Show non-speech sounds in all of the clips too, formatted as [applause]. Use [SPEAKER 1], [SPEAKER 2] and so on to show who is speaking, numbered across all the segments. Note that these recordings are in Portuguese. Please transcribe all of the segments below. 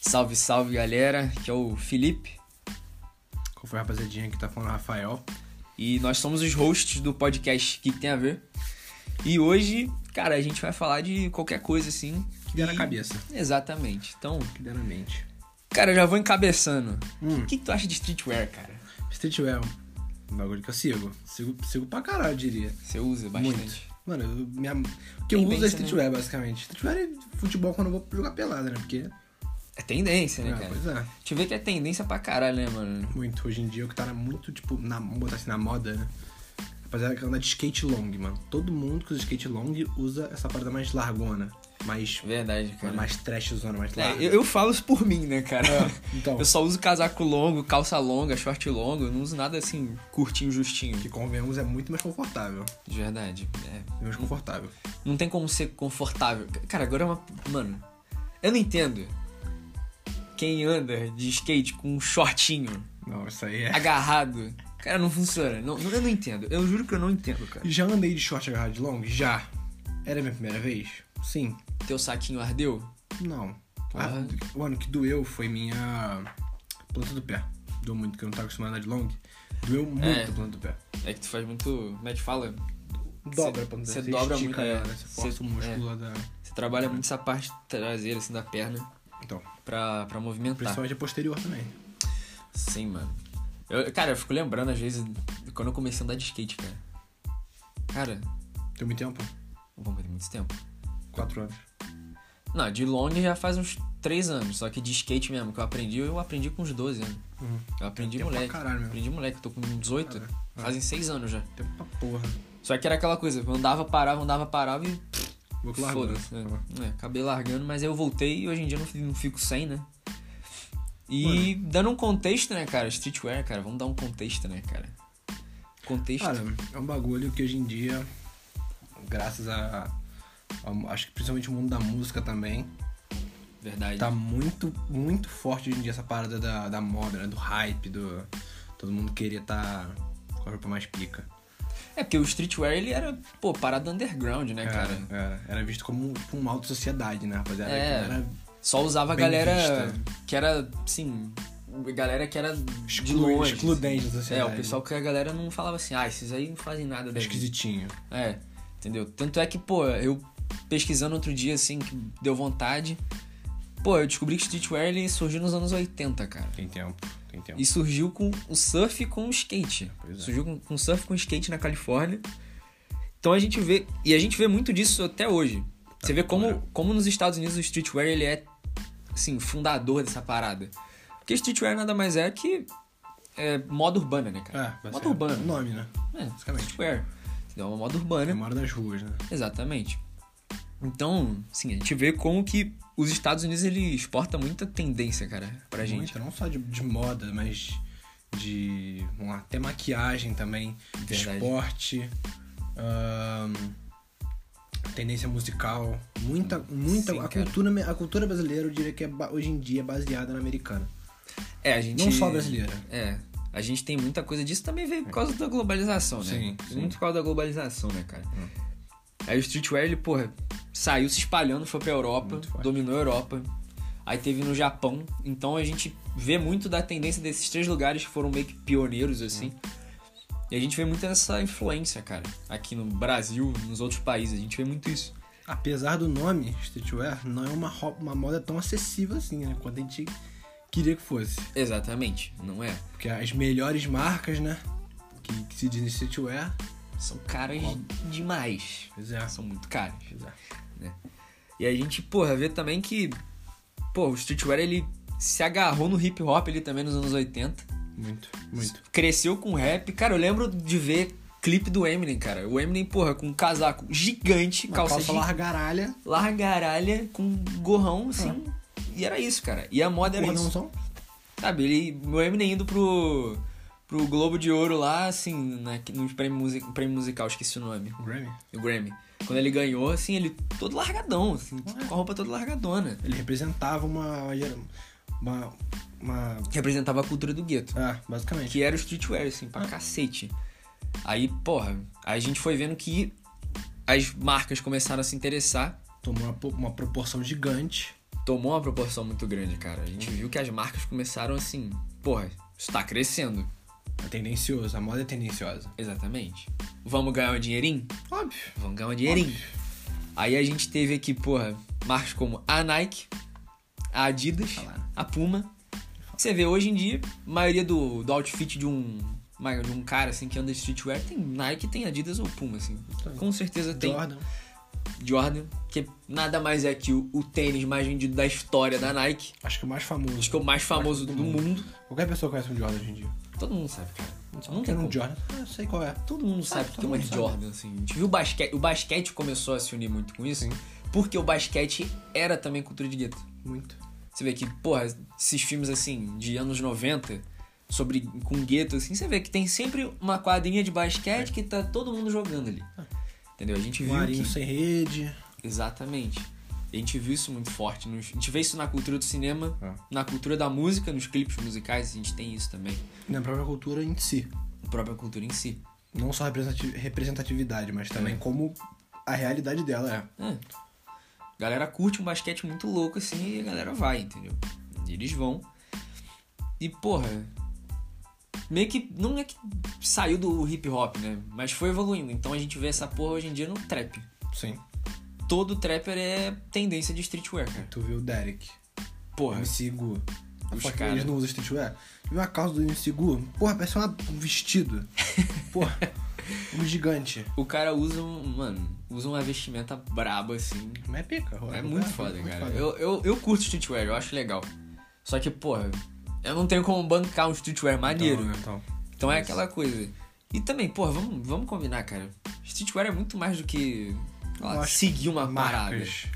[SPEAKER 1] Salve, salve galera, que é o Felipe
[SPEAKER 2] Qual foi a rapazadinha que tá falando, Rafael?
[SPEAKER 1] e nós somos os hosts do podcast Que Que Tem a Ver. E hoje, cara, a gente vai falar de qualquer coisa assim.
[SPEAKER 2] Que der na
[SPEAKER 1] E-
[SPEAKER 2] cabeça,
[SPEAKER 1] Exatamente. Então,
[SPEAKER 2] que der na mente.
[SPEAKER 1] cara, já vou encabeçando.
[SPEAKER 2] Hum.
[SPEAKER 1] O que, que tu acha de streetwear, cara?
[SPEAKER 2] Streetwear, um bagulho que eu sigo. Sigo, sigo pra caralho, eu diria.
[SPEAKER 1] Você usa bastante. né?
[SPEAKER 2] Muito. Mano, eu, minha, o que
[SPEAKER 1] Quem
[SPEAKER 2] eu uso
[SPEAKER 1] pensa,
[SPEAKER 2] é streetwear, basicamente. Streetwear é futebol quando eu vou jogar pelada, né? Porque,
[SPEAKER 1] É tendência, né,
[SPEAKER 2] ah,
[SPEAKER 1] cara?
[SPEAKER 2] pois é,
[SPEAKER 1] Deixa eu ver que é tendência pra caralho, né, mano?
[SPEAKER 2] muito. Hoje em dia, o que tá na- muito, tipo, na, vamos botar assim, na moda, né? Rapaziada, que anda de skate long, mano. Todo mundo que usa skate long usa essa parada mais largona. Mais,
[SPEAKER 1] É Verdade, cara.
[SPEAKER 2] é mais trash zona, mais
[SPEAKER 1] É,
[SPEAKER 2] larga.
[SPEAKER 1] eu, eu falo isso por mim, né, cara? [laughs]
[SPEAKER 2] Então,
[SPEAKER 1] Eu só uso casaco longo, calça longa, short longo, eu não uso nada assim curtinho, justinho.
[SPEAKER 2] que convenhamos, é muito mais confortável.
[SPEAKER 1] De verdade. É,
[SPEAKER 2] É mais confortável.
[SPEAKER 1] Não tem como ser confortável. Cara, agora é uma. Mano, eu não entendo. Quem anda de skate com um shortinho
[SPEAKER 2] Não, isso aí é.
[SPEAKER 1] agarrado. Cara, não funciona. Não, eu não entendo. Eu juro que eu não entendo, cara.
[SPEAKER 2] Já andei de short agarrado de long? Já. Era a minha primeira vez? Sim.
[SPEAKER 1] Teu saquinho ardeu?
[SPEAKER 2] Não.
[SPEAKER 1] Porra.
[SPEAKER 2] Ah, o ano que doeu foi minha planta do pé. Doeu muito, porque eu não tava acostumado a andar de long. Doeu muito
[SPEAKER 1] É.
[SPEAKER 2] a planta do pé.
[SPEAKER 1] É que tu faz muito. Como é que fala?
[SPEAKER 2] Dobra a planta do
[SPEAKER 1] cê
[SPEAKER 2] pé.
[SPEAKER 1] dobra
[SPEAKER 2] estica
[SPEAKER 1] muito, é.
[SPEAKER 2] ela, né? Você
[SPEAKER 1] Cê-
[SPEAKER 2] força o músculo lá da...
[SPEAKER 1] Você trabalha muito essa parte traseira, assim, da perna
[SPEAKER 2] Então,
[SPEAKER 1] Tá. pra, pra movimentar.
[SPEAKER 2] principalmente a posterior também.
[SPEAKER 1] Sim, mano. Eu- cara, eu fico lembrando, às vezes, quando eu comecei a andar de skate, cara. Cara,
[SPEAKER 2] Tem muito tempo?
[SPEAKER 1] bom, tem muito tempo.
[SPEAKER 2] Quatro anos.
[SPEAKER 1] Não, de long já faz uns 3 anos, só que de skate mesmo, que eu aprendi, eu aprendi com uns 12 anos.
[SPEAKER 2] Uhum.
[SPEAKER 1] Eu aprendi
[SPEAKER 2] Tempo pra
[SPEAKER 1] moleque.
[SPEAKER 2] caralho mesmo.
[SPEAKER 1] Aprendi moleque, eu tô com 18,
[SPEAKER 2] Caralho.
[SPEAKER 1] fazem 6 anos já.
[SPEAKER 2] Tempo pra porra.
[SPEAKER 1] Só que era aquela coisa, eu andava, parava, andava, parava e
[SPEAKER 2] Vou que largo.
[SPEAKER 1] foda-se.
[SPEAKER 2] tá
[SPEAKER 1] É, é, acabei largando, mas aí eu voltei e hoje em dia não, fi- não fico sem, né? E dando um contexto, né, cara? Streetwear, cara, vamos dar um contexto, né, cara? Contexto.
[SPEAKER 2] Cara, é um bagulho que hoje em dia, graças a, a- Acho que principalmente o mundo da música também,
[SPEAKER 1] verdade.
[SPEAKER 2] tá muito, muito forte hoje em dia essa parada da, da moda, né? Do hype, do. Todo mundo queria tá com a roupa mais pica.
[SPEAKER 1] É porque o streetwear, ele era, pô, parada underground,
[SPEAKER 2] É.
[SPEAKER 1] né, cara?
[SPEAKER 2] Era, era, era visto como tipo, um alto sociedade, né, rapaziada?
[SPEAKER 1] É.
[SPEAKER 2] Era
[SPEAKER 1] Só usava a
[SPEAKER 2] Bem
[SPEAKER 1] galera
[SPEAKER 2] vista.
[SPEAKER 1] que era, assim, a galera que era de
[SPEAKER 2] exclu,
[SPEAKER 1] longe.
[SPEAKER 2] excludente da
[SPEAKER 1] É,
[SPEAKER 2] sociedade.
[SPEAKER 1] o pessoal que a galera não falava assim, ah, esses aí não fazem nada da vida.
[SPEAKER 2] Esquisitinho.
[SPEAKER 1] É, entendeu? Tanto é que, pô, eu pesquisando outro dia, assim, que deu vontade, pô, eu descobri que streetwear ele surgiu nos anos 80, cara.
[SPEAKER 2] Tem tempo, tem tempo.
[SPEAKER 1] E surgiu com o surf com o skate.
[SPEAKER 2] Pois é.
[SPEAKER 1] Surgiu com, com surf com skate na Califórnia. Então a gente vê. E a gente vê muito disso até hoje. Você vê como,
[SPEAKER 2] cultura.
[SPEAKER 1] como nos Estados Unidos o streetwear ele é, assim, fundador dessa parada. Porque streetwear nada mais é que. É moda urbana, né,
[SPEAKER 2] É,
[SPEAKER 1] cara?
[SPEAKER 2] vai
[SPEAKER 1] moda
[SPEAKER 2] ser
[SPEAKER 1] urbana.
[SPEAKER 2] o nome, né?
[SPEAKER 1] É,
[SPEAKER 2] basicamente.
[SPEAKER 1] streetwear. Entendeu? É uma moda urbana.
[SPEAKER 2] Memória das ruas, né?
[SPEAKER 1] Exatamente. Então, sim, a gente vê como que os Estados Unidos ele exporta muita tendência, cara, pra gente.
[SPEAKER 2] Muito, não só de, de moda, mas de. Vamos lá, até maquiagem também,
[SPEAKER 1] Verdade.
[SPEAKER 2] esporte, ahn, tendência musical. Muita, muita.
[SPEAKER 1] Sim,
[SPEAKER 2] a,
[SPEAKER 1] cara.
[SPEAKER 2] cultura, a cultura brasileira eu diria que é, ba- hoje em dia é baseada na americana.
[SPEAKER 1] É, a gente
[SPEAKER 2] Não só brasileira.
[SPEAKER 1] É. A gente tem muita coisa disso também veio por causa da globalização, né?
[SPEAKER 2] Sim, sim. Hum.
[SPEAKER 1] Muito por causa da globalização, né, cara? Aí o streetwear, ele, porra, saiu se espalhando, foi pra Europa,
[SPEAKER 2] Muito forte.
[SPEAKER 1] dominou a Europa. Aí teve no Japão. Então a gente vê muito da tendência desses três lugares que foram meio que pioneiros, assim.
[SPEAKER 2] Hum.
[SPEAKER 1] E a gente vê muito essa influência, cara. Aqui no Brasil, nos outros países, a gente vê muito isso.
[SPEAKER 2] Apesar do nome, streetwear, não é uma, ro- uma moda tão acessível assim, né? Quanto a gente queria que fosse.
[SPEAKER 1] Exatamente, não é?
[SPEAKER 2] Porque as melhores marcas, né? Que, que se dizem streetwear,
[SPEAKER 1] São caras demais.
[SPEAKER 2] pois é.
[SPEAKER 1] São muito caras.
[SPEAKER 2] Pois é.
[SPEAKER 1] E a gente, porra, vê também que, pô, o streetwear ele se agarrou no hip hop ali também nos anos 80.
[SPEAKER 2] Muito, muito.
[SPEAKER 1] Cresceu com rap. Cara, eu lembro de ver clipe do Eminem, cara. O Eminem, porra, com um casaco gigante,
[SPEAKER 2] Uma
[SPEAKER 1] calça,
[SPEAKER 2] calça,
[SPEAKER 1] gi-
[SPEAKER 2] largaralha,
[SPEAKER 1] largaralha, com um gorrão, assim.
[SPEAKER 2] Ah.
[SPEAKER 1] E era isso, cara. E a moda era isso.
[SPEAKER 2] cordãozão.
[SPEAKER 1] Sabe, ele, o Eminem indo pro, pro Globo de Ouro lá, assim, na, no prêmio, music, prêmio musical, esqueci o nome.
[SPEAKER 2] Grammy.
[SPEAKER 1] O Grammy. Quando ele ganhou, assim, ele todo largadão, assim, com a roupa toda largadona.
[SPEAKER 2] Ele representava uma. gera- Uma. uma
[SPEAKER 1] representava a cultura do gueto,
[SPEAKER 2] ah, basicamente.
[SPEAKER 1] que era o streetwear, assim, pra cacete. Aí, porra, a gente foi vendo que as marcas começaram a se interessar.
[SPEAKER 2] Tomou uma, po- uma proporção gigante.
[SPEAKER 1] tomou uma proporção muito grande, cara. A gente viu que as marcas começaram assim, porra, isso tá crescendo.
[SPEAKER 2] É tendencioso, a moda é tendenciosa.
[SPEAKER 1] Exatamente. Vamos ganhar um dinheirinho?
[SPEAKER 2] Óbvio.
[SPEAKER 1] Vamos ganhar um dinheirinho. Aí a gente teve aqui, porra, marcas como a Nike, a Adidas,
[SPEAKER 2] Falaram.
[SPEAKER 1] a Puma. Você vê, hoje em dia, a maioria do, do outfit de um, uma- de um cara assim que anda de streetwear tem Nike, tem Adidas ou Puma, assim.
[SPEAKER 2] Então,
[SPEAKER 1] Com certeza tem
[SPEAKER 2] Jordan.
[SPEAKER 1] Jordan, que nada mais é que o, o tênis mais vendido da história da Nike.
[SPEAKER 2] Acho que o mais famoso.
[SPEAKER 1] Acho que é o mais famoso do mundo.
[SPEAKER 2] Qualquer pessoa conhece um Jordan hoje em dia.
[SPEAKER 1] Todo mundo sabe, cara. Não
[SPEAKER 2] Quem
[SPEAKER 1] tem
[SPEAKER 2] é um
[SPEAKER 1] como.
[SPEAKER 2] Jordan? Ah, eu sei qual é.
[SPEAKER 1] Todo mundo sabe que
[SPEAKER 2] todo
[SPEAKER 1] tem uma
[SPEAKER 2] mundo
[SPEAKER 1] de
[SPEAKER 2] sabe.
[SPEAKER 1] Jordan, assim. A gente viu o basquete. O basquete começou a se unir muito com isso, porque o basquete era também cultura de gueto.
[SPEAKER 2] Muito.
[SPEAKER 1] Você vê que, porra, esses filmes assim, de anos 90, sobre com gueto, assim, você vê que tem sempre uma quadrinha de basquete que tá todo mundo jogando ali. Entendeu? A gente
[SPEAKER 2] É. Ah. Um
[SPEAKER 1] viu
[SPEAKER 2] arinho
[SPEAKER 1] que-
[SPEAKER 2] sem rede.
[SPEAKER 1] Exatamente. A gente viu isso muito forte. nos- A gente vê isso na cultura do cinema,
[SPEAKER 2] É.
[SPEAKER 1] na cultura da música, nos clipes musicais, a gente tem isso também.
[SPEAKER 2] Na própria cultura em si.
[SPEAKER 1] A própria cultura em si.
[SPEAKER 2] Não só representati- representatividade, mas também como a realidade dela é.
[SPEAKER 1] É. A galera curte um basquete muito louco assim e a galera vai, entendeu? E Eles vão. E porra, meio que não é que saiu do hip hop, né? Mas foi evoluindo. Então a gente vê essa porra hoje em dia no trap.
[SPEAKER 2] Sim.
[SPEAKER 1] Todo trapper é tendência de streetwear, cara.
[SPEAKER 2] Tu viu o Derek.
[SPEAKER 1] Porra,
[SPEAKER 2] MC Gu.
[SPEAKER 1] Os
[SPEAKER 2] Só que
[SPEAKER 1] cara.
[SPEAKER 2] Eles não usam streetwear. Viu a calça do MC Gu? Porra, parece uma-
[SPEAKER 1] [laughs]
[SPEAKER 2] um vestido. Porra. um gigante.
[SPEAKER 1] o cara usa um, mano, usa uma vestimenta braba assim.
[SPEAKER 2] Mas é pica.
[SPEAKER 1] É muito foda, cara. Eu, eu, eu curto streetwear, eu acho legal. Só que, porra, eu não tenho como bancar um streetwear maneiro.
[SPEAKER 2] Então, então.
[SPEAKER 1] Então é aquela coisa. E também, porra, vamos, vamos combinar, cara. Streetwear é muito mais do que sei lá,
[SPEAKER 2] Eu acho
[SPEAKER 1] seguir uma parada.
[SPEAKER 2] Marcas.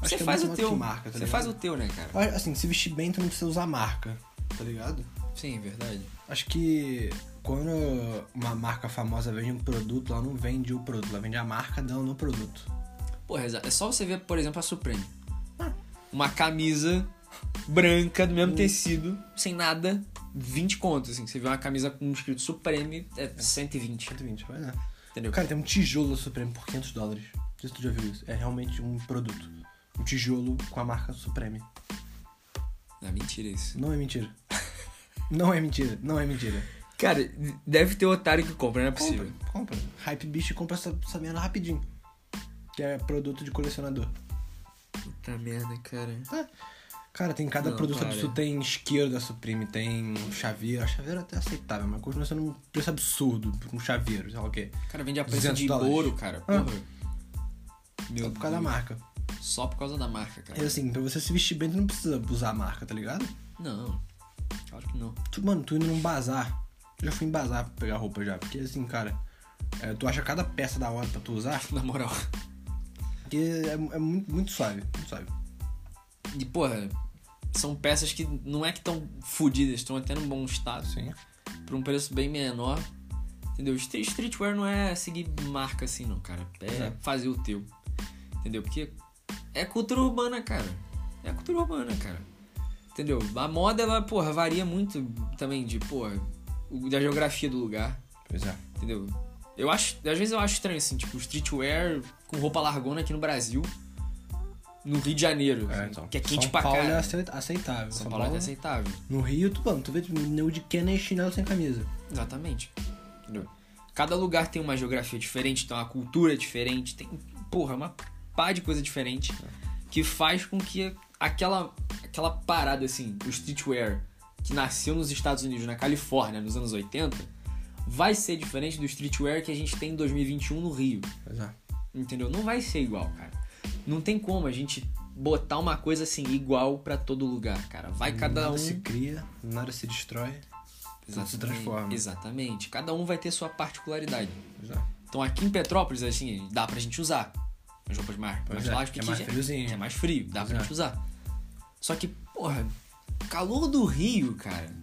[SPEAKER 2] Acho
[SPEAKER 1] Você
[SPEAKER 2] que é
[SPEAKER 1] faz
[SPEAKER 2] muito
[SPEAKER 1] o
[SPEAKER 2] mais do que
[SPEAKER 1] teu.
[SPEAKER 2] marca, tá
[SPEAKER 1] você faz o
[SPEAKER 2] ligado?
[SPEAKER 1] teu, né, cara?
[SPEAKER 2] Mas, Assim, se vestir bem, tu não precisa usar marca, tá ligado?
[SPEAKER 1] Sim, é verdade.
[SPEAKER 2] Acho que quando uma marca famosa vende um produto, ela não vende o produto, ela vende a marca dela no produto.
[SPEAKER 1] Porra, exa- é só você ver, por exemplo, a Supreme. Uma camisa branca do mesmo
[SPEAKER 2] Hum.
[SPEAKER 1] tecido, sem nada, 20 contos, assim. Você vê uma camisa com escrito Supreme, é 120,
[SPEAKER 2] 120, vai lá.
[SPEAKER 1] entendeu?
[SPEAKER 2] Cara, tem um tijolo da Supreme por 500 dólares. Não sei se tu já viu isso. É realmente um produto. Um tijolo com a marca Supreme.
[SPEAKER 1] É mentira isso.
[SPEAKER 2] Não
[SPEAKER 1] [laughs]
[SPEAKER 2] é mentira. Não é mentira, não é mentira.
[SPEAKER 1] Cara, deve ter otário que compra, não é possível.
[SPEAKER 2] Compra, compra. Hype Beast compra essa, essa merda rapidinho. Que é produto de colecionador.
[SPEAKER 1] Puta merda, cara.
[SPEAKER 2] É. Cara, tem cada
[SPEAKER 1] Não,
[SPEAKER 2] produto
[SPEAKER 1] para.
[SPEAKER 2] absurdo. Tem isqueiro da Supreme, tem chaveiro. A chaveiro é até aceitável, mas continua sendo um preço absurdo pra um chaveiro, sei lá o quê.
[SPEAKER 1] O cara vende a preço
[SPEAKER 2] 200
[SPEAKER 1] de
[SPEAKER 2] dólares.
[SPEAKER 1] ouro, cara.
[SPEAKER 2] Ah.
[SPEAKER 1] Porra. Meu
[SPEAKER 2] Só por causa da
[SPEAKER 1] Deus.
[SPEAKER 2] marca.
[SPEAKER 1] Só por causa da marca, cara.
[SPEAKER 2] É assim, pra você se vestir bem, tu não precisa usar a marca, tá ligado?
[SPEAKER 1] Não. Claro que não. [laughs]
[SPEAKER 2] Tu, mano, tu indo num bazar. Eu já fui em bazar pra pegar roupa já. Porque assim, cara, é, tu acha cada peça da hora pra tu usar.
[SPEAKER 1] Na moral.
[SPEAKER 2] Porque é, é muito, muito suave, muito suave.
[SPEAKER 1] E, porra, são peças que não é que estão fodidas, estão até num bom estado.
[SPEAKER 2] Sim.
[SPEAKER 1] Por um preço bem menor. Entendeu? Street- Streetwear não é seguir marca assim, não, cara. É,
[SPEAKER 2] É.
[SPEAKER 1] fazer o teu. Entendeu? Porque é cultura urbana, cara. É cultura urbana, cara. Entendeu? A moda, ela, porra, varia muito também de, porra, o- da geografia do lugar.
[SPEAKER 2] Pois é.
[SPEAKER 1] Entendeu? Eu acho. Às vezes eu acho estranho, assim, tipo, streetwear com roupa largona aqui no Brasil. No Rio de Janeiro. assim, Que é quente
[SPEAKER 2] São
[SPEAKER 1] pra
[SPEAKER 2] Paulo é
[SPEAKER 1] caralho.
[SPEAKER 2] aceit- aceitável. tá
[SPEAKER 1] São Paulo é aceitável.
[SPEAKER 2] No Rio, tu, mano, tu vê tipo, nego de Kenner e chinelo sem camisa.
[SPEAKER 1] Exatamente. Entendeu? Cada lugar tem uma geografia diferente, tem uma cultura diferente, tem, porra, uma pá de coisa diferente que faz com que aquela, aquela parada, assim, o streetwear que nasceu nos Estados Unidos, na Califórnia, nos anos 80, vai ser diferente do streetwear que a gente tem em 2021 no Rio.
[SPEAKER 2] Pois é.
[SPEAKER 1] Entendeu? Não vai ser igual, cara. Não tem como a gente botar uma coisa assim igual pra todo lugar, cara. Vai cada
[SPEAKER 2] Hum, nada
[SPEAKER 1] um
[SPEAKER 2] se cria, nada se destrói. tudo se transforma.
[SPEAKER 1] Exatamente. Cada um vai ter sua particularidade.
[SPEAKER 2] Pois é.
[SPEAKER 1] Então aqui em Petrópolis, assim, dá pra gente usar as roupas mais,
[SPEAKER 2] Pois
[SPEAKER 1] mais
[SPEAKER 2] é,
[SPEAKER 1] largas,
[SPEAKER 2] que é
[SPEAKER 1] porque
[SPEAKER 2] mais
[SPEAKER 1] já-
[SPEAKER 2] friozinho.
[SPEAKER 1] já é mais frio, dá pra
[SPEAKER 2] Pois é.
[SPEAKER 1] gente usar. Só que, porra, calor do Rio, cara.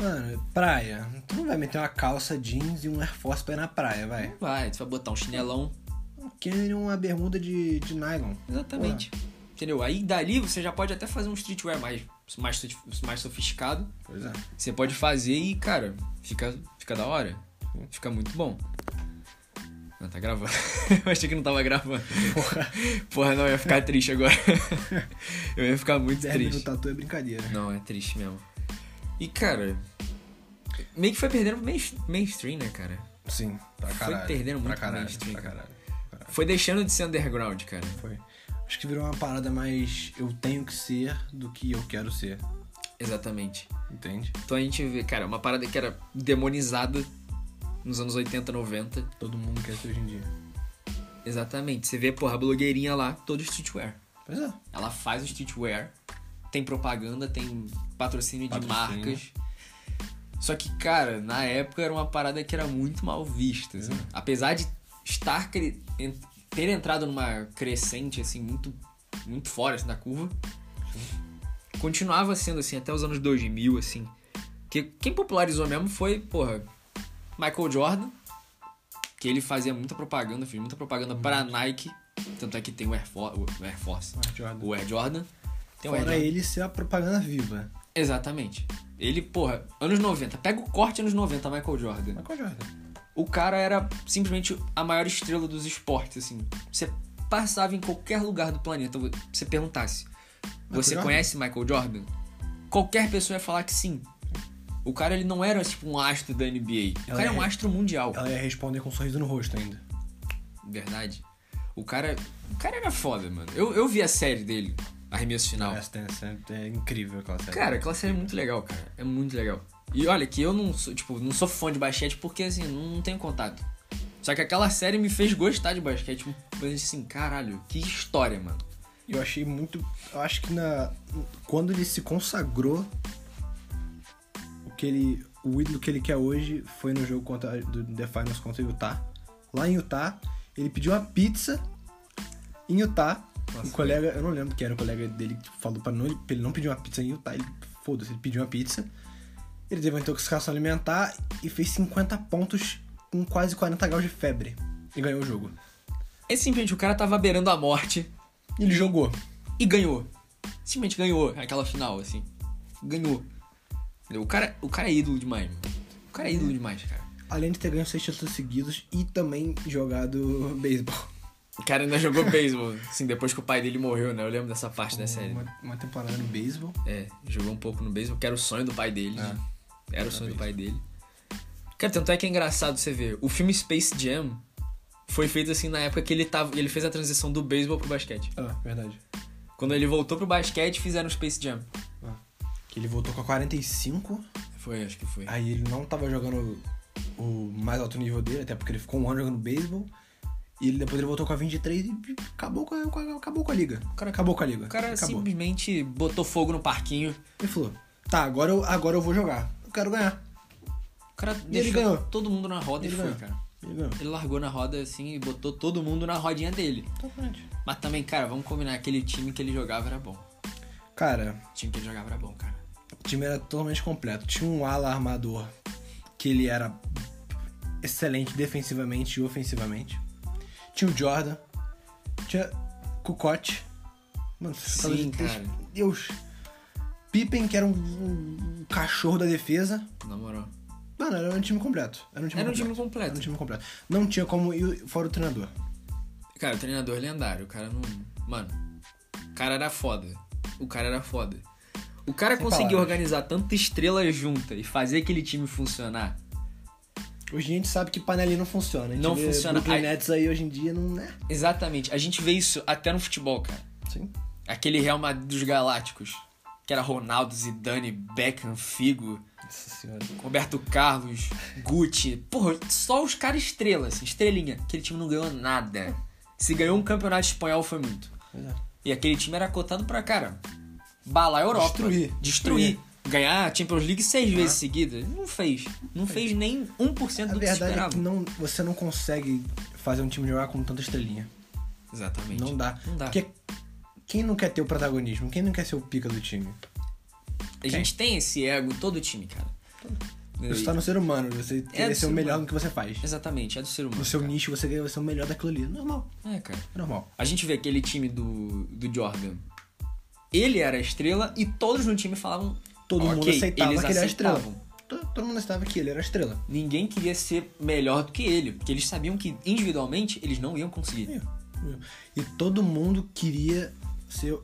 [SPEAKER 2] Mano, praia. Tu não vai meter uma calça jeans e um Air Force pra ir na praia, vai.
[SPEAKER 1] Não vai, tu vai botar um chinelão.
[SPEAKER 2] Um Kenner e uma bermuda de, de nylon.
[SPEAKER 1] Exatamente. Entendeu? Aí dali você já pode até fazer um streetwear mais, mais, mais sofisticado.
[SPEAKER 2] Pois é.
[SPEAKER 1] Você pode fazer e, cara, fica, fica da hora. Fica muito bom. Não, tá gravando. [laughs] Eu achei que não tava gravando. Porra, não, eu ia ficar triste agora. Eu ia ficar muito
[SPEAKER 2] Derby no
[SPEAKER 1] triste.
[SPEAKER 2] tatu é brincadeira.
[SPEAKER 1] Não, é triste mesmo. E, cara, meio que foi perdendo pro main- mainstream, né, cara?
[SPEAKER 2] Sim, pra
[SPEAKER 1] Foi
[SPEAKER 2] caralho.
[SPEAKER 1] perdendo muito
[SPEAKER 2] pra caralho,
[SPEAKER 1] mainstream,
[SPEAKER 2] pra
[SPEAKER 1] cara.
[SPEAKER 2] caralho.
[SPEAKER 1] Foi deixando de ser underground, cara.
[SPEAKER 2] Foi. Acho que virou uma parada mais eu tenho que ser do que eu quero ser.
[SPEAKER 1] Exatamente.
[SPEAKER 2] Entende?
[SPEAKER 1] Então a gente vê, cara, uma parada que era demonizada nos anos 80, 90.
[SPEAKER 2] Todo mundo quer ser hoje em dia.
[SPEAKER 1] Exatamente. Você vê, porra, a blogueirinha lá, todo streetwear.
[SPEAKER 2] Pois é.
[SPEAKER 1] Ela faz o streetwear, tem propaganda, tem patrocínio, de
[SPEAKER 2] Patrocínio.
[SPEAKER 1] marcas. Só que, cara, na época era uma parada que era muito mal vista. assim. Apesar de estar cre- en- ter entrado numa crescente assim muito muito fora assim, da curva, continuava sendo assim até os anos 2000 assim. Que quem popularizou mesmo foi, porra, Michael Jordan, que ele fazia muita propaganda, fez muita propaganda para a Nike, tanto é que tem o Air For- o Air Force
[SPEAKER 2] Mas, Jordan.
[SPEAKER 1] o Air Jordan. Tem o Air
[SPEAKER 2] Fora
[SPEAKER 1] Jordan.
[SPEAKER 2] ele ser a propaganda viva.
[SPEAKER 1] Exatamente. Ele, porra, anos 90. Pega o corte anos 90, Michael Jordan.
[SPEAKER 2] Mas qual Jordan?
[SPEAKER 1] O cara era simplesmente a maior estrela dos esportes, assim. Você passava em qualquer lugar do planeta, você perguntasse: Você
[SPEAKER 2] Jordan?
[SPEAKER 1] conhece Michael Jordan? Qualquer pessoa ia falar que sim. O cara, ele não era, tipo, um astro da NBA. O
[SPEAKER 2] Ela
[SPEAKER 1] cara é um
[SPEAKER 2] é-
[SPEAKER 1] astro mundial.
[SPEAKER 2] Ela ia responder com um sorriso no rosto ainda.
[SPEAKER 1] Verdade. O cara... O cara era foda, mano. Eu, eu vi a série dele, Arremesso Final.
[SPEAKER 2] Essa tem- essa é incrível aquela série.
[SPEAKER 1] Cara, aquela série é muito legal, cara. É muito legal. E olha que eu não sou, tipo, não sou fã de basquete porque assim, não tenho contato. Só que aquela série me fez gostar de basquete. Mas assim, caralho, que história, mano.
[SPEAKER 2] Eu achei muito. Eu acho que na. Quando ele se consagrou, o que ele. O ídolo que ele quer hoje foi no jogo contra, do The Finals contra Utah. Lá em Utah, ele pediu uma pizza em Utah. um colega, eu não lembro quem era o colega dele que falou pra, não, pra ele não pedir uma pizza em Utah. Ele, foda-se, ele pediu uma pizza. Ele teve uma intoxicação alimentar e fez 50 pontos com quase 40 graus de febre. E ganhou o jogo.
[SPEAKER 1] É simplesmente o cara tava beirando a morte
[SPEAKER 2] Ele jogou.
[SPEAKER 1] e ganhou. Simplesmente ganhou aquela final, assim. Ganhou. Entendeu? O cara, o cara é ídolo demais, mano. O cara é ídolo demais, cara.
[SPEAKER 2] Além de ter ganho seis títulos seguidos e também jogado [laughs] beisebol.
[SPEAKER 1] O cara ainda jogou [laughs] beisebol, assim, depois que o pai dele morreu, né? Eu lembro dessa parte da série.
[SPEAKER 2] Uma, uma temporada no beisebol.
[SPEAKER 1] É, jogou um pouco no beisebol, que era o sonho do pai dele.
[SPEAKER 2] É.
[SPEAKER 1] né? Era o sonho do
[SPEAKER 2] Parabéns.
[SPEAKER 1] pai dele. Cara, tanto é que é engraçado você ver. O filme Space Jam foi feito assim na época que ele tava. Ele fez a transição do beisebol pro basquete.
[SPEAKER 2] Ah, verdade.
[SPEAKER 1] Quando ele voltou pro basquete, fizeram o Space Jam.
[SPEAKER 2] Ah. Que ele voltou com a 45.
[SPEAKER 1] Foi, acho que foi.
[SPEAKER 2] Aí ele não tava jogando o mais alto nível dele, até porque ele ficou um ano jogando beisebol. E ele, depois ele voltou com a 23 e acabou com a, com a- acabou com a liga. O cara assim, acabou com a liga.
[SPEAKER 1] O cara
[SPEAKER 2] acabou.
[SPEAKER 1] simplesmente botou fogo no parquinho.
[SPEAKER 2] Ele falou: tá, agora eu, agora eu vou jogar. Eu quero ganhar.
[SPEAKER 1] O cara
[SPEAKER 2] E
[SPEAKER 1] deixou
[SPEAKER 2] ele ganhou.
[SPEAKER 1] todo mundo na roda
[SPEAKER 2] Ele
[SPEAKER 1] e foi,
[SPEAKER 2] ganhou.
[SPEAKER 1] cara.
[SPEAKER 2] Ele ganhou.
[SPEAKER 1] Ele largou na roda assim e botou todo mundo na rodinha dele.
[SPEAKER 2] Totalmente.
[SPEAKER 1] Mas também, cara, vamos combinar, aquele time que ele jogava era bom.
[SPEAKER 2] Cara,
[SPEAKER 1] O time que ele jogava era bom, cara.
[SPEAKER 2] O time era totalmente completo. Tinha um ala armador que ele era excelente defensivamente e ofensivamente. Tinha o Jordan. Tinha Kukoc. Mano, você tá
[SPEAKER 1] Sim,
[SPEAKER 2] de- Deus-
[SPEAKER 1] cara.
[SPEAKER 2] Deus. Pippen, que era um, um- um cachorro da defesa.
[SPEAKER 1] Na moral.
[SPEAKER 2] Mano, era um time completo. Era um time
[SPEAKER 1] Era um
[SPEAKER 2] completo.
[SPEAKER 1] time completo.
[SPEAKER 2] Era um time completo. Não tinha como ir fora o treinador.
[SPEAKER 1] Cara, o treinador lendário, o cara não. Mano, o cara era foda. O cara era foda. O cara
[SPEAKER 2] Sem
[SPEAKER 1] conseguiu
[SPEAKER 2] palavras.
[SPEAKER 1] organizar tanta estrela junta e fazer aquele time funcionar.
[SPEAKER 2] Hoje a gente sabe que panelinha não funciona. A gente
[SPEAKER 1] Não
[SPEAKER 2] vê
[SPEAKER 1] funciona.
[SPEAKER 2] Brooklyn
[SPEAKER 1] Aí-
[SPEAKER 2] Nets aí hoje em dia não é.
[SPEAKER 1] Exatamente. A gente vê isso até no futebol, cara.
[SPEAKER 2] Sim.
[SPEAKER 1] Aquele Real Madrid dos Galácticos. Que era Ronaldo, Zidane, Beckham, Figo,
[SPEAKER 2] Nossa senhora.
[SPEAKER 1] Roberto Carlos, Gucci. Porra, só os caras estrelas, assim, estrelinha. Aquele time não ganhou nada. Se ganhou um campeonato espanhol foi muito.
[SPEAKER 2] Pois é.
[SPEAKER 1] E aquele time era cotado pra, cara, balar a Europa.
[SPEAKER 2] Destruir.
[SPEAKER 1] Destruir. Ganhar a Champions League seis vezes seguida. Não fez. Não fez nem 1%
[SPEAKER 2] A
[SPEAKER 1] do que se
[SPEAKER 2] verdade é
[SPEAKER 1] esperava.
[SPEAKER 2] que não, você não consegue fazer um time jogar com tanta estrelinha.
[SPEAKER 1] Exatamente.
[SPEAKER 2] Não dá.
[SPEAKER 1] Não dá.
[SPEAKER 2] Porque quem não quer ter o protagonismo? Quem não quer ser o pica do time?
[SPEAKER 1] A
[SPEAKER 2] É.
[SPEAKER 1] gente tem esse ego em todo time, cara.
[SPEAKER 2] Isso
[SPEAKER 1] E-
[SPEAKER 2] tá no ser humano. Você quer
[SPEAKER 1] do
[SPEAKER 2] ser o
[SPEAKER 1] ser
[SPEAKER 2] melhor
[SPEAKER 1] humano.
[SPEAKER 2] no que você faz.
[SPEAKER 1] Exatamente, é do ser humano.
[SPEAKER 2] No seu
[SPEAKER 1] cara.
[SPEAKER 2] nicho, você quer ser o melhor daquilo ali. Normal.
[SPEAKER 1] É, cara.
[SPEAKER 2] É normal.
[SPEAKER 1] A gente vê aquele time do, do Jordan. Ele era a estrela e todos no time falavam.
[SPEAKER 2] Todo mundo
[SPEAKER 1] "Ok",
[SPEAKER 2] aceitava
[SPEAKER 1] eles
[SPEAKER 2] que ele era a estrela.
[SPEAKER 1] aceitavam.
[SPEAKER 2] to- todo mundo estava que ele era a estrela.
[SPEAKER 1] Ninguém queria ser melhor do que ele, porque eles sabiam que individualmente eles não iam conseguir.
[SPEAKER 2] E todo mundo queria ser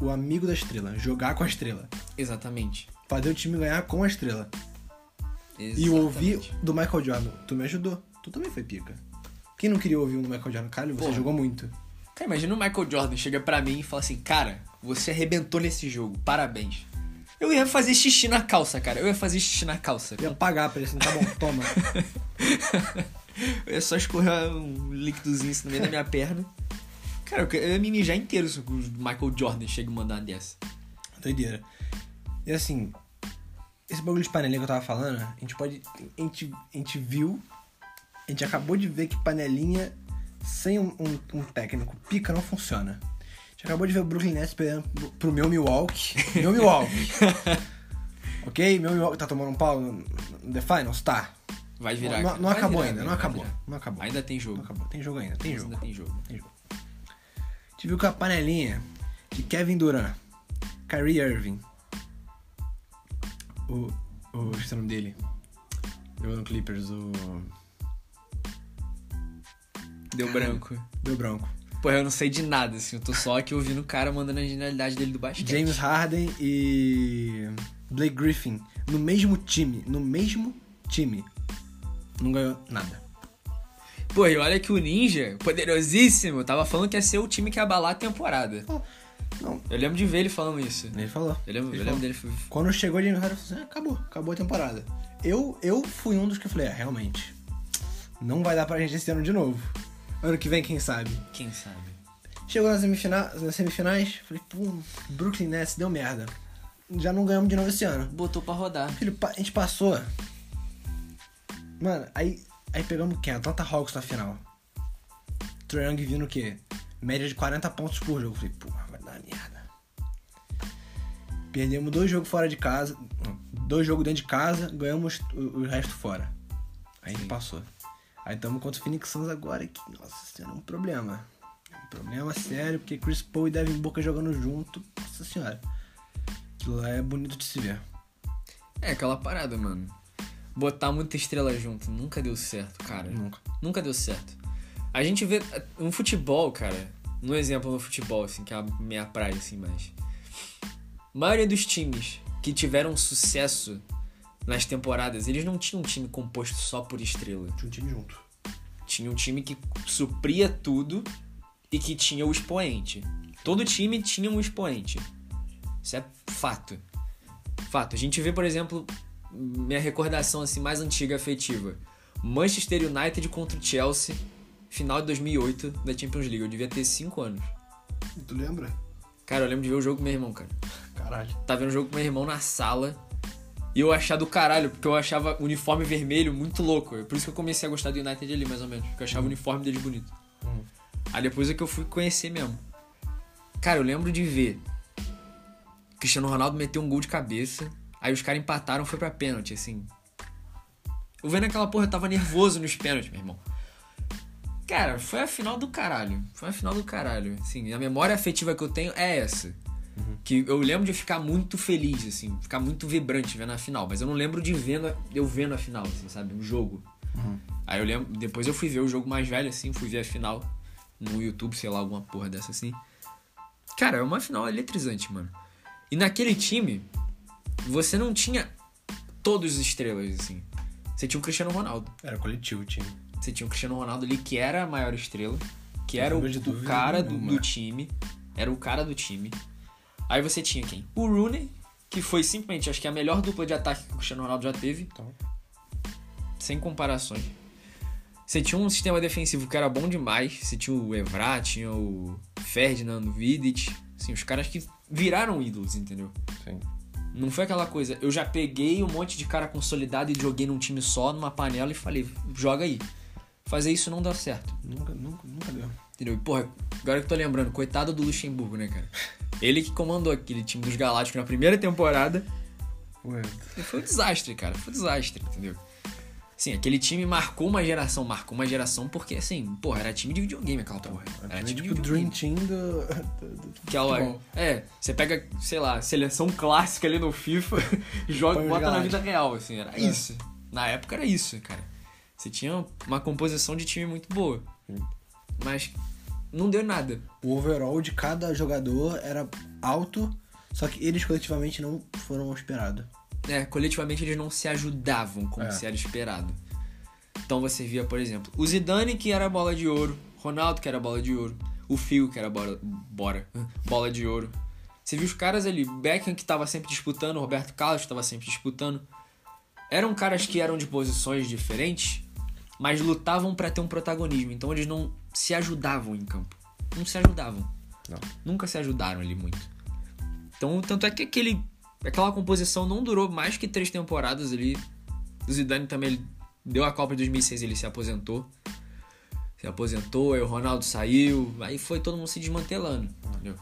[SPEAKER 2] o amigo da estrela, jogar com a estrela,
[SPEAKER 1] Exatamente.
[SPEAKER 2] fazer o time ganhar com a estrela. E
[SPEAKER 1] Exatamente.
[SPEAKER 2] eu ouvi do Michael Jordan, tu me ajudou, tu também foi pica. Quem não queria ouvir um do Michael Jordan? Caralho, você
[SPEAKER 1] Porra.
[SPEAKER 2] jogou muito.
[SPEAKER 1] Cara, imagina o Michael Jordan chega pra mim e fala assim: Cara, você arrebentou nesse jogo, parabéns. Eu ia fazer xixi na calça, cara. Eu ia fazer xixi na calça.
[SPEAKER 2] Eu ia pagar pra ele assim, tá bom,
[SPEAKER 1] [laughs]
[SPEAKER 2] toma.
[SPEAKER 1] Eu ia só escorrer um líquidozinho assim no meio da minha perna. Cara, eu que- eu ia me mijar inteiro se o Michael Jordan chega e mandar uma dessa.
[SPEAKER 2] Doideira. E assim, esse bagulho de panelinha que eu tava falando, a gente pode. A gente, a gente viu, a gente acabou de ver que panelinha sem um, um- um técnico pica não funciona. A gente acabou de ver o Brooklyn Nets perdendo pro- pro meu Milwaukee.
[SPEAKER 1] [laughs]
[SPEAKER 2] Meu Milwaukee. ok? Meu Milwaukee tá tomando um pau no, no The Finals? Tá.
[SPEAKER 1] Vai virar.
[SPEAKER 2] não
[SPEAKER 1] cara.
[SPEAKER 2] não
[SPEAKER 1] Vai
[SPEAKER 2] acabou
[SPEAKER 1] virar,
[SPEAKER 2] ainda,
[SPEAKER 1] né?
[SPEAKER 2] não
[SPEAKER 1] Vai
[SPEAKER 2] acabou.
[SPEAKER 1] virar.
[SPEAKER 2] Não acabou.
[SPEAKER 1] Ainda tem jogo.
[SPEAKER 2] Não acabou. Tem jogo ainda, tem jogo.
[SPEAKER 1] Ainda tem jogo.
[SPEAKER 2] Tem jogo. A gente viu que a panelinha de Kevin Durant, Kyrie Irving, o. o esqueci o nome dele. Jogou no Clippers, o.
[SPEAKER 1] Deu branco.
[SPEAKER 2] Deu branco.
[SPEAKER 1] Pô, eu não sei de nada, assim. Eu tô só aqui ouvindo o cara mandando a genialidade dele do basquete.
[SPEAKER 2] James Harden e. Blake Griffin no mesmo time. No mesmo time. Não ganhou nada.
[SPEAKER 1] Pô, e olha que o Ninja, poderosíssimo, tava falando que ia ser o time que ia abalar a temporada.
[SPEAKER 2] Não.
[SPEAKER 1] Eu lembro de ver ele falando isso.
[SPEAKER 2] Ele falou.
[SPEAKER 1] Eu lembro,
[SPEAKER 2] Ele
[SPEAKER 1] eu lembro
[SPEAKER 2] falou.
[SPEAKER 1] dele. foi-
[SPEAKER 2] Quando chegou o James Harden, eu falei assim, "Ah, acabou, acabou a temporada. Eu, eu fui um dos que eu falei, "Ah, realmente, não vai dar pra gente esse ano de novo. Ano que vem, quem sabe.
[SPEAKER 1] Quem sabe?
[SPEAKER 2] Chegou nas, semifina nas semifinais, falei, pô, Brooklyn Nets deu merda. Já não ganhamos de novo esse ano.
[SPEAKER 1] Botou pra rodar.
[SPEAKER 2] Filho, pa- a gente passou. Mano, aí, aí pegamos quem? Atlanta Hawks na final. Trae Young vindo o quê? Média de 40 pontos por jogo. Falei, porra, vai dar merda. Perdemos dois jogos fora de casa. não, Dois jogos dentro de casa, ganhamos o, o resto fora. Aí a gente passou. Aí estamos contra o Phoenix Suns agora, que, nossa senhora, é um problema. É um problema sério, porque Chris Paul e Devin Booker jogando junto, nossa senhora. Aquilo lá é bonito de se ver.
[SPEAKER 1] É aquela parada, mano. Botar muita estrela junto nunca deu certo, cara.
[SPEAKER 2] Nunca.
[SPEAKER 1] Nunca deu certo. A gente vê no futebol, cara. Um exemplo no futebol, assim, que é a minha praia, assim, mas. A maioria dos times que tiveram sucesso nas temporadas, eles não tinham um time composto só por estrela.
[SPEAKER 2] Tinha um time junto.
[SPEAKER 1] Tinha um time que supria tudo e que tinha o expoente. Todo time tinha um expoente. Isso é fato. Fato. A gente vê, por exemplo, minha recordação assim mais antiga afetiva. Manchester United contra o Chelsea, final de 2008 da Champions League. Eu devia ter 5 anos.
[SPEAKER 2] Tu lembra?
[SPEAKER 1] Cara, eu lembro de ver o jogo com meu irmão, cara.
[SPEAKER 2] Caralho.
[SPEAKER 1] Tava Tá vendo o jogo com meu irmão na sala. E eu achava do caralho, porque eu achava o uniforme vermelho muito louco. É Por isso que eu comecei a gostar do United ali, mais ou menos. Porque eu achava o uniforme deles bonito.
[SPEAKER 2] Hum.
[SPEAKER 1] Aí depois é que eu fui conhecer mesmo. Cara, eu lembro de ver. Cristiano Ronaldo meteu um gol de cabeça. Aí os caras empataram, foi pra pênalti, assim. Eu vendo aquela porra, eu tava nervoso nos pênaltis, meu irmão. Cara, foi a final do caralho. Foi a final do caralho. Assim, a memória afetiva que eu tenho é essa. Que eu lembro de ficar muito feliz, assim, ficar muito vibrante vendo a final, mas eu não lembro de vendo, a- eu vendo a final, assim, sabe? Um jogo. Aí eu lembro, depois eu fui ver o jogo mais velho, assim, fui ver a final no YouTube, sei lá, alguma porra dessa assim. Cara, é uma final eletrizante, mano. E naquele time, você não tinha todos os estrelas, assim. Você tinha o Cristiano Ronaldo.
[SPEAKER 2] Era coletivo o time.
[SPEAKER 1] Você tinha o Cristiano Ronaldo ali, que era a maior estrela, que
[SPEAKER 2] Não
[SPEAKER 1] era o,
[SPEAKER 2] vejo
[SPEAKER 1] o
[SPEAKER 2] dúvida
[SPEAKER 1] cara do,
[SPEAKER 2] nenhuma.
[SPEAKER 1] do time. Era o cara do time. Aí você tinha quem? O Rooney, que foi simplesmente, acho que a melhor dupla de ataque que o Cristiano Ronaldo já teve,
[SPEAKER 2] Então,
[SPEAKER 1] sem comparações. Você tinha um sistema defensivo que era bom demais. Você tinha o Evra, tinha o Ferdinand, o Vidic. Assim, os caras que viraram ídolos, entendeu?
[SPEAKER 2] sim.
[SPEAKER 1] Não foi aquela coisa, eu já peguei um monte de cara consolidado e joguei num time só, numa panela e falei, joga aí. Fazer isso não dá certo.
[SPEAKER 2] Nunca, nunca, nunca deu.
[SPEAKER 1] Entendeu? E, porra, agora que eu tô lembrando, coitado do Luxemburgo, né, cara? Ele que comandou aquele time dos Galácticos na primeira temporada.
[SPEAKER 2] Ué.
[SPEAKER 1] E Foi um desastre, cara. Foi um desastre, entendeu? Sim, aquele time marcou uma geração, marcou uma geração porque, assim, porra, era time de videogame aquela porra. Era
[SPEAKER 2] É
[SPEAKER 1] time
[SPEAKER 2] tipo o
[SPEAKER 1] de
[SPEAKER 2] Dream
[SPEAKER 1] videogame.
[SPEAKER 2] Team do. do- do
[SPEAKER 1] Aquela,
[SPEAKER 2] futebol.
[SPEAKER 1] é, você pega, sei lá, seleção clássica ali no FIFA, [laughs] joga
[SPEAKER 2] Põe
[SPEAKER 1] e
[SPEAKER 2] os
[SPEAKER 1] bota na
[SPEAKER 2] galácticos.
[SPEAKER 1] vida real, assim, era
[SPEAKER 2] É.
[SPEAKER 1] isso. Na época era isso, cara. Você tinha uma composição de time muito boa. Mas não deu nada.
[SPEAKER 2] O overall de cada jogador era alto, só que eles coletivamente não foram ao esperado.
[SPEAKER 1] né, coletivamente eles não se ajudavam como
[SPEAKER 2] É.
[SPEAKER 1] se era esperado. Então você via, por exemplo, o Zidane que era bola de ouro, Ronaldo que era bola de ouro, o Fio que era bola, bora, bola de ouro. Você viu os caras ali, Beckham que tava sempre disputando, Roberto Carlos que tava sempre disputando. Eram caras que eram de posições diferentes, mas lutavam pra ter um protagonismo. Então eles não se ajudavam em campo. Não se ajudavam.
[SPEAKER 2] Não.
[SPEAKER 1] Nunca se ajudaram ali muito. Então, tanto é que aquele, aquela composição não durou mais que três temporadas ali. O Zidane também ele deu a Copa de 2006, ele se aposentou. Se aposentou, aí o Ronaldo saiu, aí foi todo mundo se desmantelando. Entendeu?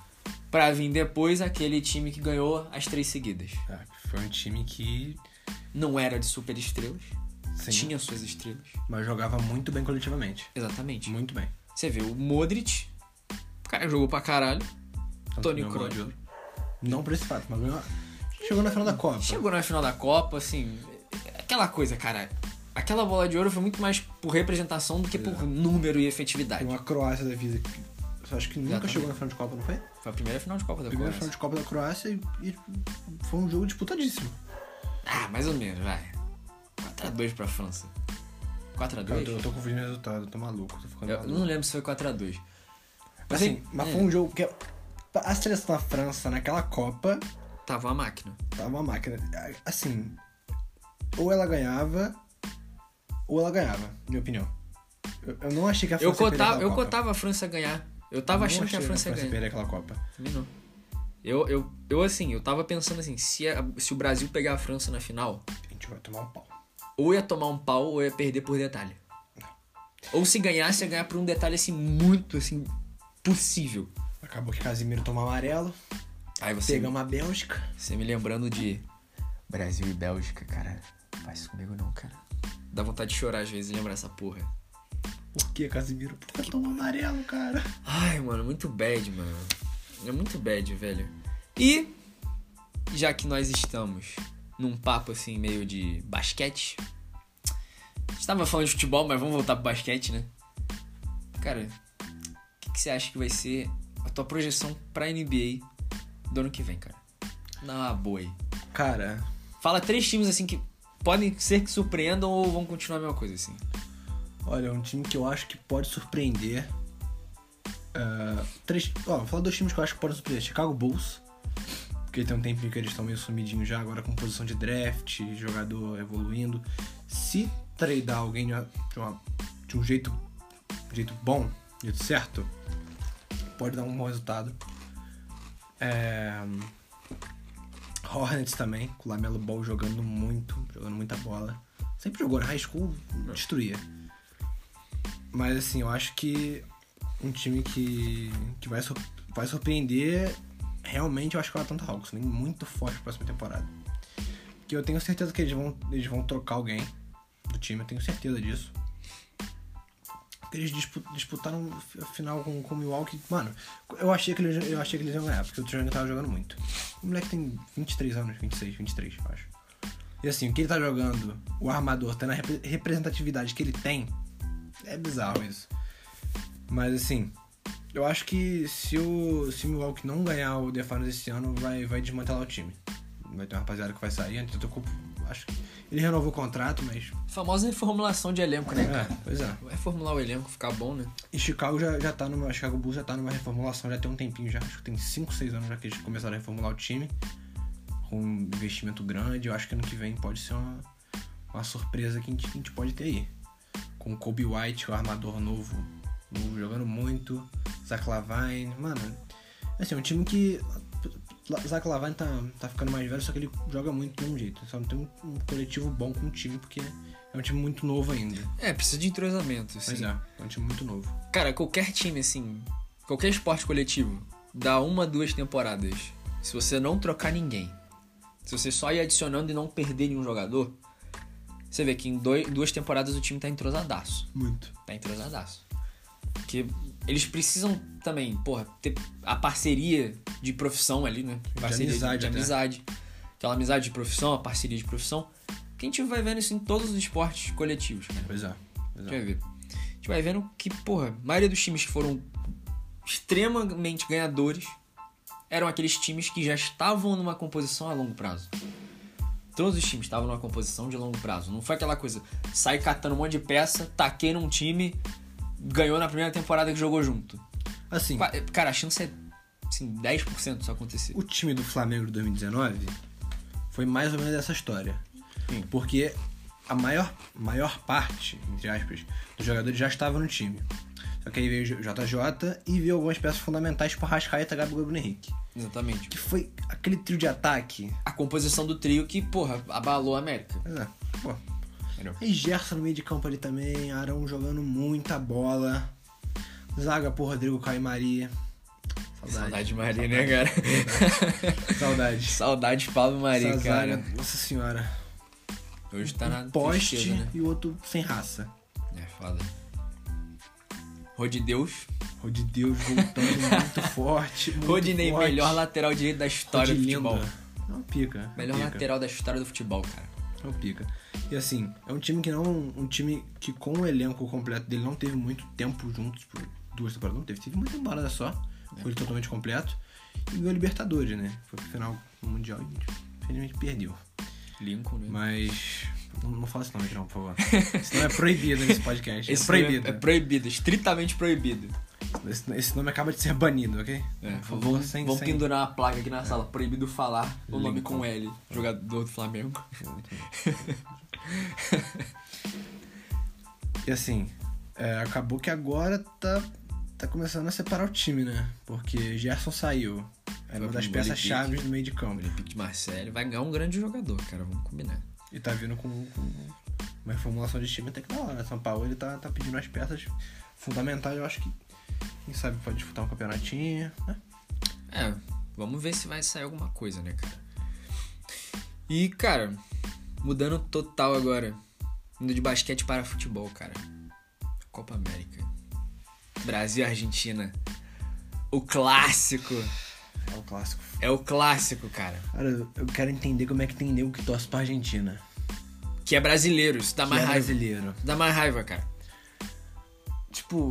[SPEAKER 1] Pra vir depois aquele time que ganhou as três seguidas.
[SPEAKER 2] É, foi um time que
[SPEAKER 1] Não era de super estrelas,
[SPEAKER 2] Sim.
[SPEAKER 1] tinha suas estrelas.
[SPEAKER 2] mas jogava muito bem coletivamente.
[SPEAKER 1] Exatamente.
[SPEAKER 2] Muito bem.
[SPEAKER 1] Você vê o Modric, o cara jogou pra caralho.
[SPEAKER 2] Tanto
[SPEAKER 1] Tony
[SPEAKER 2] ganhou bola é de
[SPEAKER 1] Kroos.
[SPEAKER 2] ouro. Não por esse fato, mas ganhou. Chegou na final da Copa.
[SPEAKER 1] Chegou na final da Copa, assim, aquela coisa, cara. Aquela bola de ouro foi muito mais por representação do que
[SPEAKER 2] É.
[SPEAKER 1] por número e efetividade.
[SPEAKER 2] Tem uma Croácia da vida que eu acho que nunca
[SPEAKER 1] Exatamente.
[SPEAKER 2] chegou na final de Copa, não foi?
[SPEAKER 1] Foi a primeira final de Copa da
[SPEAKER 2] Primeira
[SPEAKER 1] Copa.
[SPEAKER 2] final de Copa da Croácia e, e foi um jogo disputadíssimo.
[SPEAKER 1] Ah, mais ou menos, vai. 4x2 pra França.
[SPEAKER 2] Cara, eu tô, eu
[SPEAKER 1] 4x2?
[SPEAKER 2] tô confundindo o resultado, eu tô maluco, tô ficando
[SPEAKER 1] É Eu
[SPEAKER 2] maluco.
[SPEAKER 1] não lembro se foi 4x2. Mas
[SPEAKER 2] assim,
[SPEAKER 1] assim,
[SPEAKER 2] mas
[SPEAKER 1] é.
[SPEAKER 2] foi um jogo que a seleção da França naquela Copa
[SPEAKER 1] Tava a máquina.
[SPEAKER 2] tava uma máquina. Assim, ou ela ganhava, ou ela ganhava, na minha opinião. Eu, eu não achei que a
[SPEAKER 1] Eu
[SPEAKER 2] França ia perder
[SPEAKER 1] cotava,
[SPEAKER 2] aquela
[SPEAKER 1] eu
[SPEAKER 2] Copa.
[SPEAKER 1] cotava a França ganhar. Eu tava
[SPEAKER 2] Não
[SPEAKER 1] achando que
[SPEAKER 2] achei né?
[SPEAKER 1] a França ia
[SPEAKER 2] ia
[SPEAKER 1] ganhar.
[SPEAKER 2] perder aquela Copa.
[SPEAKER 1] Também não. Eu, eu, eu, assim, eu tava pensando assim, se, a- se o Brasil pegar a França na final,
[SPEAKER 2] A gente vai tomar um pau.
[SPEAKER 1] ou ia tomar um pau ou ia perder por detalhe. Ou se ganhasse, ia ganhar por um detalhe assim muito assim possível.
[SPEAKER 2] Acabou que Casimiro toma amarelo,
[SPEAKER 1] Aí você,
[SPEAKER 2] pegamos a Bélgica.
[SPEAKER 1] você me lembrando de Brasil e Bélgica, cara. Faz isso comigo não, cara. Dá vontade de chorar às vezes de lembrar essa porra.
[SPEAKER 2] Por que Casimiro? Por que toma amarelo, cara?
[SPEAKER 1] Ai, mano, muito bad, mano. É muito bad, velho. E já que nós estamos num papo assim meio de basquete, estava falando de futebol, mas vamos voltar pro basquete, né? Cara, o que, que você acha que vai ser a tua projeção pra NBA do ano que vem, cara? Na boa aí.
[SPEAKER 2] Cara,
[SPEAKER 1] Fala três times assim que podem ser que surpreendam ou vão continuar a mesma coisa assim.
[SPEAKER 2] olha, é um time que eu acho que pode surpreender. Ah, três, ó, vou falar dois times que eu acho que podem surpreender. Chicago Bulls, porque tem um tempinho que eles estão meio sumidinhos já, agora com posição de draft, jogador evoluindo. Se tradar alguém de, uma- de uma- de um jeito, jeito bom, jeito certo, pode dar um bom resultado. É, Hornets também, com o Lamelo Ball jogando muito, jogando muita bola. Sempre jogou na high school, destruía. Mas assim, eu acho que um time que, que vai, sur- vai surpreender, realmente eu acho que é o Atlanta Hawks, né? muito forte pra próxima temporada. Porque eu tenho certeza que eles vão, eles vão trocar alguém do time, eu tenho certeza disso. Porque eles dispu- disputaram a final com com o Milwaukee. Mano, eu achei que eles, eu achei que eles iam ganhar, porque o Trajan tava jogando muito. O moleque tem 23 anos, 26, 23, eu acho. E assim, o que ele tá jogando, o armador, tendo a repre- representatividade que ele tem, é bizarro isso. Mas assim, eu acho que se o, se o Milwaukee não ganhar o Defiance esse ano, vai, vai desmantelar o time. Vai ter uma rapaziada que vai sair, antes eu acho que. Ele renovou o contrato, mas.
[SPEAKER 1] Famosa reformulação de elenco, né,
[SPEAKER 2] É,
[SPEAKER 1] cara?
[SPEAKER 2] pois é.
[SPEAKER 1] Vai formular o elenco, ficar bom, né?
[SPEAKER 2] E Chicago já, já tá numa. Chicago Bulls já tá numa reformulação já tem um tempinho já. Acho que tem 5, 6 anos já que eles começaram a reformular o time. Com um investimento grande. Eu acho que ano que vem pode ser uma, uma surpresa que a, gente, que a gente pode ter aí. Com o Kobe White, o armador novo, novo jogando muito. Zach Lavine. Mano, assim, é um time que. Zach Lavine tá, tá ficando mais velho, só que ele joga muito de um jeito. Só não tem um, um coletivo bom com o time, porque é um time muito novo ainda.
[SPEAKER 1] É, precisa de entrosamento, assim.
[SPEAKER 2] Pois é, é um time muito novo.
[SPEAKER 1] Cara, qualquer time, assim, qualquer esporte coletivo, dá uma, duas temporadas. Se você não trocar ninguém, se você só ir adicionando e não perder nenhum jogador, Você vê que em dois- duas temporadas o time tá entrosadaço.
[SPEAKER 2] Muito.
[SPEAKER 1] Tá entrosadaço. Porque eles precisam também, porra, ter a parceria de profissão ali, né? Parceria
[SPEAKER 2] amizade
[SPEAKER 1] de
[SPEAKER 2] até.
[SPEAKER 1] amizade. Aquela amizade de profissão, a parceria de profissão. Que a gente vai vendo isso em todos os esportes coletivos, cara.
[SPEAKER 2] Pois é. Pois
[SPEAKER 1] A gente
[SPEAKER 2] é.
[SPEAKER 1] vai ver. A gente vai vendo que, porra, a maioria dos times que foram extremamente ganhadores eram aqueles times que já estavam numa composição a longo prazo. Todos os times estavam numa composição de longo prazo. Não foi aquela coisa, sai catando um monte de peça, taquei num time, ganhou na primeira temporada que jogou junto.
[SPEAKER 2] Assim,
[SPEAKER 1] Qua- Cara, a chance é assim, 10% disso acontecer.
[SPEAKER 2] o time do Flamengo de 2019 foi mais ou menos essa história.
[SPEAKER 1] Sim.
[SPEAKER 2] Porque a maior, maior parte, entre aspas, dos jogadores já estava no time. Só que aí veio o JJ e veio algumas peças fundamentais para Rascaeta, Gabigol e Bruno Henrique.
[SPEAKER 1] Exatamente.
[SPEAKER 2] Que foi aquele trio de ataque.
[SPEAKER 1] A composição do trio que, porra, abalou a América.
[SPEAKER 2] Pois é, pô.
[SPEAKER 1] Melhor.
[SPEAKER 2] Aí Gerson no meio de campo ali também, Arão jogando muita bola. Zaga por Rodrigo Caio e Maria.
[SPEAKER 1] Saudade de Maria, né, cara?
[SPEAKER 2] Saudade.
[SPEAKER 1] [laughs] Saudade de Pablo Maria,
[SPEAKER 2] Essa
[SPEAKER 1] cara.
[SPEAKER 2] zaga, nossa senhora.
[SPEAKER 1] Hoje tá na
[SPEAKER 2] Um Poste
[SPEAKER 1] tristeza, né?
[SPEAKER 2] e o outro sem raça.
[SPEAKER 1] É foda. Rodideus.
[SPEAKER 2] Rodideus
[SPEAKER 1] [laughs]
[SPEAKER 2] Oh, voltando muito forte. Muito
[SPEAKER 1] Rodinei,
[SPEAKER 2] forte.
[SPEAKER 1] melhor lateral direito da história do
[SPEAKER 2] Rodilindo.
[SPEAKER 1] futebol.
[SPEAKER 2] É um pica. é um
[SPEAKER 1] Melhor
[SPEAKER 2] pica,
[SPEAKER 1] lateral da história do futebol, cara.
[SPEAKER 2] É um pica. E assim, é um time que não. Um time que com o elenco completo dele não teve muito tempo juntos por duas temporadas. Não teve, teve uma temporada só.
[SPEAKER 1] É.
[SPEAKER 2] Com ele totalmente completo. E ganhou a Libertadores, né? Foi pro final do mundial e infelizmente perdeu.
[SPEAKER 1] É. Lincoln, né?
[SPEAKER 2] Mas. Não, não fala esse nome aqui não,
[SPEAKER 1] [laughs]
[SPEAKER 2] por favor. Esse nome é proibido nesse podcast. é
[SPEAKER 1] Esse nome
[SPEAKER 2] proibido.
[SPEAKER 1] É, é proibido, estritamente proibido.
[SPEAKER 2] Esse, esse nome acaba de ser banido, ok?
[SPEAKER 1] É,
[SPEAKER 2] Por favor,
[SPEAKER 1] vamos
[SPEAKER 2] sem-
[SPEAKER 1] vamos
[SPEAKER 2] sem- É.
[SPEAKER 1] pendurar uma placa aqui na sala. Proibido falar o nome
[SPEAKER 2] Lincoln.
[SPEAKER 1] com L. Jogador do Flamengo. [laughs]
[SPEAKER 2] E assim, é, acabou que agora tá, tá começando a separar o time, né? Porque Gerson saiu.
[SPEAKER 1] Foi
[SPEAKER 2] Era uma das
[SPEAKER 1] pro
[SPEAKER 2] peças-chave do meio de campo.
[SPEAKER 1] Olympique de Marseille vai ganhar um grande jogador, cara. Vamos combinar.
[SPEAKER 2] E tá vindo com, com uma reformulação de time até que da hora. São Paulo ele tá, tá pedindo as peças fundamentais, eu acho que. Quem sabe pode disputar um campeonatinho, né?
[SPEAKER 1] É, vamos ver se vai sair alguma coisa, né, cara? E, cara, mudando total agora. Indo de basquete para futebol, cara. Copa América. Brasil e Argentina. O clássico.
[SPEAKER 2] É o clássico.
[SPEAKER 1] É o clássico, cara.
[SPEAKER 2] Cara, eu eu quero entender como é que tem nego que torce pra Argentina.
[SPEAKER 1] Que é brasileiro. Isso dá
[SPEAKER 2] Que
[SPEAKER 1] mais
[SPEAKER 2] é
[SPEAKER 1] raiva.
[SPEAKER 2] brasileiro.
[SPEAKER 1] Dá mais raiva, cara.
[SPEAKER 2] Tipo,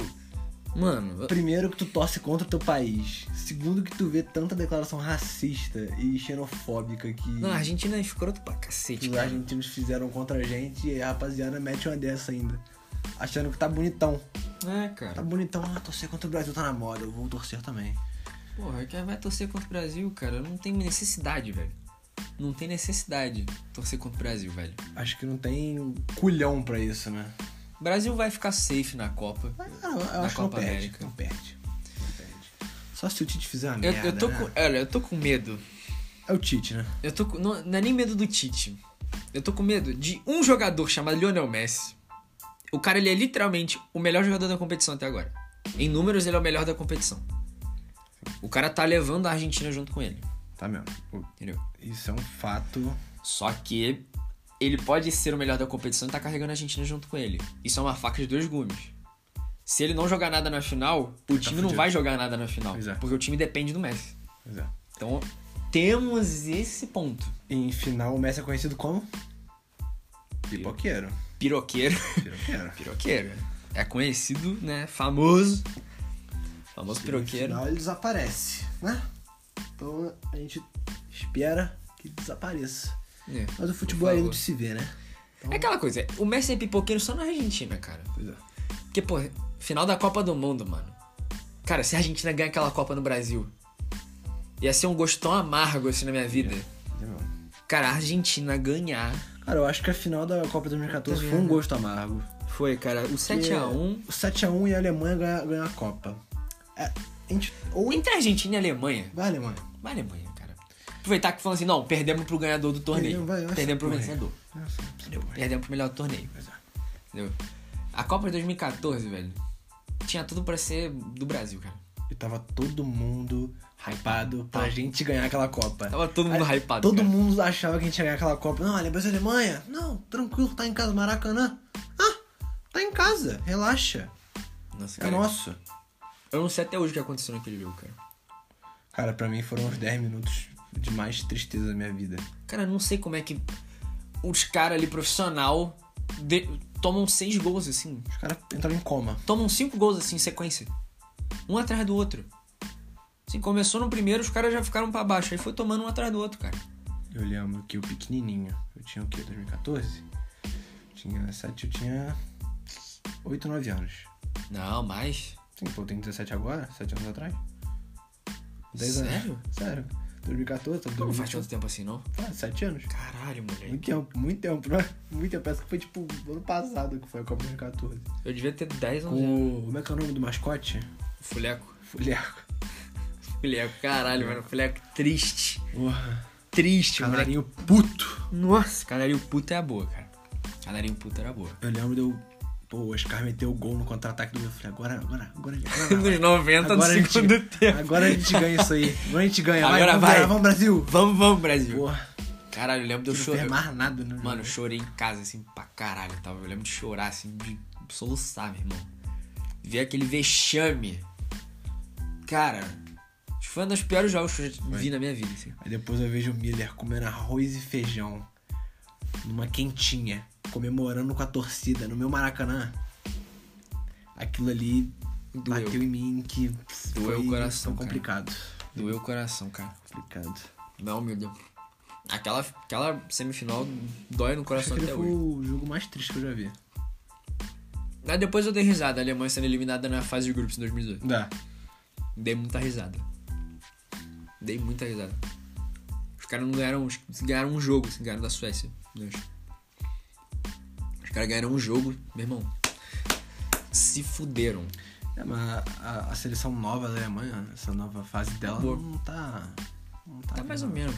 [SPEAKER 1] Mano,
[SPEAKER 2] Primeiro que tu torce contra teu país. Segundo que tu vê tanta declaração racista e xenofóbica que
[SPEAKER 1] não, a Argentina é escroto pra cacete,
[SPEAKER 2] que os
[SPEAKER 1] cara.
[SPEAKER 2] argentinos fizeram contra a gente e a rapaziada mete uma dessa ainda. Achando que tá bonitão.
[SPEAKER 1] É,
[SPEAKER 2] Tá
[SPEAKER 1] cara.
[SPEAKER 2] bonitão, ah, torcer contra o Brasil tá na moda, eu vou torcer também.
[SPEAKER 1] Porra, quem vai torcer contra o Brasil, cara? Não tem necessidade, velho. Não tem necessidade de torcer contra o Brasil, velho.
[SPEAKER 2] Acho que não tem culhão pra isso, né?
[SPEAKER 1] O Brasil vai ficar safe na Copa.
[SPEAKER 2] Mas, cara, eu
[SPEAKER 1] Na
[SPEAKER 2] acho que não
[SPEAKER 1] Copa
[SPEAKER 2] perde,
[SPEAKER 1] América.
[SPEAKER 2] não perde. Não perde. Só se o Tite fizer uma
[SPEAKER 1] Eu,
[SPEAKER 2] merda,
[SPEAKER 1] eu tô
[SPEAKER 2] né?
[SPEAKER 1] com. Olha, eu tô com medo.
[SPEAKER 2] É o Tite, né?
[SPEAKER 1] Eu tô com. Não, não é nem medo do Tite. Eu tô com medo de um jogador chamado Lionel Messi. O cara, ele é literalmente o melhor jogador da competição até agora. Em números, ele é o melhor da competição. O cara tá levando a Argentina junto com ele.
[SPEAKER 2] Tá mesmo. Pô,
[SPEAKER 1] Entendeu?
[SPEAKER 2] Isso é um fato.
[SPEAKER 1] Só que ele pode ser o melhor da competição e tá carregando a Argentina junto com ele. Isso é uma faca de dois gumes. Se ele não jogar nada na final, o time não
[SPEAKER 2] Tá fudido.
[SPEAKER 1] vai jogar nada na final.
[SPEAKER 2] Pois é.
[SPEAKER 1] Porque o time depende do Messi.
[SPEAKER 2] Pois é.
[SPEAKER 1] Então, temos esse ponto.
[SPEAKER 2] Em final, o Messi é conhecido como? Pipoqueiro.
[SPEAKER 1] Piroqueiro.
[SPEAKER 2] Piroqueiro.
[SPEAKER 1] [laughs] Piroqueiro. É conhecido, né? Famoso. Famoso piroqueiro.
[SPEAKER 2] No final ele desaparece, né? Então a gente espera que ele desapareça.
[SPEAKER 1] É.
[SPEAKER 2] Mas o futebol
[SPEAKER 1] Por
[SPEAKER 2] é
[SPEAKER 1] favor.
[SPEAKER 2] lindo de se ver, né?
[SPEAKER 1] É aquela coisa, o Messi é pipoqueiro só na Argentina, cara.
[SPEAKER 2] Pois é.
[SPEAKER 1] Porque, pô, final da Copa do Mundo, mano. Cara, se a Argentina ganha aquela Copa no Brasil, ia ser um gosto tão amargo assim na minha vida. Cara, a Argentina ganhar.
[SPEAKER 2] é Cara, eu acho que a final da Copa
[SPEAKER 1] Tá
[SPEAKER 2] 2014 foi um gosto amargo.
[SPEAKER 1] Foi, cara,
[SPEAKER 2] é
[SPEAKER 1] o 7x1.
[SPEAKER 2] O 7x1 e a Alemanha ganhar, ganhar a Copa. É, a gente. Ou.
[SPEAKER 1] Entre a Argentina e a Alemanha.
[SPEAKER 2] Vai, Alemanha.
[SPEAKER 1] Vai a Alemanha, cara. Aproveitar que falando assim, não, perdemos pro ganhador do torneio.
[SPEAKER 2] Perdemos, vai, vai,
[SPEAKER 1] Perdemos pro
[SPEAKER 2] vai.
[SPEAKER 1] vencedor.
[SPEAKER 2] Nossa,
[SPEAKER 1] Perdemos pro melhor do torneio.
[SPEAKER 2] Pois é.
[SPEAKER 1] Entendeu? A Copa de 2014, velho, tinha tudo pra ser do Brasil, cara.
[SPEAKER 2] E tava todo mundo hypado pra gente ganhar aquela Copa.
[SPEAKER 1] Tava todo mundo
[SPEAKER 2] Aí,
[SPEAKER 1] hypado,
[SPEAKER 2] Todo
[SPEAKER 1] cara.
[SPEAKER 2] mundo achava que a gente ia ganhar aquela Copa. Não, olha, Brasil e Alemanha. Não, tranquilo, tá em casa, Maracanã. Ah, tá em casa, relaxa.
[SPEAKER 1] Nossa,
[SPEAKER 2] É
[SPEAKER 1] cara.
[SPEAKER 2] nosso.
[SPEAKER 1] Eu não sei até hoje o que aconteceu naquele jogo, cara.
[SPEAKER 2] Cara, pra mim foram uns 10 minutos de mais tristeza da minha vida.
[SPEAKER 1] Cara, eu não sei como é que os caras ali profissional de- tomam seis gols assim.
[SPEAKER 2] Os caras entraram em coma.
[SPEAKER 1] Tomam cinco gols assim em sequência. Um atrás do outro. Assim, começou no primeiro, os caras já ficaram pra baixo. Aí foi tomando um atrás do outro, cara.
[SPEAKER 2] Eu lembro que o pequenininho, eu tinha o quê? 2014? Tinha 7, eu tinha 8, 9 anos.
[SPEAKER 1] Não, mas.
[SPEAKER 2] Sim, pô, eu tenho 17 agora, 7 anos atrás. 10
[SPEAKER 1] Sério?
[SPEAKER 2] anos. Sério. 2014, tô
[SPEAKER 1] Não faz
[SPEAKER 2] 2021.
[SPEAKER 1] tanto tempo assim, não.
[SPEAKER 2] Faz 7 tá, anos.
[SPEAKER 1] Caralho, moleque.
[SPEAKER 2] Muito tempo, muito tempo, né? Muito tempo. Parece que foi tipo ano passado que foi a Copa 2014.
[SPEAKER 1] Eu devia ter 10 anos. né?
[SPEAKER 2] O... Como é que é o nome do mascote?
[SPEAKER 1] Fuleco.
[SPEAKER 2] Fuleco.
[SPEAKER 1] Fuleco, caralho, mano. Fuleco triste.
[SPEAKER 2] Porra.
[SPEAKER 1] Triste, moleque.
[SPEAKER 2] Canarinho um puto.
[SPEAKER 1] Nossa, canarinho puta é a boa, cara. Canarinho puta era boa.
[SPEAKER 2] Eu lembro de eu. Pô, o Oscar meteu o gol no contra-ataque do meu. Eu Falei, agora, agora, agora. agora [laughs]
[SPEAKER 1] Nos 90
[SPEAKER 2] Agora a
[SPEAKER 1] do
[SPEAKER 2] gente-
[SPEAKER 1] segundo tempo.
[SPEAKER 2] [laughs] Agora a gente ganha isso aí. Agora a gente ganha.
[SPEAKER 1] Agora
[SPEAKER 2] vamos,
[SPEAKER 1] vai.
[SPEAKER 2] Bra- Vamos, Brasil.
[SPEAKER 1] Vamos, vamos, Brasil.
[SPEAKER 2] Porra,
[SPEAKER 1] Caralho, eu lembro de eu
[SPEAKER 2] não fez
[SPEAKER 1] chorar.
[SPEAKER 2] mais nada, né?
[SPEAKER 1] Mano, eu chorei em casa, assim, pra caralho. Tava. Eu lembro de chorar, assim, de soluçar, meu irmão. Ver aquele vexame. Cara, acho que foi um dos piores jogos que eu já vi na minha vida, assim.
[SPEAKER 2] Aí depois eu vejo o Miller comendo arroz e feijão numa quentinha, comemorando com a torcida no meu Maracanã. Aquilo ali
[SPEAKER 1] Doeu.
[SPEAKER 2] bateu em mim que
[SPEAKER 1] Doeu
[SPEAKER 2] foi
[SPEAKER 1] o coração,
[SPEAKER 2] foi complicado.
[SPEAKER 1] Doeu o coração, cara.
[SPEAKER 2] Complicado.
[SPEAKER 1] Não, meu Deus. Aquela, aquela semifinal dói no
[SPEAKER 2] Acho
[SPEAKER 1] coração
[SPEAKER 2] que ele
[SPEAKER 1] até
[SPEAKER 2] foi
[SPEAKER 1] hoje.
[SPEAKER 2] o jogo mais triste que eu já vi.
[SPEAKER 1] Aí depois eu dei risada, a Alemanha sendo eliminada na fase de grupos em 2018.
[SPEAKER 2] Dá.
[SPEAKER 1] Dei muita risada. Dei muita risada. Os caras não ganharam. os- ganharam um jogo, assim, ganharam da Suécia. né? Os caras ganharam um jogo, meu irmão. Se fuderam.
[SPEAKER 2] É, mas a, a seleção nova da Alemanha, essa nova fase dela,
[SPEAKER 1] Boa.
[SPEAKER 2] não tá. Não tá,
[SPEAKER 1] Tá mais ou menos.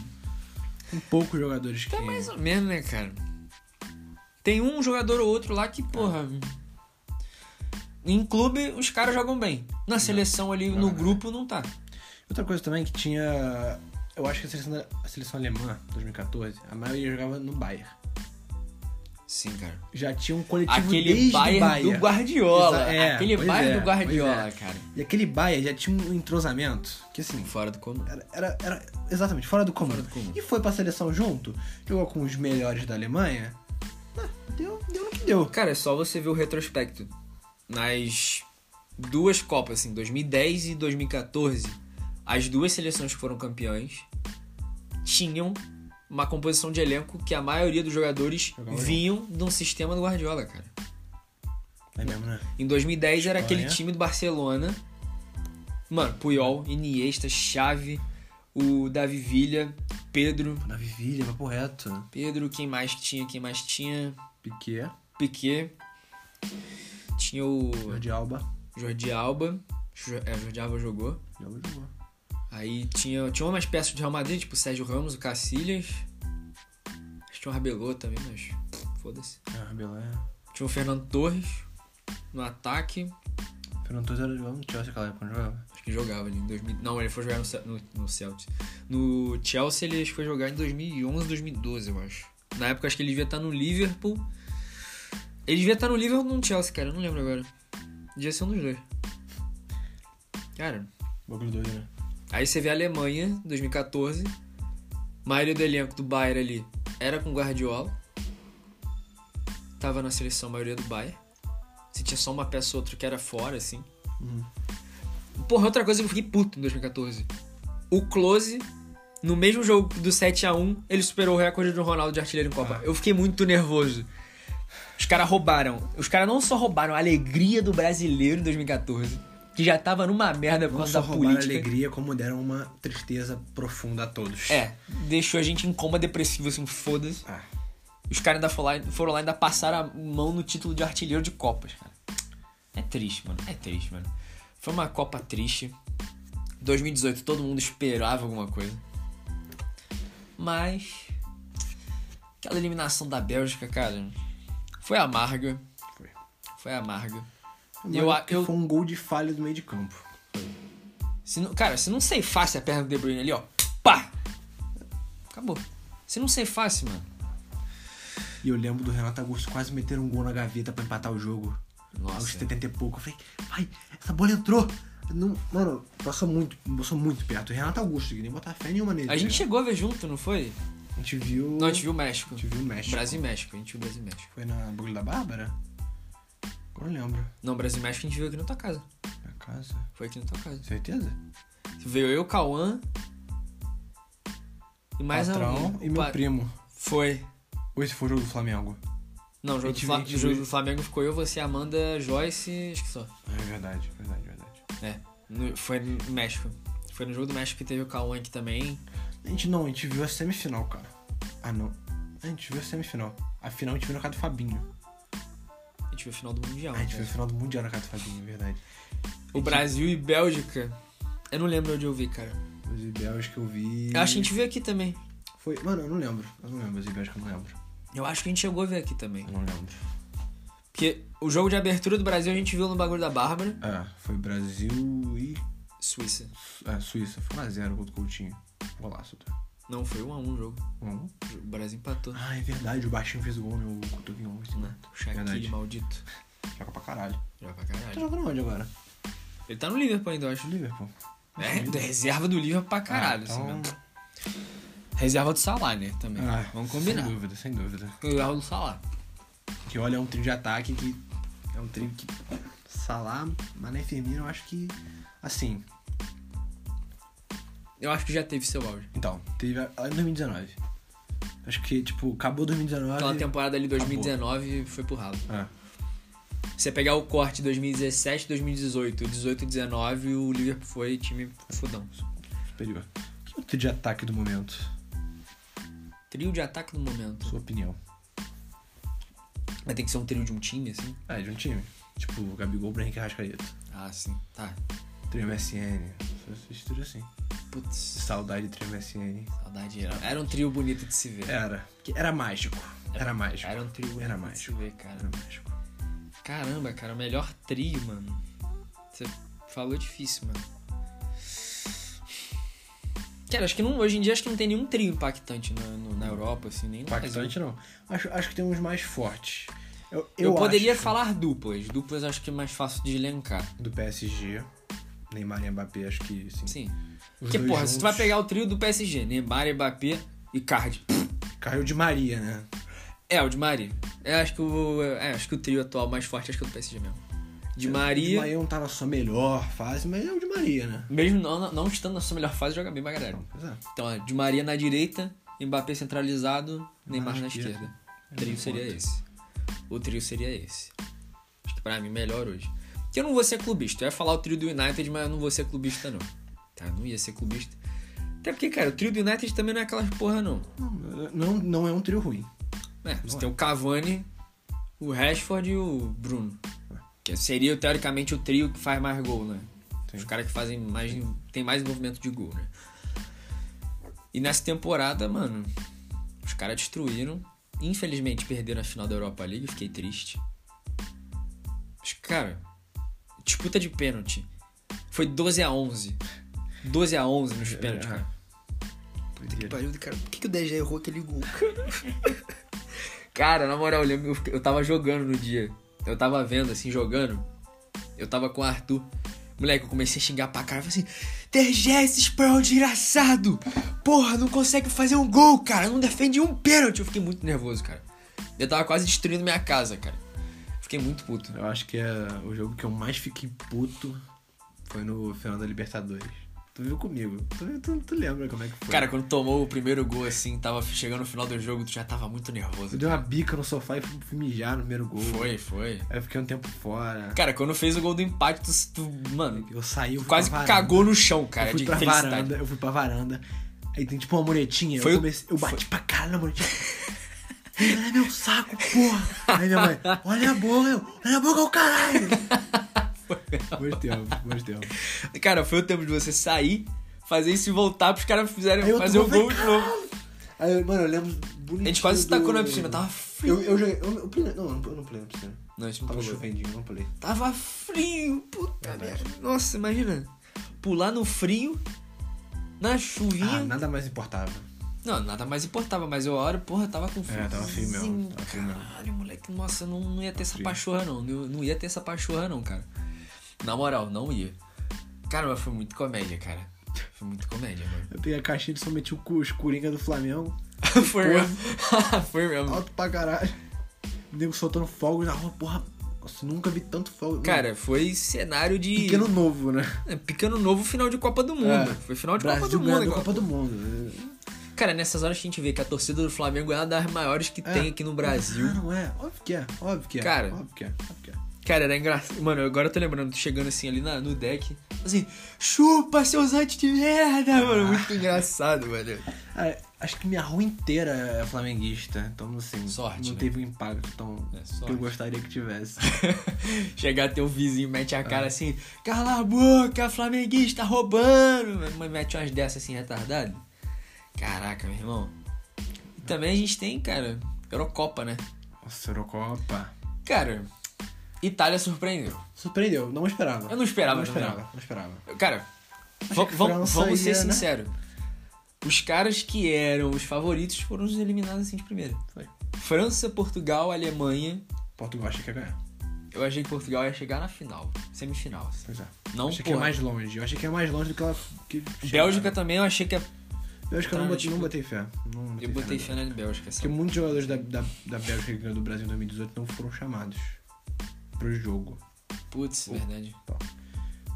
[SPEAKER 2] Tem poucos jogadores
[SPEAKER 1] Tá
[SPEAKER 2] que.
[SPEAKER 1] mais ou menos, né, cara? Tem um jogador ou outro lá que, porra. Em clube os caras jogam bem. Na seleção ali, no grupo, não tá.
[SPEAKER 2] Outra coisa também que tinha. Eu acho que a seleção, da- a seleção alemã, 2014, a maioria jogava no Bayern.
[SPEAKER 1] Sim, cara.
[SPEAKER 2] Já tinha um coletivo
[SPEAKER 1] Aquele
[SPEAKER 2] desde
[SPEAKER 1] Bayern,
[SPEAKER 2] o Bayern.
[SPEAKER 1] do Guardiola.
[SPEAKER 2] Exa- é,
[SPEAKER 1] Aquele
[SPEAKER 2] pois
[SPEAKER 1] Bayern
[SPEAKER 2] é,
[SPEAKER 1] do Guardiola,
[SPEAKER 2] pois é.
[SPEAKER 1] cara.
[SPEAKER 2] E aquele Bayern já tinha um entrosamento que, assim,
[SPEAKER 1] Fora do comum.
[SPEAKER 2] era, era, era exatamente fora do comum.
[SPEAKER 1] Fora do comum.
[SPEAKER 2] E foi pra seleção junto, jogou com os melhores da Alemanha. Ah, deu, deu no que deu.
[SPEAKER 1] Cara, é só você ver o retrospecto. Nas duas Copas, assim, 2010 e 2014, as duas seleções que foram campeãs tinham uma composição de elenco que a maioria dos jogadores
[SPEAKER 2] Jogavam
[SPEAKER 1] vinham de um sistema do Guardiola, cara.
[SPEAKER 2] É mesmo, né?
[SPEAKER 1] Em 2010 era
[SPEAKER 2] Espanha.
[SPEAKER 1] aquele time do Barcelona. Mano, Puyol, Iniesta, Xavi, o Davi Villa, Pedro.
[SPEAKER 2] Na Vivilha, papo reto.
[SPEAKER 1] Pedro, quem mais que tinha? Quem mais tinha?
[SPEAKER 2] Piquet,
[SPEAKER 1] Piquet. Tinha o
[SPEAKER 2] de Alba.
[SPEAKER 1] Jordi Alba. Jo- É, Jordi Alba jogou.
[SPEAKER 2] Já jogou.
[SPEAKER 1] Aí tinha, tinha umas peças do Real Madrid, tipo o Sérgio Ramos, o Cacilhas. Acho que tinha o Rabelô também, mas pff, foda-se.
[SPEAKER 2] Ah, Belé.
[SPEAKER 1] Tinha o Fernando Torres no ataque.
[SPEAKER 2] Fernando Torres era jogando no Chelsea aquela época, não jogava?
[SPEAKER 1] Acho que jogava ali em 2000. Não, ele foi jogar no, Ce- no, no Celtic. No Chelsea ele acho que foi jogar em 2011, 2012, eu acho. Na época acho que ele devia estar no Liverpool. Ele devia estar no Liverpool ou no Chelsea, cara. Eu não lembro agora. Devia ser um dos dois. Cara,
[SPEAKER 2] Bagulho doido, né?
[SPEAKER 1] aí você vê a Alemanha, 2014. A maioria do elenco do Bayern ali era com Guardiola. Tava na seleção a maioria do Bayern. Você tinha só uma peça ou outra que era fora, assim.
[SPEAKER 2] Uhum.
[SPEAKER 1] Porra, outra coisa que eu fiquei puto em 2014. O Close, no mesmo jogo do 7x1, ele superou o recorde do Ronaldo de artilheiro em Copa.
[SPEAKER 2] Ah.
[SPEAKER 1] Eu fiquei muito nervoso. Os caras roubaram. Os caras não só roubaram a alegria do brasileiro em 2014, que já tava numa merda por
[SPEAKER 2] Não
[SPEAKER 1] causa
[SPEAKER 2] só
[SPEAKER 1] da
[SPEAKER 2] roubaram a
[SPEAKER 1] política.
[SPEAKER 2] alegria, como deram uma tristeza profunda a todos.
[SPEAKER 1] É, deixou a gente em coma depressivo, assim, foda-se.
[SPEAKER 2] Ah,
[SPEAKER 1] Os caras ainda foram lá, foram lá e ainda passaram a mão no título de artilheiro de Copas, cara. É triste, mano. É triste, mano. Foi uma Copa triste. 2018 todo mundo esperava alguma coisa. Mas. Aquela eliminação da Bélgica, cara. Foi amarga.
[SPEAKER 2] foi.
[SPEAKER 1] Foi amarga.
[SPEAKER 2] Mas
[SPEAKER 1] Eu a- eu-
[SPEAKER 2] Foi um gol de falha do meio de campo.
[SPEAKER 1] Se não, cara, se não ceifasse a perna do De Bruyne ali, ó. Pá! Acabou. Se não ceifasse, mano.
[SPEAKER 2] E eu lembro do Renato Augusto quase meter um gol na gaveta pra empatar o jogo.
[SPEAKER 1] Nossa.
[SPEAKER 2] Aos 70 e pouco. Eu falei, vai, essa bola entrou. Não- mano, passou muito, passou muito perto. O Renato Augusto, que nem botar fé nenhuma nele.
[SPEAKER 1] A gente
[SPEAKER 2] né?
[SPEAKER 1] chegou a ver junto, não foi?
[SPEAKER 2] A gente viu.
[SPEAKER 1] Não, a gente viu o México.
[SPEAKER 2] A gente viu o México.
[SPEAKER 1] Brasil e México. A gente viu Brasil e México.
[SPEAKER 2] Foi na Bugulha da Bárbara? Agora eu lembro.
[SPEAKER 1] Não, Brasil e México a gente viu aqui na tua casa.
[SPEAKER 2] Na casa.
[SPEAKER 1] Foi aqui na tua casa.
[SPEAKER 2] Certeza?
[SPEAKER 1] Veio eu, Cauã. E mais
[SPEAKER 2] Patrão
[SPEAKER 1] alguém.
[SPEAKER 2] e meu
[SPEAKER 1] é um Pa-
[SPEAKER 2] primo.
[SPEAKER 1] Foi.
[SPEAKER 2] Ou esse foi o jogo do Flamengo?
[SPEAKER 1] Não, o jogo,
[SPEAKER 2] A gente
[SPEAKER 1] do, Fla-
[SPEAKER 2] viu, a gente
[SPEAKER 1] o jogo
[SPEAKER 2] viu.
[SPEAKER 1] do Flamengo ficou eu, você, Amanda, Joyce. Acho que só.
[SPEAKER 2] É verdade, verdade, verdade.
[SPEAKER 1] É. No- foi no México. Foi no jogo do México que teve o Cauã aqui também.
[SPEAKER 2] A gente não, a gente viu a semifinal, cara. Ah, não. A gente viu a semifinal. A final a gente viu na casa do Fabinho.
[SPEAKER 1] A gente viu o final do Mundial.
[SPEAKER 2] Ah, a gente
[SPEAKER 1] cara.
[SPEAKER 2] viu a final do Mundial na casa do Fabinho, é verdade.
[SPEAKER 1] O Brasil e Bélgica. Eu não lembro onde eu vi, cara.
[SPEAKER 2] Os ideais que eu vi.
[SPEAKER 1] Eu acho que a gente viu aqui também.
[SPEAKER 2] Foi. Mano, eu não lembro. Eu não lembro, os ideais que eu não lembro.
[SPEAKER 1] Eu acho que a gente chegou a ver aqui também.
[SPEAKER 2] Eu não lembro.
[SPEAKER 1] Porque o jogo de abertura do Brasil a gente viu no bagulho da Bárbara.
[SPEAKER 2] Ah, foi Brasil e.
[SPEAKER 1] Suíça.
[SPEAKER 2] Ah, Suíça. Foi 1x0 contra o Coutinho. Golaço, tá?
[SPEAKER 1] Não, foi um a um o jogo.
[SPEAKER 2] Vamos.
[SPEAKER 1] O Brasil empatou.
[SPEAKER 2] Ah, é verdade, o baixinho fez o gol, né? O Cotovinho, assim, né?
[SPEAKER 1] Né? O Shaquille,
[SPEAKER 2] Verdade.
[SPEAKER 1] maldito.
[SPEAKER 2] Joga pra caralho.
[SPEAKER 1] Joga pra caralho.
[SPEAKER 2] Tá jogando onde agora?
[SPEAKER 1] Ele tá no Liverpool ainda, eu acho.
[SPEAKER 2] No Liverpool.
[SPEAKER 1] É, da [laughs] reserva do Liverpool pra caralho.
[SPEAKER 2] Ah,
[SPEAKER 1] assim,
[SPEAKER 2] então-
[SPEAKER 1] mesmo. reserva do Salah, né? Também.
[SPEAKER 2] Ah,
[SPEAKER 1] Vamos combinar.
[SPEAKER 2] Sem dúvida, sem dúvida.
[SPEAKER 1] Reserva do Salah.
[SPEAKER 2] Que olha, é um trio de ataque que. É um trio que. Salah, Mané e Firmino, eu acho que. Assim.
[SPEAKER 1] Eu acho que já teve seu auge.
[SPEAKER 2] Então, teve. a- Lá em 2019. Acho que, tipo, acabou 2019.
[SPEAKER 1] Aquela temporada ali
[SPEAKER 2] Tá, Acabou.
[SPEAKER 1] 2019 foi pro ralo.
[SPEAKER 2] Ah,
[SPEAKER 1] Você pegar o corte 2017, 2018, 18, 19, o Liverpool foi time fodão.
[SPEAKER 2] superior. Que é o trio de ataque do momento?
[SPEAKER 1] Trio de ataque no momento.
[SPEAKER 2] Sua opinião.
[SPEAKER 1] Mas tem que ser um trio de um time, assim?
[SPEAKER 2] É, de um time. Tipo, Gabigol, Branco e Rascaeta.
[SPEAKER 1] Ah, sim. Tá.
[SPEAKER 2] Trio MSN. Esses trios assim.
[SPEAKER 1] Putz,
[SPEAKER 2] Saudade de trio MSN.
[SPEAKER 1] saudade. Era, era um trio bonito de se ver.
[SPEAKER 2] Era. Que Era mágico. Era mágico.
[SPEAKER 1] Era um trio bonito
[SPEAKER 2] É, Era
[SPEAKER 1] de se
[SPEAKER 2] mágico.
[SPEAKER 1] ver, cara.
[SPEAKER 2] Era mágico.
[SPEAKER 1] Caramba, cara, o melhor trio, mano. Você falou difícil, mano. Cara, acho que não, hoje em dia acho que não tem nenhum trio impactante na, no- na Europa, assim, nem no Brasil.
[SPEAKER 2] Impactante não. Acho, acho que tem uns mais fortes. Eu,
[SPEAKER 1] Eu,
[SPEAKER 2] acho
[SPEAKER 1] poderia
[SPEAKER 2] que-
[SPEAKER 1] falar duplas. Duplas acho que é mais fácil de elencar.
[SPEAKER 2] do PSG. Neymar e Mbappé, acho que sim.
[SPEAKER 1] Sim.
[SPEAKER 2] Os
[SPEAKER 1] Porque,
[SPEAKER 2] dois
[SPEAKER 1] porra, se
[SPEAKER 2] juntos.
[SPEAKER 1] tu vai pegar o trio do PSG, Neymar, Mbappé e Card.
[SPEAKER 2] Caiu de Maria, né?
[SPEAKER 1] É, o de Maria. Eu acho que o, é, acho que o trio atual mais forte acho que é o do PSG mesmo. De
[SPEAKER 2] O
[SPEAKER 1] Maria, é um
[SPEAKER 2] Maia não tá na sua melhor fase, mas é o de Maria, né?
[SPEAKER 1] mesmo não, não estando na sua melhor fase, joga bem pra galera.
[SPEAKER 2] Então, pois é.
[SPEAKER 1] Então, ó, de Maria na direita, Mbappé centralizado,
[SPEAKER 2] Neymar
[SPEAKER 1] Neymar na
[SPEAKER 2] na esquerda.
[SPEAKER 1] esquerda. O trio
[SPEAKER 2] Neymar
[SPEAKER 1] seria
[SPEAKER 2] contra.
[SPEAKER 1] esse. O trio seria esse. Acho que pra mim melhor hoje. Porque eu não vou ser clubista. Eu ia falar o trio do United, mas eu não vou ser clubista, não. Tá? Não ia ser clubista. Até porque, cara, o trio do United também não é aquelas porra, não.
[SPEAKER 2] Não, não, não é um trio ruim.
[SPEAKER 1] É, você
[SPEAKER 2] Não
[SPEAKER 1] tem o Cavani, o Rashford e o Bruno. Que seria, teoricamente, o trio que faz mais gol, né?
[SPEAKER 2] Sim.
[SPEAKER 1] Os caras que fazem mais. tem mais movimento de gol, né? E nessa temporada, mano, os caras destruíram. Infelizmente perderam a final da Europa League, fiquei triste. Mas, cara, disputa de pênalti. Foi 12 a 11 12 a 11 nos pênaltis,
[SPEAKER 2] É.
[SPEAKER 1] cara. Que pariu do cara. Por que, que o DG errou aquele gol, cara? cara, na moral, eu lembro, eu, fiquei- eu tava jogando no dia. Eu tava vendo, assim, jogando. Eu tava com o Arthur. Moleque, eu comecei a xingar pra cara. Eu falei assim, DG, esse Sproul desgraçado. Porra, não consegue fazer um gol, cara. Não defende um pênalti. Eu fiquei muito nervoso, cara. Eu tava quase destruindo minha casa, cara. Fiquei muito puto.
[SPEAKER 2] [laughs]
[SPEAKER 1] né?
[SPEAKER 2] Eu acho que é o jogo que eu mais fiquei puto foi no final da Libertadores. Tu viu comigo? Tu, tu, tu lembra como é que foi?
[SPEAKER 1] Cara, quando tomou o primeiro gol, assim, tava chegando no final do jogo, tu já tava muito
[SPEAKER 2] eu
[SPEAKER 1] nervoso.
[SPEAKER 2] dei uma bica no sofá e fui, fui mijar no primeiro gol.
[SPEAKER 1] Foi, foi.
[SPEAKER 2] Aí eu fiquei um tempo fora.
[SPEAKER 1] Cara, quando fez o gol do empate, tu, tu- mano,
[SPEAKER 2] Eu saí, eu fui
[SPEAKER 1] quase
[SPEAKER 2] pra varanda.
[SPEAKER 1] cagou no chão, cara,
[SPEAKER 2] eu fui
[SPEAKER 1] de
[SPEAKER 2] pra
[SPEAKER 1] felicidade.
[SPEAKER 2] varanda, eu fui pra varanda. Aí tem tipo uma muretinha,
[SPEAKER 1] né? Foi o-
[SPEAKER 2] eu comecei. Eu bati pra caralho na muretinha. Olha meu saco, porra! Aí minha mãe, olha a boca, eu, olha a boca, o
[SPEAKER 1] [laughs]
[SPEAKER 2] caralho! Muito tempo, muito tempo.
[SPEAKER 1] [laughs] Cara, foi o tempo de você sair, fazer isso e voltar pros caras
[SPEAKER 2] Aí
[SPEAKER 1] fizerem
[SPEAKER 2] eu
[SPEAKER 1] fazer o
[SPEAKER 2] tomei,
[SPEAKER 1] gol de novo.
[SPEAKER 2] Aí, eu- mano, eu lembro bonitinho.
[SPEAKER 1] A gente quase se tacou
[SPEAKER 2] do-
[SPEAKER 1] na piscina, tava frio.
[SPEAKER 2] Eu, eu joguei. Eu, eu pulei, não, eu não- eu não pulei na piscina.
[SPEAKER 1] Não, a gente não
[SPEAKER 2] Tava
[SPEAKER 1] pulou.
[SPEAKER 2] chovendinho, eu não pulei.
[SPEAKER 1] Tava frio, puta
[SPEAKER 2] Verdade.
[SPEAKER 1] merda. Nossa, imagina. pular no frio, na chuvinha.
[SPEAKER 2] Ah, nada mais importava.
[SPEAKER 1] Não, nada mais importava, mas eu olho, porra, tava com frio.
[SPEAKER 2] É, tava frio mesmo, tava frio mesmo.
[SPEAKER 1] Caralho, moleque, nossa, eu não, não ia ter essa
[SPEAKER 2] Frio.
[SPEAKER 1] pachorra não. Não, não ia ter essa pachorra não, cara. Na moral, não ia. Cara, mas foi muito comédia, cara. Foi muito comédia, mano.
[SPEAKER 2] Eu peguei a caixinha e só meti o cu- os coringa do Flamengo. [laughs]
[SPEAKER 1] foi mesmo. [laughs] foi mesmo.
[SPEAKER 2] Alto pra caralho. O nego soltando fogos na rua, porra. Nossa, nunca vi tanto fogo.
[SPEAKER 1] Cara, foi cenário de.
[SPEAKER 2] Pequeno novo, né?
[SPEAKER 1] É, Picando novo final de Copa do Mundo.
[SPEAKER 2] É.
[SPEAKER 1] Foi final de Copa
[SPEAKER 2] Brasil
[SPEAKER 1] do Mundo.
[SPEAKER 2] ganhando
[SPEAKER 1] igual-
[SPEAKER 2] Copa do Mundo. né?
[SPEAKER 1] Cara, nessas horas que a gente vê que a torcida do Flamengo é uma das maiores que
[SPEAKER 2] É.
[SPEAKER 1] tem aqui no Brasil.
[SPEAKER 2] Ah, não é. Óbvio que é. Óbvio que é.
[SPEAKER 1] Cara.
[SPEAKER 2] Óbvio que é. Óbvio que é.
[SPEAKER 1] Cara, era engraçado. Mano, agora eu tô lembrando, tô chegando assim ali na- no deck. Assim, chupa, seus antes de merda, mano. Muito engraçado, velho. [laughs]
[SPEAKER 2] Ah, acho que minha rua inteira é flamenguista. Então, assim,
[SPEAKER 1] Sorte,
[SPEAKER 2] não
[SPEAKER 1] né?
[SPEAKER 2] teve um impacto tão
[SPEAKER 1] É, sorte.
[SPEAKER 2] que eu gostaria que tivesse.
[SPEAKER 1] Chegar teu vizinho,
[SPEAKER 2] É.
[SPEAKER 1] mete a cara assim, cala a boca, flamenguista roubando. Mas mete umas dessas assim, retardado. Caraca, meu irmão. E também a gente tem, cara, Eurocopa, né?
[SPEAKER 2] Nossa, Eurocopa.
[SPEAKER 1] Cara, Itália surpreendeu.
[SPEAKER 2] Surpreendeu, não esperava.
[SPEAKER 1] Eu não esperava,
[SPEAKER 2] não
[SPEAKER 1] também,
[SPEAKER 2] esperava, não esperava.
[SPEAKER 1] Cara, va-
[SPEAKER 2] que
[SPEAKER 1] va-
[SPEAKER 2] França
[SPEAKER 1] vamos ser
[SPEAKER 2] ia, né?
[SPEAKER 1] sinceros. Os caras que eram os favoritos foram os eliminados assim de primeira.
[SPEAKER 2] Foi.
[SPEAKER 1] França, Portugal, Alemanha.
[SPEAKER 2] Portugal achei que ia ganhar.
[SPEAKER 1] Eu achei que Portugal ia chegar na final, semifinal. assim.
[SPEAKER 2] Pois é.
[SPEAKER 1] Não,
[SPEAKER 2] achei que
[SPEAKER 1] porra.
[SPEAKER 2] é mais longe. Eu achei que é mais longe do que ela. Que
[SPEAKER 1] Bélgica
[SPEAKER 2] chegaram.
[SPEAKER 1] também eu achei que. a-
[SPEAKER 2] Bélgica eu não
[SPEAKER 1] tá,
[SPEAKER 2] botei,
[SPEAKER 1] tipo,
[SPEAKER 2] não botei fé. Não botei
[SPEAKER 1] Eu botei
[SPEAKER 2] na
[SPEAKER 1] fé na Bélgica. assim.
[SPEAKER 2] Porque
[SPEAKER 1] sabe?
[SPEAKER 2] muitos jogadores da, da, da Bélgica que ganhou do Brasil em 2018 não foram chamados pro jogo.
[SPEAKER 1] Putz, verdade.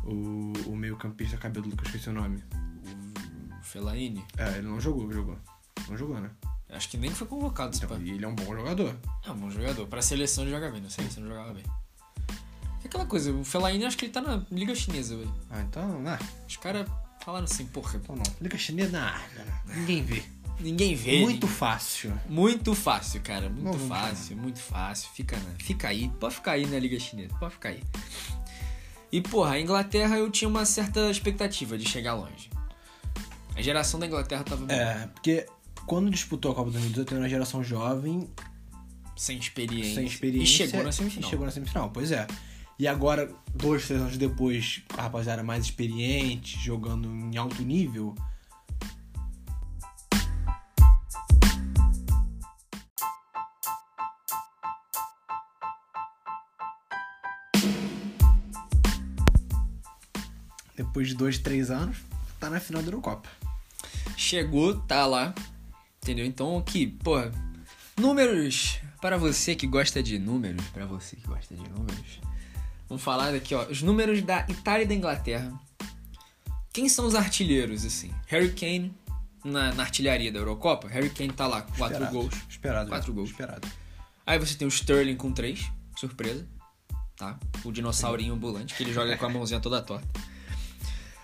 [SPEAKER 2] O, o meio-campista cabeludo que eu esqueci o nome.
[SPEAKER 1] O Fellaini.
[SPEAKER 2] É, ele não jogou, jogou. Não jogou, né?
[SPEAKER 1] Acho que nem foi convocado. se pá.
[SPEAKER 2] Então, e ele é um bom jogador.
[SPEAKER 1] É um bom jogador. Pra seleção ele joga bem, na seleção ele jogava bem. É aquela coisa, o Fellaini acho que ele tá na Liga Chinesa, velho.
[SPEAKER 2] Ah, então, ah,
[SPEAKER 1] Os caras falaram assim, porra,
[SPEAKER 2] então não. Liga chinesa, ah, cara. Ninguém vê.
[SPEAKER 1] ninguém vê.
[SPEAKER 2] Muito fácil.
[SPEAKER 1] Muito fácil, cara. Muito
[SPEAKER 2] Não vamos
[SPEAKER 1] fácil, muito fácil. Fica, na- fica aí. Pode ficar aí na Liga Chinesa. Pode ficar aí. E, porra, a Inglaterra eu tinha uma certa expectativa de chegar longe. A geração da Inglaterra tava
[SPEAKER 2] É, porque quando disputou a Copa 2018 era uma geração jovem,
[SPEAKER 1] sem experiência.
[SPEAKER 2] sem experiência.
[SPEAKER 1] E chegou na semifinal.
[SPEAKER 2] e chegou na semifinal, pois é. E agora, dois, três anos depois, a rapaziada mais experiente, jogando em alto nível. Depois de dois, três anos, tá na final da Eurocopa.
[SPEAKER 1] Chegou, tá lá. Entendeu? Então aqui, porra. Números. Para você que gosta de números. Para você que gosta de números. Vamos falar aqui, ó. Os números da Itália e da Inglaterra. Quem são os artilheiros, assim? Harry Kane na, na artilharia da Eurocopa. Harry Kane tá lá com 4
[SPEAKER 2] Esperado.
[SPEAKER 1] gols.
[SPEAKER 2] Esperado. né?
[SPEAKER 1] Quatro gols.
[SPEAKER 2] Esperado.
[SPEAKER 1] Aí você tem o Sterling com 3. Surpresa. Tá? O dinossaurinho ambulante, que ele joga com a mãozinha toda torta.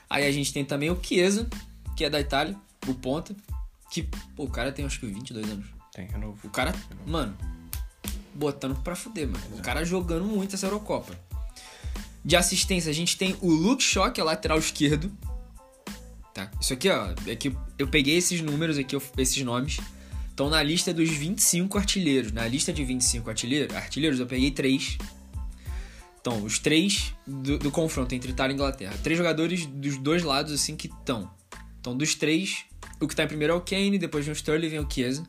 [SPEAKER 1] Aí a gente tem também o Chiesa, que é da Itália, o ponta, que pô, o cara tem acho que 22 anos.
[SPEAKER 2] Tem, renovo.
[SPEAKER 1] O cara, mano, botando pra fuder, mano. O cara jogando muito essa Eurocopa. De assistência, a gente tem o Luke Shaw, que é lateral esquerdo. Tá? Isso aqui, ó, é que eu peguei esses números aqui, eu- esses nomes. Estão na lista dos 25 artilheiros. Na lista de 25 artilheiros, artilheiros eu peguei três. Então, os três do, do confronto entre Itália e Inglaterra. Três jogadores dos dois lados, assim, que estão. Então, dos três, o que tá em primeiro é o Kane, depois vem o Sterling, vem o Chiesa.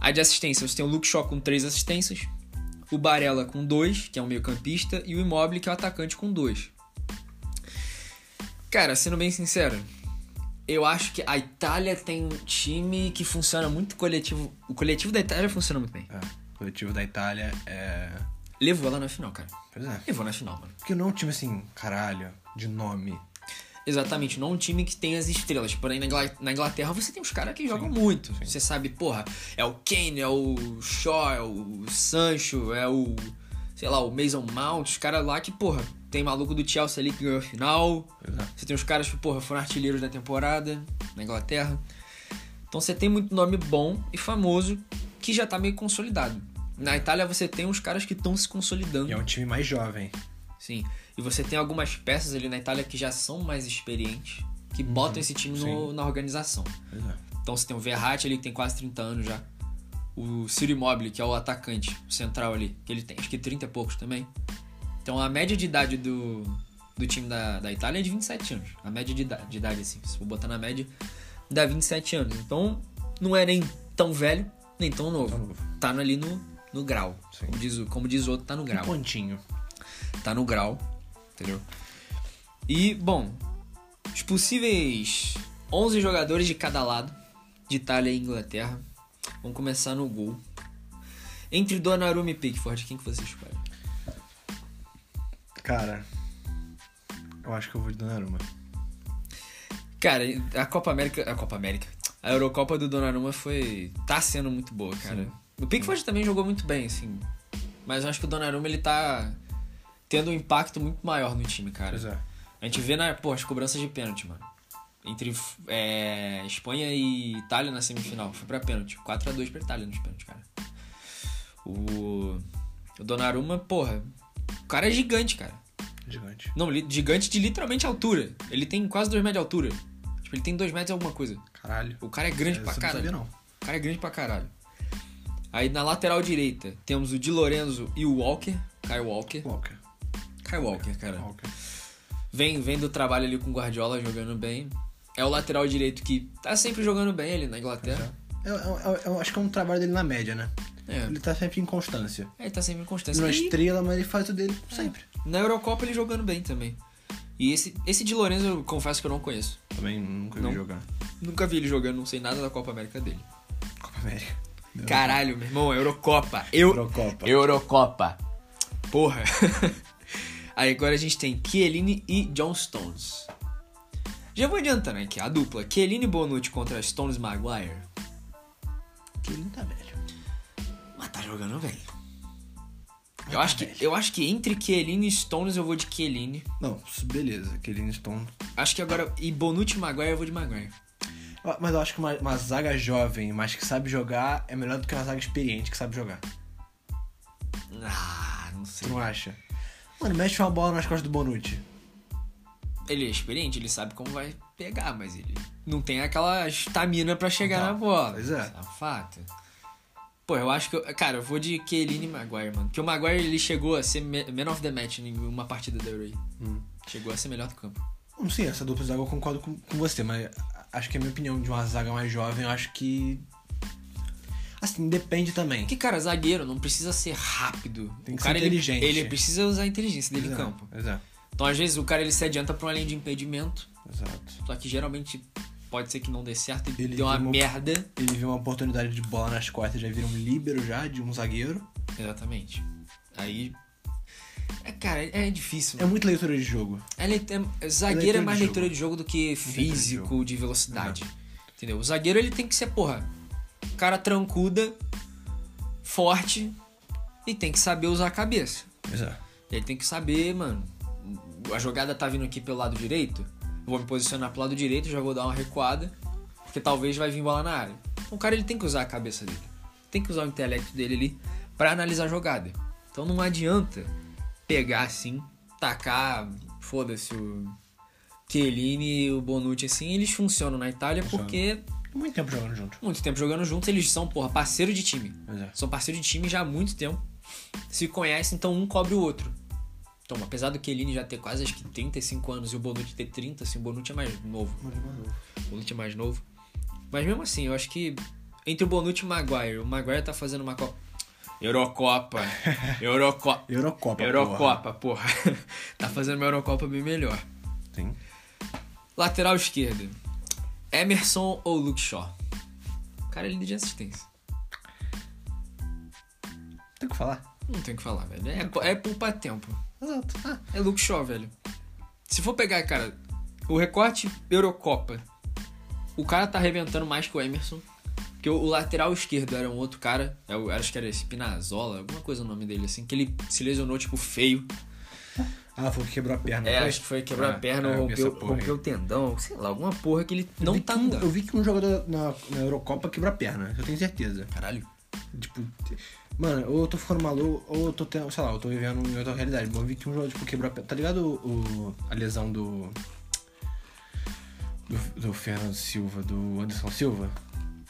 [SPEAKER 1] Aí de assistência, você tem o Luke Shaw com três assistências, o Barella com dois, que é um meio-campista, e o Immobile, que é o atacante, com dois. Cara, sendo bem sincero, eu acho que a Itália tem um time que funciona muito coletivo. O coletivo da Itália funciona muito bem.
[SPEAKER 2] É, o coletivo da Itália é.
[SPEAKER 1] Levou ela na final, cara.
[SPEAKER 2] Pois é.
[SPEAKER 1] Levou na final, mano.
[SPEAKER 2] Porque não é um time assim, caralho, de nome.
[SPEAKER 1] Exatamente, não um time que tem as estrelas. Porém, na Ingla- na Inglaterra você tem os caras que jogam muito. Você sabe, porra, é o Kane, é o Shaw, é o Sancho, é o. sei lá, o Mason Mount, os caras lá que, porra, tem maluco do Chelsea ali que ganhou a final.
[SPEAKER 2] Pois é.
[SPEAKER 1] Você tem os caras que, porra, foram artilheiros da temporada na Inglaterra. Então você tem muito nome bom e famoso que já tá meio consolidado. Na Itália você tem uns caras que estão se consolidando.
[SPEAKER 2] E é um time mais jovem.
[SPEAKER 1] Sim. E você tem algumas peças ali na Itália que já são mais experientes, que botam
[SPEAKER 2] Uhum.
[SPEAKER 1] esse time no- na organização.
[SPEAKER 2] Pois é.
[SPEAKER 1] Então você tem o Verratti ali que tem quase 30 anos já. O Ciro Immobile, que é o atacante central ali, que ele tem acho que 30 e poucos também. Então a média de idade do, do time da, da Itália é de 27 anos. A média de idade, de idade, assim, se for botar na média, dá 27 anos. Então, não é nem tão velho, nem tão novo.
[SPEAKER 2] Tão novo.
[SPEAKER 1] Tá ali no, no grau.
[SPEAKER 2] Sim.
[SPEAKER 1] Como diz, o- como diz o outro, tá no grau
[SPEAKER 2] Um Pontinho.
[SPEAKER 1] tá no grau, entendeu? E, bom, os possíveis 11 jogadores de cada lado, de Itália e Inglaterra, vão começar no gol. Entre Donnarumma e Pickford, quem que você escolhe?
[SPEAKER 2] Cara, eu acho que eu vou de Donnarumma.
[SPEAKER 1] Cara, a Copa América... A Copa América... A Eurocopa do Donnarumma foi... Tá sendo muito boa, cara.
[SPEAKER 2] Sim.
[SPEAKER 1] O Pickford também jogou muito bem, assim. Mas eu acho que o Donnarumma, ele tá... Tendo um impacto muito maior no time, cara.
[SPEAKER 2] Pois é.
[SPEAKER 1] A gente vê na, pô, as cobranças de pênalti, mano. Entre é, Espanha e Itália na semifinal. Foi pra pênalti. 4x2 pra Itália nos pênaltis, cara. O, o Donnarumma, porra. O cara é gigante, cara.
[SPEAKER 2] Gigante.
[SPEAKER 1] Não, li- gigante de literalmente altura. Ele tem quase 2 metros de altura. Tipo, ele tem 2 metros e alguma coisa.
[SPEAKER 2] Caralho.
[SPEAKER 1] O cara é grande
[SPEAKER 2] Essa
[SPEAKER 1] pra
[SPEAKER 2] eu não
[SPEAKER 1] caralho.
[SPEAKER 2] sabia, não.
[SPEAKER 1] O cara é grande pra caralho. Aí na lateral direita temos o Di Lorenzo e o Walker. Kyle Walker.
[SPEAKER 2] Walker.
[SPEAKER 1] Kyle Walker, cara.
[SPEAKER 2] Walker.
[SPEAKER 1] Vem, vem do trabalho ali com o Guardiola jogando bem. É o lateral direito que tá sempre jogando bem ele na Inglaterra.
[SPEAKER 2] Eu, eu- eu- eu acho que tá? é um trabalho dele na média, né?
[SPEAKER 1] É.
[SPEAKER 2] Ele tá sempre em constância.
[SPEAKER 1] Ele tá sempre em
[SPEAKER 2] Ele
[SPEAKER 1] constância.
[SPEAKER 2] não é
[SPEAKER 1] E
[SPEAKER 2] estrela, mas É. ele faz o dele sempre.
[SPEAKER 1] na Eurocopa ele jogando bem também. E esse, esse de Lorenzo eu confesso que eu não conheço.
[SPEAKER 2] Também nunca
[SPEAKER 1] Não.
[SPEAKER 2] vi jogar.
[SPEAKER 1] Nunca vi ele jogando, não sei nada da Copa América dele.
[SPEAKER 2] Copa América.
[SPEAKER 1] Caralho, meu irmão, Eurocopa. Eu,
[SPEAKER 2] Eurocopa.
[SPEAKER 1] Eurocopa. Porra. [laughs] Aí agora a gente tem Chiellini e John Stones. Já vou adiantando aqui, a dupla Chiellini e Bonucci contra Stones e Maguire.
[SPEAKER 2] Que ele não tá velho.
[SPEAKER 1] Mas tá jogando bem. Eu acho, que, eu acho que entre Chiellini e Stones eu vou de Chiellini.
[SPEAKER 2] Não, beleza. então, Aquele Stone.
[SPEAKER 1] Acho que agora. E Bonucci e Maguire eu vou de Maguire.
[SPEAKER 2] Ah, Mas eu acho que uma, uma zaga jovem, mas que sabe jogar, é melhor do que uma zaga experiente que sabe jogar.
[SPEAKER 1] Ah, não
[SPEAKER 2] Tu
[SPEAKER 1] sei.
[SPEAKER 2] não acha? Mano, mete uma bola nas costas do Bonucci.
[SPEAKER 1] Ele é experiente, ele sabe como vai pegar, mas ele não tem aquela estamina pra chegar
[SPEAKER 2] Não.
[SPEAKER 1] na bola.
[SPEAKER 2] Pois é.
[SPEAKER 1] Safado. Pô, eu acho que. Eu, cara, eu vou de Chiellini e Maguire, mano. Porque o Maguire ele chegou a ser me- man of the match em uma partida da Euro. aí.
[SPEAKER 2] Hum.
[SPEAKER 1] Chegou a ser melhor do campo.
[SPEAKER 2] Não sei, essa dupla de zaga eu concordo com, com você, mas acho que é a minha opinião de uma zaga mais jovem, eu acho que. Assim, depende também.
[SPEAKER 1] Porque, É cara, zagueiro não precisa ser rápido.
[SPEAKER 2] Tem que
[SPEAKER 1] o cara,
[SPEAKER 2] ser
[SPEAKER 1] ele-
[SPEAKER 2] inteligente.
[SPEAKER 1] Ele, precisa usar a inteligência dele em
[SPEAKER 2] Exato,
[SPEAKER 1] campo.
[SPEAKER 2] Exato.
[SPEAKER 1] Então, às vezes, o cara ele se adianta pra uma linha de impedimento.
[SPEAKER 2] Exato.
[SPEAKER 1] Só que geralmente pode ser que não dê certo e
[SPEAKER 2] Ele
[SPEAKER 1] dê uma
[SPEAKER 2] tem uma-
[SPEAKER 1] merda.
[SPEAKER 2] Ele viu uma oportunidade de bola nas costas, já vira um líbero já, de um zagueiro.
[SPEAKER 1] Exatamente. Aí. É, cara, é difícil.
[SPEAKER 2] É
[SPEAKER 1] mano.
[SPEAKER 2] muito leitura de jogo.
[SPEAKER 1] É leit- é- zagueiro é
[SPEAKER 2] leitura
[SPEAKER 1] mais
[SPEAKER 2] de
[SPEAKER 1] leitura
[SPEAKER 2] jogo. É.
[SPEAKER 1] de jogo do que
[SPEAKER 2] de
[SPEAKER 1] físico, de velocidade. Entendeu? O zagueiro ele tem que ser, porra, cara trancuda, forte e tem que saber usar a cabeça.
[SPEAKER 2] Exato.
[SPEAKER 1] Ele tem que saber, mano. A jogada tá vindo aqui pelo lado direito. Eu vou me posicionar pro lado direito, já vou dar uma recuada. Porque talvez vai vir bola na área. Então, o cara ele tem que usar a cabeça dele. Tem que usar o intelecto dele ali pra analisar a jogada. Então não adianta pegar assim, tacar, foda-se, o Chiellini e o Bonucci assim. Eles funcionam na Itália
[SPEAKER 2] Funcionam.
[SPEAKER 1] porque
[SPEAKER 2] Muito tempo jogando junto.
[SPEAKER 1] muito tempo jogando juntos, eles são, porra, parceiro de time.
[SPEAKER 2] Exato.
[SPEAKER 1] São parceiros de time já há muito tempo. Se conhecem, então um cobre o outro. Então, apesar do Kelini já ter quase acho que 35 anos e o Bonucci ter 30, assim, o Bonucci é mais novo. O Bonucci é mais novo. Mas mesmo assim, eu acho que entre o Bonucci e o Maguire, o Maguire tá fazendo uma Copa. [laughs] Eurocopa. Eurocopa.
[SPEAKER 2] Eurocopa.
[SPEAKER 1] Eurocopa, porra. [laughs] tá fazendo uma Eurocopa bem melhor.
[SPEAKER 2] porra. Sim.
[SPEAKER 1] Lateral esquerda. Emerson ou Luke Shaw? O cara é líder de assistência.
[SPEAKER 2] Tem o que falar.
[SPEAKER 1] Não tem o que falar, velho. É, é poupa tempo.
[SPEAKER 2] Exato. Ah,
[SPEAKER 1] É Luke Shaw, velho. Se for pegar, cara, o recorte Eurocopa, o cara tá arrebentando mais que o Emerson. Porque o, o lateral esquerdo era um outro cara, é o- acho que era Spinazzola, alguma coisa o nome dele, assim, que ele se lesionou, tipo, feio.
[SPEAKER 2] ah foi o que quebrou a perna.
[SPEAKER 1] É,
[SPEAKER 2] não foi?
[SPEAKER 1] acho que foi quebrar a
[SPEAKER 2] Ah,
[SPEAKER 1] perna,
[SPEAKER 2] ah, eu vi
[SPEAKER 1] rompeu,
[SPEAKER 2] essa porra aí.
[SPEAKER 1] rompeu o tendão, sei lá, alguma porra que ele
[SPEAKER 2] Eu
[SPEAKER 1] não
[SPEAKER 2] vi
[SPEAKER 1] tá
[SPEAKER 2] que um- Eu
[SPEAKER 1] andando.
[SPEAKER 2] vi que um jogador na, na Eurocopa quebrou a perna, eu tenho certeza.
[SPEAKER 1] Caralho.
[SPEAKER 2] Tipo, te- mano, ou eu tô ficando maluco, ou eu tô tendo, sei lá, eu tô vivendo em outra realidade. Mas eu vi que um jogador, tipo, quebrou a perna. Tá ligado o, o- a lesão do, do. do Fernando Silva, do Anderson Silva?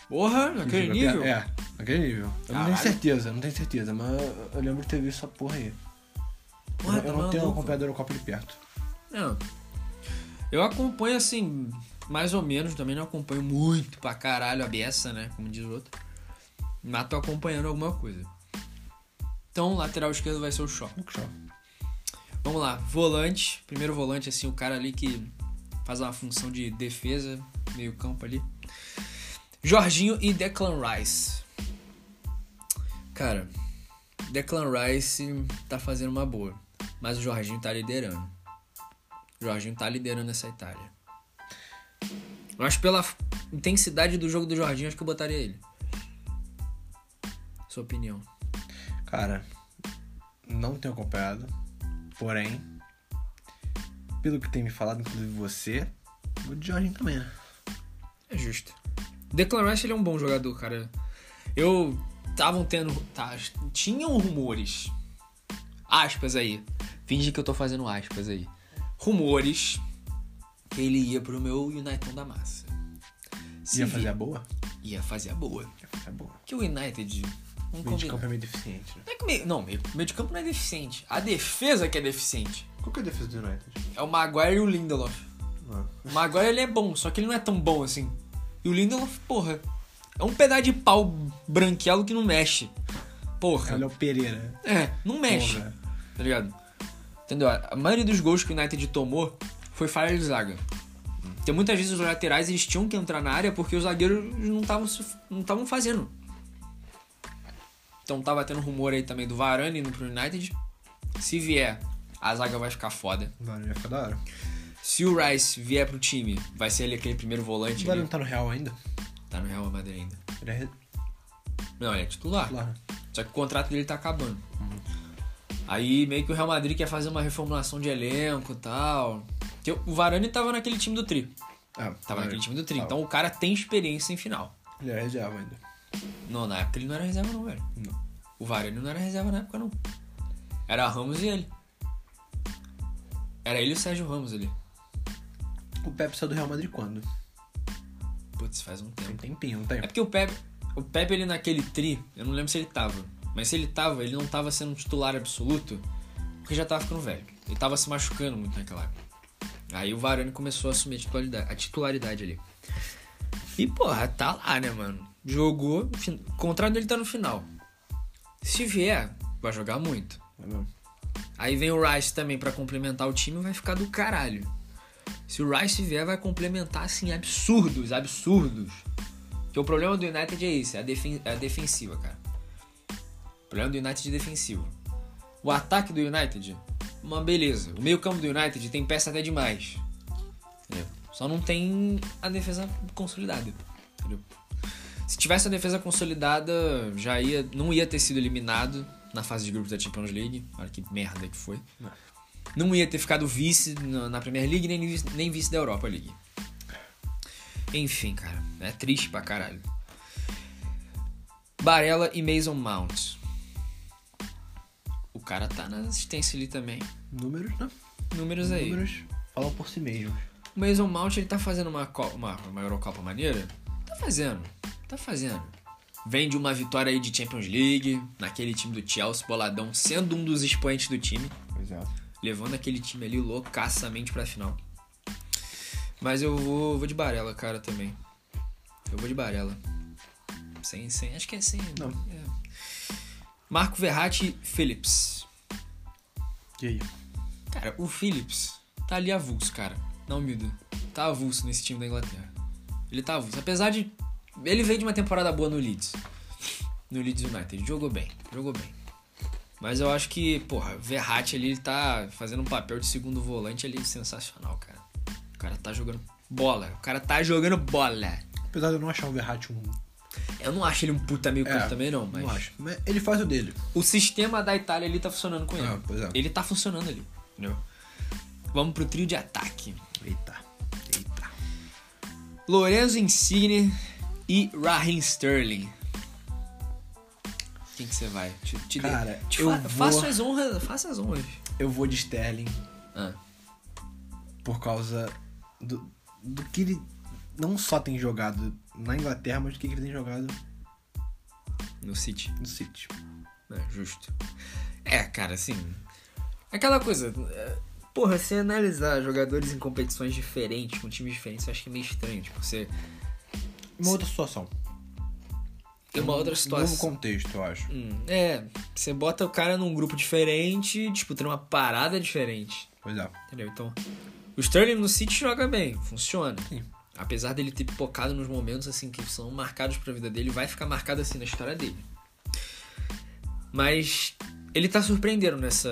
[SPEAKER 1] Porra, naquele
[SPEAKER 2] Quebrou a
[SPEAKER 1] nível.
[SPEAKER 2] perna? É, naquele nível. Eu não
[SPEAKER 1] Caralho.
[SPEAKER 2] tenho certeza, não tenho certeza, mas eu, eu lembro de ter visto essa porra aí.
[SPEAKER 1] Porra,
[SPEAKER 2] eu
[SPEAKER 1] tá
[SPEAKER 2] não tenho
[SPEAKER 1] maluco.
[SPEAKER 2] acompanhado a Eurocopa de perto.
[SPEAKER 1] Não. É. Eu acompanho assim, mais ou menos, também não acompanho muito pra caralho a beça, né? Como diz o outro. Mas tô acompanhando alguma coisa. Então, lateral esquerdo vai ser o Shaw.
[SPEAKER 2] Luke Shaw.
[SPEAKER 1] Vamos lá, volante. Primeiro volante, assim, o cara ali que faz uma função de defesa, meio campo ali. Jorginho e Declan Rice. Cara, Declan Rice tá fazendo uma boa, mas o Jorginho tá liderando. O Jorginho tá liderando essa Itália. Eu acho que pela intensidade do jogo do Jorginho, acho que eu botaria ele. Sua opinião.
[SPEAKER 2] Cara, não tenho acompanhado. Porém, pelo que tem me falado, inclusive você, o de Jorginho também, né?
[SPEAKER 1] É justo. Declan Rice ele é um bom jogador, cara. Eu estavam tendo, tá, tinham rumores. Aspas aí. Finge que eu tô fazendo aspas aí. Rumores que ele ia pro meu United da massa. Se
[SPEAKER 2] Ia
[SPEAKER 1] vi-
[SPEAKER 2] fazer a boa?
[SPEAKER 1] ia fazer a boa.
[SPEAKER 2] Ia fazer a boa.
[SPEAKER 1] Que o United não
[SPEAKER 2] O meio de
[SPEAKER 1] combina.
[SPEAKER 2] campo é meio deficiente, né?
[SPEAKER 1] Não é que meio, não, meio, meio de campo não é deficiente. A defesa que é deficiente.
[SPEAKER 2] Qual que é a defesa do United?
[SPEAKER 1] É o Maguire e o Lindelof.
[SPEAKER 2] Não.
[SPEAKER 1] O Maguire ele é bom, só que ele não é tão bom assim. E o Lindelof, porra, é um pedaço de pau branquelo que não mexe. Porra.
[SPEAKER 2] Ela é o Pereira.
[SPEAKER 1] É, não mexe.
[SPEAKER 2] Porra.
[SPEAKER 1] Tá ligado? Entendeu? A maioria dos gols que o United tomou foi falha de zaga. Então muitas vezes os laterais eles tinham que entrar na área porque os zagueiros não estavam se- não estavam fazendo. Então tava tendo rumor aí também do Varane indo pro United. Se vier, a zaga vai ficar foda.
[SPEAKER 2] Agora ia ficar da hora.
[SPEAKER 1] Se o Rice vier pro time, vai ser ele aquele primeiro volante.
[SPEAKER 2] Agora não
[SPEAKER 1] Ali.
[SPEAKER 2] tá no Real ainda?
[SPEAKER 1] Tá no Real Madrid ainda.
[SPEAKER 2] Ele é
[SPEAKER 1] Não, ele é titular.
[SPEAKER 2] titular, né?
[SPEAKER 1] Só que o contrato dele tá acabando. Uhum. Aí meio que o Real Madrid quer fazer uma reformulação de elenco e tal. Porque o Varane tava naquele time do Tri.
[SPEAKER 2] Ah,
[SPEAKER 1] Tava naquele time do Tri.
[SPEAKER 2] tava.
[SPEAKER 1] Então o cara tem experiência em final.
[SPEAKER 2] Ele é reserva ainda.
[SPEAKER 1] Não, na época ele não era reserva não, velho.
[SPEAKER 2] Não.
[SPEAKER 1] O Varane não era reserva na época não. Era Ramos e ele. Era ele e o Sérgio Ramos ali.
[SPEAKER 2] O Pepe saiu do Real Madrid quando?
[SPEAKER 1] Putz, faz um
[SPEAKER 2] Tem um
[SPEAKER 1] tempo.
[SPEAKER 2] tempinho, não
[SPEAKER 1] É
[SPEAKER 2] tem?
[SPEAKER 1] porque o Pepe, o Pepe ele naquele Tri, eu não lembro se ele tava. Mas se ele tava, ele não tava sendo um titular absoluto, porque já tava ficando velho. Ele tava se machucando muito naquela época. Aí o Varane começou a assumir a titularidade, a titularidade ali. E porra, tá lá, né, mano? Jogou, fin- o contrato dele tá no final. Se vier, vai jogar muito.
[SPEAKER 2] É mesmo.
[SPEAKER 1] Aí vem o Rice também pra complementar o time, vai ficar do caralho. Se o Rice vier, vai complementar assim absurdos, absurdos. Porque o problema do United é esse, é a, defen- é a defensiva, cara. O problema do United é defensivo. O ataque do United, uma beleza. O meio-campo do United tem peça até demais. Entendeu? Só não tem a defesa consolidada. Entendeu? Se tivesse a defesa consolidada, já ia, não ia ter sido eliminado na fase de grupos da Champions League. Olha que merda que foi.
[SPEAKER 2] Não.
[SPEAKER 1] Não ia ter ficado vice na na Premier League, nem, vice- nem vice da Europa League. Enfim, cara, é triste pra caralho. Barella e Mason Mount. O cara tá na assistência ali também.
[SPEAKER 2] Números, né?
[SPEAKER 1] Números aí.
[SPEAKER 2] Números falam por si mesmos.
[SPEAKER 1] O Mason Mount ele tá fazendo uma, co- uma, uma Eurocopa maneira? Tá fazendo, tá fazendo. Vem de uma vitória aí de Champions League, naquele time do Chelsea, boladão, sendo um dos expoentes do time,
[SPEAKER 2] Pois é.
[SPEAKER 1] levando aquele time ali loucaçamente pra final. Mas eu vou, vou de Barella, cara, também. Eu vou de Barella. Sem, sem, acho que é sem.
[SPEAKER 2] Não.
[SPEAKER 1] é. Marco Verratti e Phillips.
[SPEAKER 2] E aí?
[SPEAKER 1] Cara, o Phillips tá ali avulso, cara. Na humilde. Tá avulso nesse time da Inglaterra. Ele tá avulso. Apesar de. Ele veio de uma temporada boa no Leeds. No Leeds United. Jogou bem. Jogou bem. Mas eu acho que, porra, o Verratti ali, ele tá fazendo um papel de segundo volante ali sensacional, cara. O cara tá jogando bola. O cara tá jogando bola.
[SPEAKER 2] Apesar de eu não achar o Verratti um...
[SPEAKER 1] Eu não acho ele um puta meio campo
[SPEAKER 2] É,
[SPEAKER 1] também, não, mas.
[SPEAKER 2] Não acho. Mas ele faz o dele.
[SPEAKER 1] O sistema da Itália ali tá funcionando com ele.
[SPEAKER 2] Ah, pois é.
[SPEAKER 1] Ele tá funcionando ali. Entendeu? Vamos pro trio de ataque.
[SPEAKER 2] Eita. Eita.
[SPEAKER 1] Lorenzo Insigne e Raheem Sterling. Quem que você vai? Te, te dei-
[SPEAKER 2] Cara,
[SPEAKER 1] te
[SPEAKER 2] eu
[SPEAKER 1] fa-
[SPEAKER 2] vou-
[SPEAKER 1] faça as honras, faça as honras.
[SPEAKER 2] Eu vou de Sterling
[SPEAKER 1] Ah,
[SPEAKER 2] por causa do, do que ele não só tem jogado na Inglaterra, mas do que ele tem jogado
[SPEAKER 1] no City. né?
[SPEAKER 2] no City.
[SPEAKER 1] É, justo. É, cara, assim. Aquela coisa. é, Porra, se analisar jogadores em competições diferentes, com times diferentes, eu acho que é meio estranho. Tipo, você
[SPEAKER 2] Uma outra situação.
[SPEAKER 1] tem uma outra
[SPEAKER 2] Um novo
[SPEAKER 1] situação.
[SPEAKER 2] contexto, eu acho.
[SPEAKER 1] Hum, é, você bota o cara num grupo diferente, disputando uma parada diferente.
[SPEAKER 2] Pois é.
[SPEAKER 1] Entendeu? Então, o Sterling no City joga bem, funciona.
[SPEAKER 2] Sim.
[SPEAKER 1] Apesar dele ter pipocado nos momentos assim que são marcados pra vida dele, vai ficar marcado assim na história dele. Mas ele tá surpreendendo nessa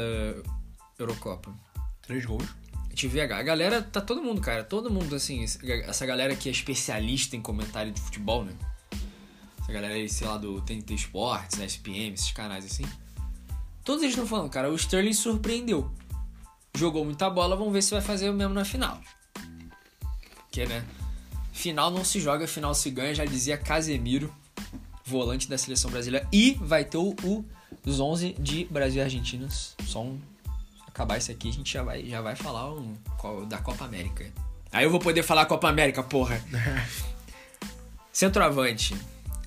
[SPEAKER 1] Eurocopa.
[SPEAKER 2] Três gols.
[SPEAKER 1] TVH, a galera tá todo mundo, cara, todo mundo assim, essa galera que é especialista em comentário de futebol, né? Essa galera aí, sei lá, do TNT Esportes, SPM, esses canais assim. Todos eles estão falando, cara, o Sterling surpreendeu. Jogou muita bola, vamos ver se vai fazer o mesmo na final. Porque, né? Final não se joga, final se ganha, já dizia Casemiro, volante da seleção brasileira. E vai ter o, o- os 11 de Brasil e Argentina. Só um. Acabar isso aqui, a gente já vai, já vai falar um, co- da Copa América. Aí eu vou poder falar Copa América, porra. Centroavante,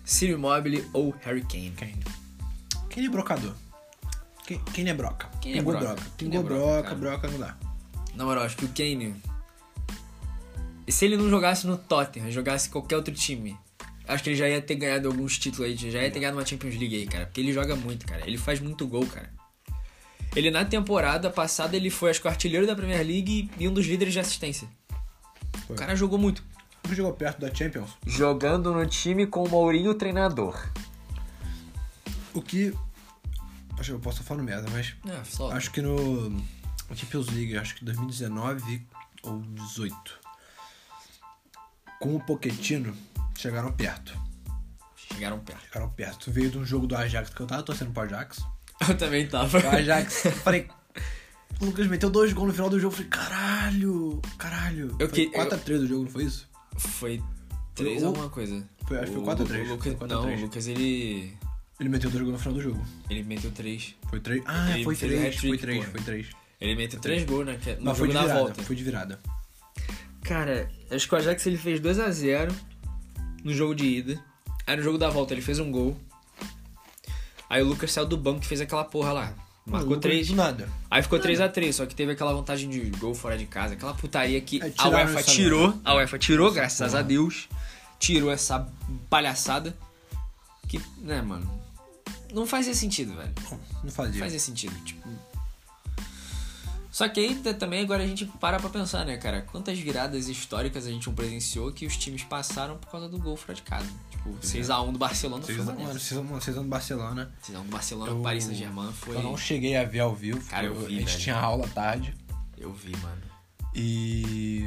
[SPEAKER 1] Ciro Immobile ou Harry Kane?
[SPEAKER 2] Quem? Quem é brocador? Quem, quem é broca?
[SPEAKER 1] Quem é
[SPEAKER 2] Pingou
[SPEAKER 1] broca? Quem
[SPEAKER 2] Pingou
[SPEAKER 1] é broca,
[SPEAKER 2] broca,
[SPEAKER 1] cara?
[SPEAKER 2] broca não dá.
[SPEAKER 1] Na moral, acho que o Kane. Se ele não jogasse no Tottenham, jogasse em qualquer outro time, acho que ele já ia ter ganhado alguns títulos aí, já ia ter ganhado uma Champions League aí, cara. Porque ele joga muito, cara. Ele faz muito gol, cara. Ele na temporada passada ele foi acho que o artilheiro da Premier League e um dos líderes de assistência.
[SPEAKER 2] Foi.
[SPEAKER 1] O cara jogou muito.
[SPEAKER 2] Nunca chegou perto da Champions.
[SPEAKER 1] Jogando no time com o Mourinho treinador.
[SPEAKER 2] O que. Acho que eu posso estar falando merda, mas.
[SPEAKER 1] Ah, só.
[SPEAKER 2] Acho que no. na Champions League, acho que 2019 ou 18. Com o Poquetino, chegaram perto.
[SPEAKER 1] Chegaram perto. [laughs]
[SPEAKER 2] Chegaram perto. Tu veio de um jogo do Ajax, que eu tava torcendo pro Ajax.
[SPEAKER 1] Eu também tava. [laughs]
[SPEAKER 2] O Ajax, falei. O Lucas meteu dois gols no final do jogo. Falei, caralho, caralho.
[SPEAKER 1] Eu
[SPEAKER 2] Foi
[SPEAKER 1] que-
[SPEAKER 2] 4x3 do jogo, não foi isso?
[SPEAKER 1] Foi 3
[SPEAKER 2] O-
[SPEAKER 1] alguma coisa.
[SPEAKER 2] foi- acho que foi
[SPEAKER 1] O-
[SPEAKER 2] 4 a 3,
[SPEAKER 1] o Lucas-
[SPEAKER 2] foi 4 a
[SPEAKER 1] Não, o
[SPEAKER 2] 3.
[SPEAKER 1] Lucas ele.
[SPEAKER 2] Ele meteu dois gols no final do jogo.
[SPEAKER 1] Ele meteu 3.
[SPEAKER 2] Foi 3. Ah,
[SPEAKER 1] Ele
[SPEAKER 2] foi
[SPEAKER 1] fez o
[SPEAKER 2] 3,
[SPEAKER 1] hat-trick,
[SPEAKER 2] foi 3,
[SPEAKER 1] porra.
[SPEAKER 2] foi 3.
[SPEAKER 1] Ele meteu três gols na, que- é no
[SPEAKER 2] É. Mas
[SPEAKER 1] jogo
[SPEAKER 2] foi de
[SPEAKER 1] da
[SPEAKER 2] virada,
[SPEAKER 1] volta.
[SPEAKER 2] foi de virada.
[SPEAKER 1] Cara, acho que o Ajax ele fez 2 a 0 no jogo de ida. Aí no jogo da volta ele fez um gol. Aí o Lucas saiu do banco e fez aquela porra lá. Marcou
[SPEAKER 2] Lucas,
[SPEAKER 1] 3.
[SPEAKER 2] Do nada.
[SPEAKER 1] Aí ficou 3 a 3 só que teve aquela vantagem de gol fora de casa, aquela putaria que
[SPEAKER 2] É,
[SPEAKER 1] a
[SPEAKER 2] tiraram
[SPEAKER 1] UEFA
[SPEAKER 2] essa
[SPEAKER 1] tirou. A UEFA tirou, graças a Deus. Tirou essa palhaçada. Que, né, mano? Não fazia sentido, velho.
[SPEAKER 2] Não fazia.
[SPEAKER 1] fazia sentido, tipo. Só que aí t- também agora a gente para pra pensar, né, cara? Quantas viradas históricas a gente não presenciou que os times passaram por causa do gol fora de casa. Tipo, 6x1 do Barcelona
[SPEAKER 2] Vocês
[SPEAKER 1] foi uma
[SPEAKER 2] andam- mano,
[SPEAKER 1] dessas.
[SPEAKER 2] vocês andam- vocês andam no Barcelona.
[SPEAKER 1] 6x1 do Barcelona,
[SPEAKER 2] Eu-
[SPEAKER 1] Paris Saint-Germain foi...
[SPEAKER 2] Eu não cheguei a ver ao vivo.
[SPEAKER 1] Cara, eu
[SPEAKER 2] porque
[SPEAKER 1] vi,
[SPEAKER 2] A gente
[SPEAKER 1] velho.
[SPEAKER 2] tinha aula à tarde.
[SPEAKER 1] Eu vi, mano.
[SPEAKER 2] E.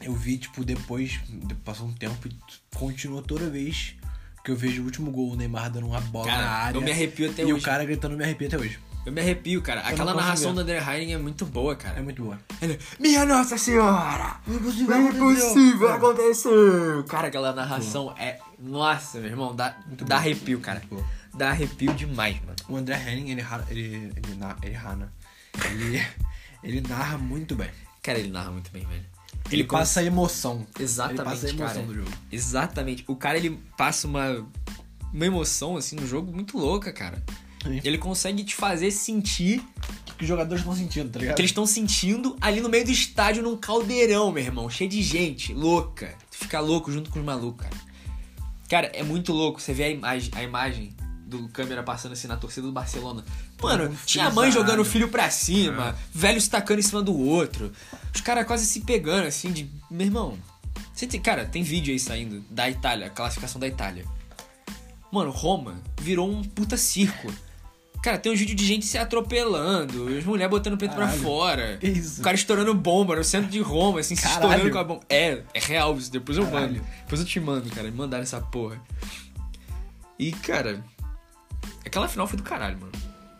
[SPEAKER 2] Eu vi, tipo, depois. de- Passou um tempo e continuou toda vez que eu vejo o último gol, o Neymar dando uma bola na
[SPEAKER 1] Cara,
[SPEAKER 2] área.
[SPEAKER 1] eu me arrepio até
[SPEAKER 2] E o
[SPEAKER 1] hoje.
[SPEAKER 2] cara gritando me arrepio até hoje.
[SPEAKER 1] Eu me arrepio, cara. Aquela
[SPEAKER 2] não consigo
[SPEAKER 1] narração
[SPEAKER 2] ver.
[SPEAKER 1] do André Heining é muito boa,
[SPEAKER 2] É
[SPEAKER 1] cara.
[SPEAKER 2] muito boa.
[SPEAKER 1] Ele, Minha Nossa Senhora!
[SPEAKER 2] Impossível,
[SPEAKER 1] Não é
[SPEAKER 2] aconteceu."
[SPEAKER 1] possível, aconteceu! Cara, aquela narração é... Nossa, meu irmão, dá, dá arrepio, cara.
[SPEAKER 2] boa.
[SPEAKER 1] Dá arrepio demais, mano.
[SPEAKER 2] O André Henning, ele ra- ele, ele, na- ele rana. Ele, [laughs] ele narra muito bem.
[SPEAKER 1] Cara, ele narra muito bem, velho.
[SPEAKER 2] Ele,
[SPEAKER 1] cons-
[SPEAKER 2] passa a emoção.
[SPEAKER 1] Exatamente,
[SPEAKER 2] ele passa a emoção
[SPEAKER 1] cara.
[SPEAKER 2] do jogo.
[SPEAKER 1] Exatamente. O cara, ele passa uma... Uma emoção, assim, no jogo muito louca, cara.
[SPEAKER 2] Sim.
[SPEAKER 1] Ele consegue te fazer sentir
[SPEAKER 2] O que os jogadores estão sentindo, tá
[SPEAKER 1] o
[SPEAKER 2] ligado?
[SPEAKER 1] que eles estão sentindo ali no meio do estádio, num caldeirão, meu irmão. Cheio de gente, louca. Tu fica louco junto com os malucos, cara. Cara, é muito louco. Você vê a imagem, a imagem do câmera passando assim na torcida do Barcelona. Mano,
[SPEAKER 2] mundo
[SPEAKER 1] tinha a mãe
[SPEAKER 2] frisado.
[SPEAKER 1] jogando o filho pra cima, velho se tacando em cima do outro. Os caras quase se pegando, assim, de. Meu irmão. Você tem... Cara, tem vídeo aí saindo da Itália, a classificação da Itália. Mano, Roma virou um puta circo. Cara, tem um vídeo de gente se atropelando, as mulheres botando o peito pra
[SPEAKER 2] Caralho.
[SPEAKER 1] fora.
[SPEAKER 2] Que isso?
[SPEAKER 1] O cara estourando bomba no centro de Roma, assim, se
[SPEAKER 2] Caralho.
[SPEAKER 1] estourando com a bomba. É, é real isso. Depois eu
[SPEAKER 2] Caralho.
[SPEAKER 1] mando. Depois eu te mando, cara. Me mandaram essa porra. E, cara, aquela final foi do caralho, mano.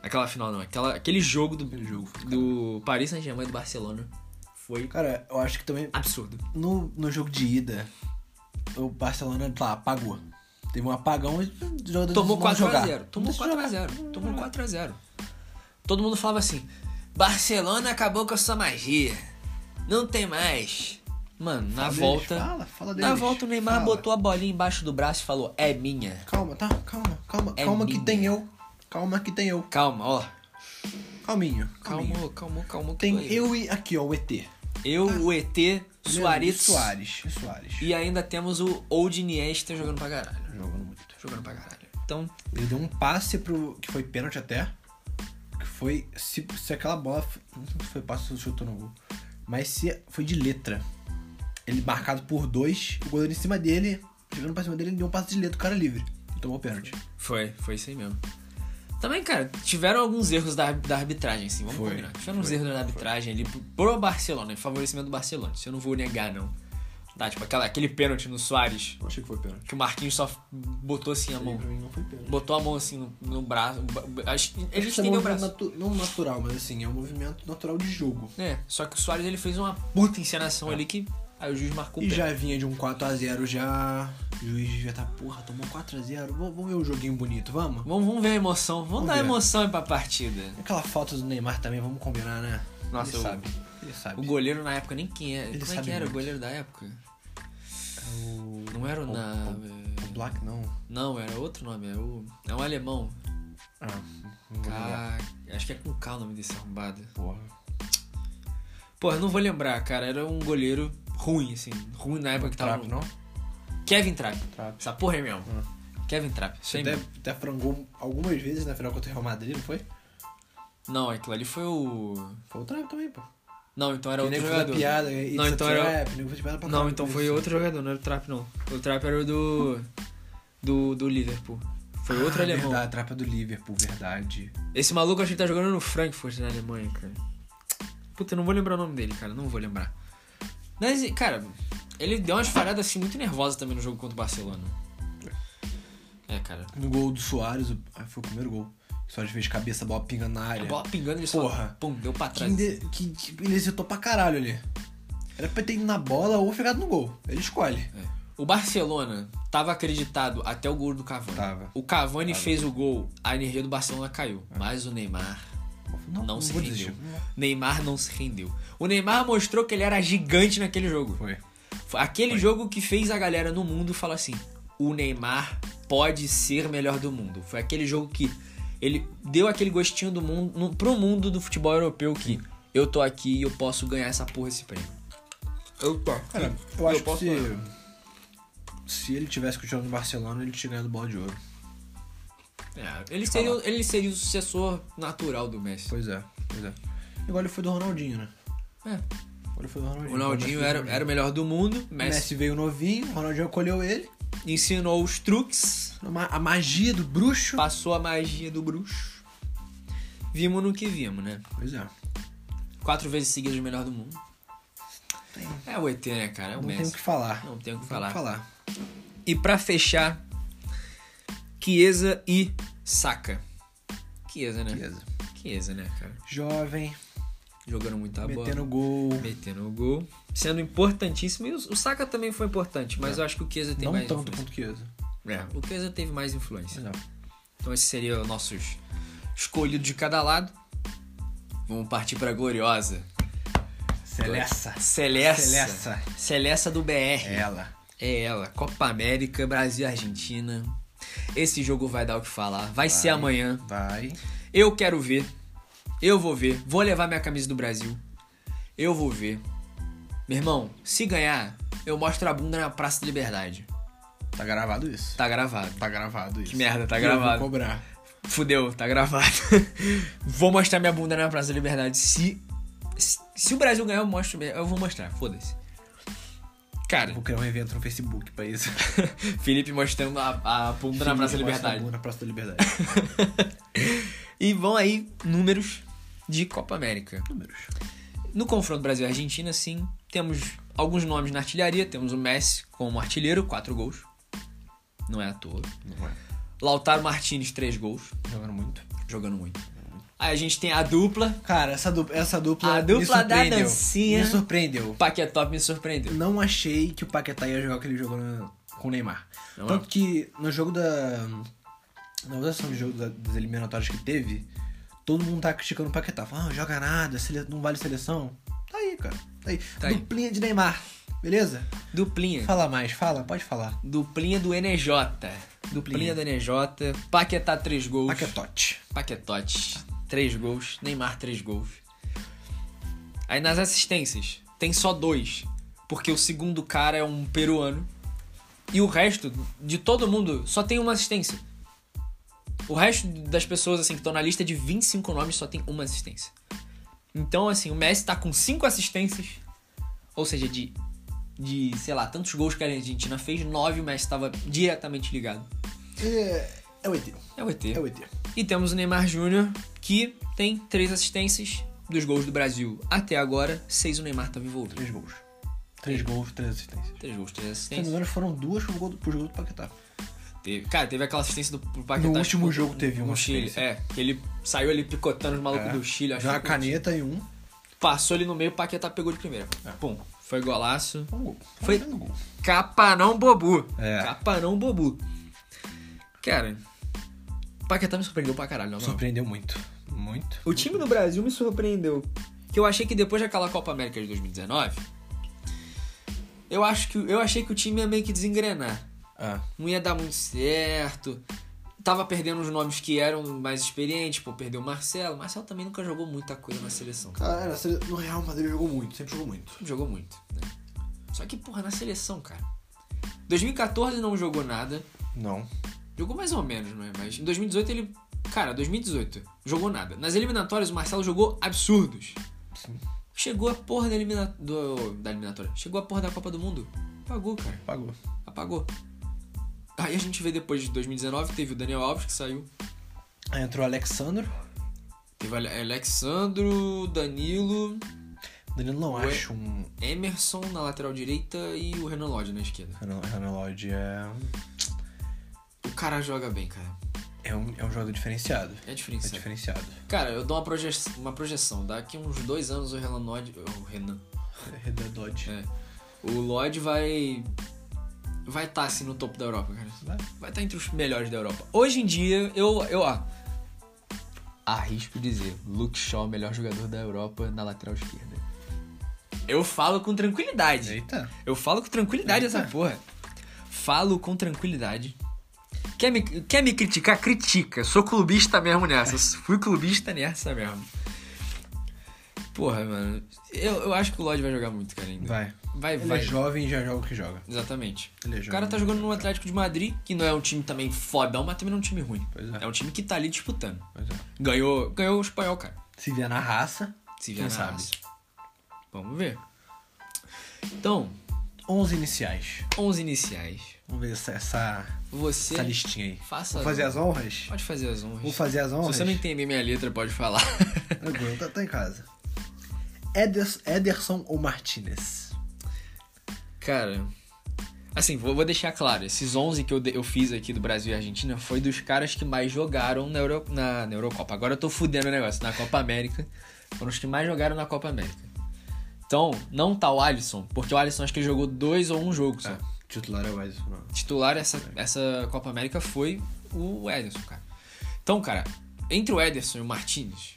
[SPEAKER 1] Aquela final não, aquela, aquele jogo do,
[SPEAKER 2] Aquele jogo foi do
[SPEAKER 1] do Paris Saint-Germain e do Barcelona foi
[SPEAKER 2] Cara, eu acho que também
[SPEAKER 1] absurdo.
[SPEAKER 2] no, no jogo de ida, o Barcelona, sei lá, apagou. Teve um apagão e os jogadores
[SPEAKER 1] Tomou
[SPEAKER 2] não vão
[SPEAKER 1] 4x0.
[SPEAKER 2] jogar.
[SPEAKER 1] Tomou
[SPEAKER 2] Deixa eu jogar.
[SPEAKER 1] 4x0. Tomou 4x0. Todo mundo falava assim: Barcelona acabou com a sua magia. Não tem mais. Mano, na
[SPEAKER 2] Fala deles,
[SPEAKER 1] volta.
[SPEAKER 2] fala, fala
[SPEAKER 1] na
[SPEAKER 2] deles,
[SPEAKER 1] volta o Neymar
[SPEAKER 2] fala.
[SPEAKER 1] botou a bolinha embaixo do braço e falou: É minha.
[SPEAKER 2] Calma, tá? Calma, calma.
[SPEAKER 1] É
[SPEAKER 2] calma que
[SPEAKER 1] minha.
[SPEAKER 2] tem eu. Calma que tem eu.
[SPEAKER 1] Calma, ó.
[SPEAKER 2] Calminho. calminho.
[SPEAKER 1] Calmou, calmou, calmou. que
[SPEAKER 2] Tem
[SPEAKER 1] doeu.
[SPEAKER 2] eu e aqui, ó, o ET.
[SPEAKER 1] Eu, o ET, Suárez.
[SPEAKER 2] Soares. Soares.
[SPEAKER 1] E ainda temos o Old Iniesta jogando pra caralho.
[SPEAKER 2] Jogando muito.
[SPEAKER 1] Jogando pra caralho. Então,
[SPEAKER 2] Ele deu um passe pro. que foi pênalti até. Que foi. Se, se aquela bola. f- Não sei se foi passe ou se chutou no gol. Mas se foi de letra. Ele marcado por dois, o goleiro em cima dele, chegando pra cima dele, ele deu um passe de letra, o cara livre. E tomou o pênalti.
[SPEAKER 1] foi, foi isso aí mesmo. Também, cara, tiveram alguns erros da, da arbitragem, assim, vamos
[SPEAKER 2] Foi,
[SPEAKER 1] combinar. Tiveram uns
[SPEAKER 2] foi,
[SPEAKER 1] erros da arbitragem ali pro, pro Barcelona, em favorecimento do Barcelona. Isso eu não vou negar, não. Tá, tipo, aquela, aquele pênalti no Soares,
[SPEAKER 2] Eu achei que foi pênalti.
[SPEAKER 1] que o Marquinhos só botou assim a mão.
[SPEAKER 2] mim não foi pênalti.
[SPEAKER 1] Botou a mão assim no, no braço. ba- Acho que ele
[SPEAKER 2] Esse é um
[SPEAKER 1] estendeu o
[SPEAKER 2] movimento
[SPEAKER 1] braço.
[SPEAKER 2] natu- não natural, mas assim, é um movimento natural de jogo.
[SPEAKER 1] É, só que o Soares ele fez uma puta encenação ali que. Aí o juiz marcou o
[SPEAKER 2] É. E
[SPEAKER 1] pênalti.
[SPEAKER 2] já vinha de um 4x0 já. O juiz devia tá, porra, tomou 4x0. Vamos vamos ver um joguinho bonito, vamos?
[SPEAKER 1] Vamos, vamos ver a emoção. Vamos,
[SPEAKER 2] Vamos
[SPEAKER 1] dar
[SPEAKER 2] ver.
[SPEAKER 1] emoção aí pra partida.
[SPEAKER 2] Aquela falta do Neymar também, vamos combinar, né?
[SPEAKER 1] Nossa,
[SPEAKER 2] ele
[SPEAKER 1] eu-
[SPEAKER 2] sabe. Ele sabe.
[SPEAKER 1] O goleiro na época nem quem era.
[SPEAKER 2] Ele
[SPEAKER 1] Como é
[SPEAKER 2] sabe
[SPEAKER 1] que era o
[SPEAKER 2] muito.
[SPEAKER 1] goleiro da época?
[SPEAKER 2] O...
[SPEAKER 1] Não era o
[SPEAKER 2] O-
[SPEAKER 1] na.
[SPEAKER 2] o Black não.
[SPEAKER 1] Não, era outro nome. Era o... É um alemão.
[SPEAKER 2] Ah, não vou lembrar.
[SPEAKER 1] Ca- Acho que é com K o nome desse arrombado.
[SPEAKER 2] Porra.
[SPEAKER 1] Porra, eu não vou lembrar, cara. Era um goleiro ruim, assim. Ruim na época que tava.
[SPEAKER 2] Trap,
[SPEAKER 1] no-
[SPEAKER 2] não?
[SPEAKER 1] Kevin Trapp.
[SPEAKER 2] Trapp. Ah.
[SPEAKER 1] Essa porra é mesmo. Kevin Trapp. Isso aí
[SPEAKER 2] Até,
[SPEAKER 1] mesmo.
[SPEAKER 2] até frangou algumas vezes na final contra o Real Madrid, não foi?
[SPEAKER 1] Não, aquilo ali foi o.
[SPEAKER 2] Foi o Trap também, pô.
[SPEAKER 1] Não, então era
[SPEAKER 2] Que
[SPEAKER 1] outro
[SPEAKER 2] nego fez a
[SPEAKER 1] jogador.
[SPEAKER 2] piada, it's
[SPEAKER 1] Não,
[SPEAKER 2] a
[SPEAKER 1] então era-
[SPEAKER 2] trap, nego fez piada é pra
[SPEAKER 1] Não,
[SPEAKER 2] caralho né?
[SPEAKER 1] então
[SPEAKER 2] com
[SPEAKER 1] foi
[SPEAKER 2] isso.
[SPEAKER 1] outro jogador, não era o Trap, não. O Trap era o do. do, do Liverpool. Foi outro
[SPEAKER 2] ah,
[SPEAKER 1] alemão.
[SPEAKER 2] Verdade, Trap é do Liverpool, verdade.
[SPEAKER 1] Esse maluco acho que tá jogando no Frankfurt, na Alemanha, cara. Puta, eu não vou lembrar o nome dele, cara, não vou lembrar. Mas, cara, ele deu umas paradas assim muito nervosas também no jogo contra o Barcelona. É, cara.
[SPEAKER 2] No gol do Soares, o- ah, foi o primeiro gol. O Soares fez cabeça, a bola pinga na
[SPEAKER 1] A
[SPEAKER 2] área.
[SPEAKER 1] É bola pingando, ele só.
[SPEAKER 2] Porra.
[SPEAKER 1] Pum, deu pra
[SPEAKER 2] Que,
[SPEAKER 1] trás.
[SPEAKER 2] inde- que, que ele hesitou pra caralho ali. Era pra ter ido na bola ou pegado no gol. Ele escolhe.
[SPEAKER 1] É. O Barcelona tava acreditado até o gol do Cavani.
[SPEAKER 2] Tava. É.
[SPEAKER 1] O Cavani fez o gol, a energia do Barcelona caiu. Mas o Neymar não, se
[SPEAKER 2] vou
[SPEAKER 1] rendeu.
[SPEAKER 2] desistir.
[SPEAKER 1] Neymar não se rendeu. O Neymar mostrou que ele era gigante naquele jogo.
[SPEAKER 2] Foi.
[SPEAKER 1] Foi Aquele jogo que fez a galera no mundo falar assim: o Neymar pode ser melhor do mundo. Foi aquele jogo que ele deu aquele gostinho do mundo no, pro mundo do futebol europeu que eu tô aqui e eu posso ganhar essa porra esse prêmio. Eu tô.
[SPEAKER 2] Cara, eu acho que
[SPEAKER 1] posso
[SPEAKER 2] se,
[SPEAKER 1] ganhar.
[SPEAKER 2] se ele tivesse continuado no Barcelona, ele tinha ganhado bola de ouro.
[SPEAKER 1] É, ele, seria, ele seria o sucessor natural do Messi.
[SPEAKER 2] Pois é, pois é. Igual ele foi do Ronaldinho, né?
[SPEAKER 1] É.
[SPEAKER 2] Igual ele foi do Ronaldinho.
[SPEAKER 1] O Ronaldinho
[SPEAKER 2] Igual
[SPEAKER 1] era,
[SPEAKER 2] ele foi do
[SPEAKER 1] era o melhor do mundo,
[SPEAKER 2] Messi.
[SPEAKER 1] Messi
[SPEAKER 2] Messi veio novinho, o Ronaldinho acolheu ele.
[SPEAKER 1] ensinou os truques,
[SPEAKER 2] A ma- A magia do bruxo.
[SPEAKER 1] passou a magia do bruxo. Vimos no que vimos, né?
[SPEAKER 2] Pois é.
[SPEAKER 1] Quatro vezes seguidas o melhor do mundo. É o ET, né, cara? É o
[SPEAKER 2] Não tem o
[SPEAKER 1] Messi.
[SPEAKER 2] que falar.
[SPEAKER 1] Não tem o que
[SPEAKER 2] Não tem o
[SPEAKER 1] falar. E pra fechar, Chiesa e Saka. Chiesa, né?
[SPEAKER 2] Beleza.
[SPEAKER 1] Chiesa, né, cara?
[SPEAKER 2] Jovem,
[SPEAKER 1] Jogando muita
[SPEAKER 2] metendo
[SPEAKER 1] bola.
[SPEAKER 2] gol.
[SPEAKER 1] Metendo o gol. Sendo importantíssimo. E o, o Saka também foi importante, mas eu acho que o Chiesa tem
[SPEAKER 2] É. Não
[SPEAKER 1] mais um
[SPEAKER 2] tanto
[SPEAKER 1] influência.
[SPEAKER 2] quanto Chiesa.
[SPEAKER 1] É, o Chiesa teve mais influência.
[SPEAKER 2] Pois é.
[SPEAKER 1] Então esses seriam os nossos escolhidos de cada lado. Vamos partir pra gloriosa.
[SPEAKER 2] Celessa.
[SPEAKER 1] Celeste.
[SPEAKER 2] Celessa.
[SPEAKER 1] Celessa do BR.
[SPEAKER 2] Ela.
[SPEAKER 1] É ela, Copa América, Brasil e Argentina. Esse jogo vai dar o que falar. Vai, ser amanhã.
[SPEAKER 2] Vai.
[SPEAKER 1] Eu quero ver. Eu vou ver. Vou levar minha camisa do Brasil. Eu vou ver. Meu irmão, se ganhar, eu mostro a bunda na Praça da Liberdade.
[SPEAKER 2] Tá gravado isso.
[SPEAKER 1] Tá gravado.
[SPEAKER 2] Tá gravado isso.
[SPEAKER 1] Que merda, tá
[SPEAKER 2] E eu vou
[SPEAKER 1] gravado.
[SPEAKER 2] cobrar.
[SPEAKER 1] Fudeu, tá gravado. [laughs] vou mostrar minha bunda na Praça da Liberdade. Se, se, se o Brasil ganhar, eu mostro. mesmo. Eu vou mostrar, foda-se. Cara, [laughs]
[SPEAKER 2] Vou criar um evento no Facebook pra isso.
[SPEAKER 1] Felipe mostrando a, a bunda na Praça da Liberdade.
[SPEAKER 2] Na Praça da Liberdade.
[SPEAKER 1] [laughs] E vão aí números de Copa América.
[SPEAKER 2] Números.
[SPEAKER 1] No confronto Brasil-Argentina, sim, temos alguns nomes na artilharia. Temos o Messi como artilheiro, quatro gols. Não é à toa.
[SPEAKER 2] Não é.
[SPEAKER 1] Lautaro Martinez, três gols.
[SPEAKER 2] Jogando muito.
[SPEAKER 1] Jogando muito. Aí a gente tem a dupla.
[SPEAKER 2] Cara, essa dupla, essa dupla,
[SPEAKER 1] A dupla da
[SPEAKER 2] me surpreendeu.
[SPEAKER 1] dancinha.
[SPEAKER 2] Me surpreendeu.
[SPEAKER 1] Paquetop me surpreendeu.
[SPEAKER 2] Não achei que o Paquetá ia jogar aquele jogo no- com o Neymar.
[SPEAKER 1] Não é.
[SPEAKER 2] Tanto que no jogo da... Na votação de jogo da- das eliminatórias que teve, todo mundo tá criticando o Paquetá. Falando, ah, não joga nada, sele- não vale seleção. Tá aí, cara. Tá aí.
[SPEAKER 1] Tá aí.
[SPEAKER 2] Duplinha de Neymar. Beleza?
[SPEAKER 1] Duplinha.
[SPEAKER 2] Fala mais, fala, pode falar.
[SPEAKER 1] Duplinha do NJ. Duplinha do NJ. Paquetá, três gols.
[SPEAKER 2] Paquetote.
[SPEAKER 1] Paquetote. três gols. Neymar, três gols. Aí nas assistências, tem só dois. Porque o segundo cara é um peruano. E o resto de todo mundo só tem uma assistência. O resto das pessoas assim que estão na lista de 25 nomes só tem uma assistência. Então, assim, o Messi tá com cinco assistências. Ou seja, de, de sei lá, tantos gols que a Argentina fez, nove o Messi estava diretamente ligado.
[SPEAKER 2] É, é o ET.
[SPEAKER 1] É o ET.
[SPEAKER 2] É o ET.
[SPEAKER 1] E temos o Neymar Júnior, que tem três assistências dos gols do Brasil. Até agora, seis o Neymar estava envolvido.
[SPEAKER 2] Três gols. Três gols, três assistências.
[SPEAKER 1] Três gols, três
[SPEAKER 2] Se não me
[SPEAKER 1] assistências.
[SPEAKER 2] engano, foram duas pro gol do, pro jogo do Paquetá.
[SPEAKER 1] Teve- cara, teve aquela assistência do pro Paquetá.
[SPEAKER 2] No último
[SPEAKER 1] tipo,
[SPEAKER 2] jogo teve
[SPEAKER 1] no
[SPEAKER 2] uma
[SPEAKER 1] Chile.
[SPEAKER 2] assistência.
[SPEAKER 1] É, que ele saiu ali picotando os malucos
[SPEAKER 2] É.
[SPEAKER 1] do Chile.
[SPEAKER 2] Já
[SPEAKER 1] achou
[SPEAKER 2] a
[SPEAKER 1] que-
[SPEAKER 2] caneta É. e um.
[SPEAKER 1] Passou ali no meio, o Paquetá pegou de primeira. Pum, foi golaço.
[SPEAKER 2] Um gol.
[SPEAKER 1] Foi-
[SPEAKER 2] Um gol.
[SPEAKER 1] Capanão bobu.
[SPEAKER 2] É.
[SPEAKER 1] Capanão bobu. Cara, o Paquetá me surpreendeu pra caralho. Não,
[SPEAKER 2] Surpreendeu muito. Muito.
[SPEAKER 1] O time do Brasil me surpreendeu. Que eu achei que depois daquela Copa América de 2019, eu acho que eu achei que o time ia meio que desengrenar.
[SPEAKER 2] Ah,
[SPEAKER 1] Não ia dar muito certo. Tava perdendo os nomes que eram mais experientes, pô, perdeu o Marcelo. O Marcelo também nunca jogou muita coisa na seleção.
[SPEAKER 2] cara, no Real Madrid jogou muito, sempre jogou muito.
[SPEAKER 1] Jogou muito, né? Só que, porra, na seleção, cara. 2014 não jogou nada.
[SPEAKER 2] Não.
[SPEAKER 1] Jogou mais ou menos, não é? Mas em 2018 ele. Cara, 2018, jogou nada. Nas eliminatórias o Marcelo jogou absurdos.
[SPEAKER 2] Sim.
[SPEAKER 1] Chegou a porra da, elimina... do- da eliminatória. Chegou a porra da Copa do Mundo. Apagou, cara.
[SPEAKER 2] Pagou.
[SPEAKER 1] Apagou. Aí a gente vê depois de 2019, teve o Daniel Alves que saiu.
[SPEAKER 2] Aí entrou o Alexandro.
[SPEAKER 1] Teve Ale- Alexandro, Danilo,
[SPEAKER 2] Danilo não
[SPEAKER 1] Ué.
[SPEAKER 2] acho um.
[SPEAKER 1] Emerson na lateral direita e o Renan Lodge na esquerda.
[SPEAKER 2] Renan- Renan Lodge é.
[SPEAKER 1] O cara joga bem, cara.
[SPEAKER 2] É um, é um jogador diferenciado.
[SPEAKER 1] É
[SPEAKER 2] É
[SPEAKER 1] diferenciado.
[SPEAKER 2] diferenciado.
[SPEAKER 1] Cara, eu dou uma, proje... uma projeção. Daqui uns dois anos o Renan Lodge. O Renan.
[SPEAKER 2] Renan Lodge.
[SPEAKER 1] É. O Lodge vai. Vai estar assim no topo da Europa, cara.
[SPEAKER 2] Vai.
[SPEAKER 1] Vai estar entre os melhores da Europa. Hoje em dia, eu. eu ó, arrisco dizer: Luke Shaw, melhor jogador da Europa na lateral esquerda. Eu falo com tranquilidade.
[SPEAKER 2] Eita.
[SPEAKER 1] Eu falo com tranquilidade essa porra. Falo com tranquilidade. Quer me, quer me criticar? Critica. Sou clubista mesmo
[SPEAKER 2] [laughs]
[SPEAKER 1] nessa. Fui clubista nessa mesmo. Porra, mano. Eu, eu acho que o Lodge vai jogar muito, cara, ainda.
[SPEAKER 2] Vai.
[SPEAKER 1] Vai,
[SPEAKER 2] Ele
[SPEAKER 1] vai.
[SPEAKER 2] é jovem e já joga o que joga.
[SPEAKER 1] Exatamente.
[SPEAKER 2] Ele é
[SPEAKER 1] O cara
[SPEAKER 2] jovem.
[SPEAKER 1] tá jogando no Atlético de Madrid, que não é um time também fodão, mas também não é um time ruim.
[SPEAKER 2] Pois é.
[SPEAKER 1] um time que tá ali disputando.
[SPEAKER 2] Pois é.
[SPEAKER 1] Ganhou, ganhou o espanhol, cara.
[SPEAKER 2] Se vier na raça,
[SPEAKER 1] Se
[SPEAKER 2] Quem
[SPEAKER 1] vier na
[SPEAKER 2] sabe?
[SPEAKER 1] raça. Vamos ver. Então,
[SPEAKER 2] 11 iniciais.
[SPEAKER 1] 11 iniciais.
[SPEAKER 2] Vamos ver essa, essa,
[SPEAKER 1] Você
[SPEAKER 2] essa listinha aí.
[SPEAKER 1] faça
[SPEAKER 2] Tá Vou fazer
[SPEAKER 1] honras.
[SPEAKER 2] as honras?
[SPEAKER 1] Pode fazer as honras.
[SPEAKER 2] Vou fazer as
[SPEAKER 1] Se
[SPEAKER 2] honras?
[SPEAKER 1] você não entender minha letra, pode falar. [laughs]
[SPEAKER 2] Tranquilo, tá, tá em casa. [laughs] Eders- Ederson ou Martinez?
[SPEAKER 1] Cara, assim, vou, vou deixar claro. Esses 11 que eu, de- eu fiz aqui do Brasil e Argentina foi dos caras que mais jogaram na, Euro, na, na Eurocopa. Agora eu tô fudendo o negócio. Na Copa América, foram os que mais jogaram na Copa América. Então, não tá o Alisson, porque o Alisson acho que ele jogou dois ou um jogo só.
[SPEAKER 2] Titular é o Ederson, não.
[SPEAKER 1] Titular essa, essa Copa América foi o Ederson, cara. Então, cara, entre o Ederson e o Martinez,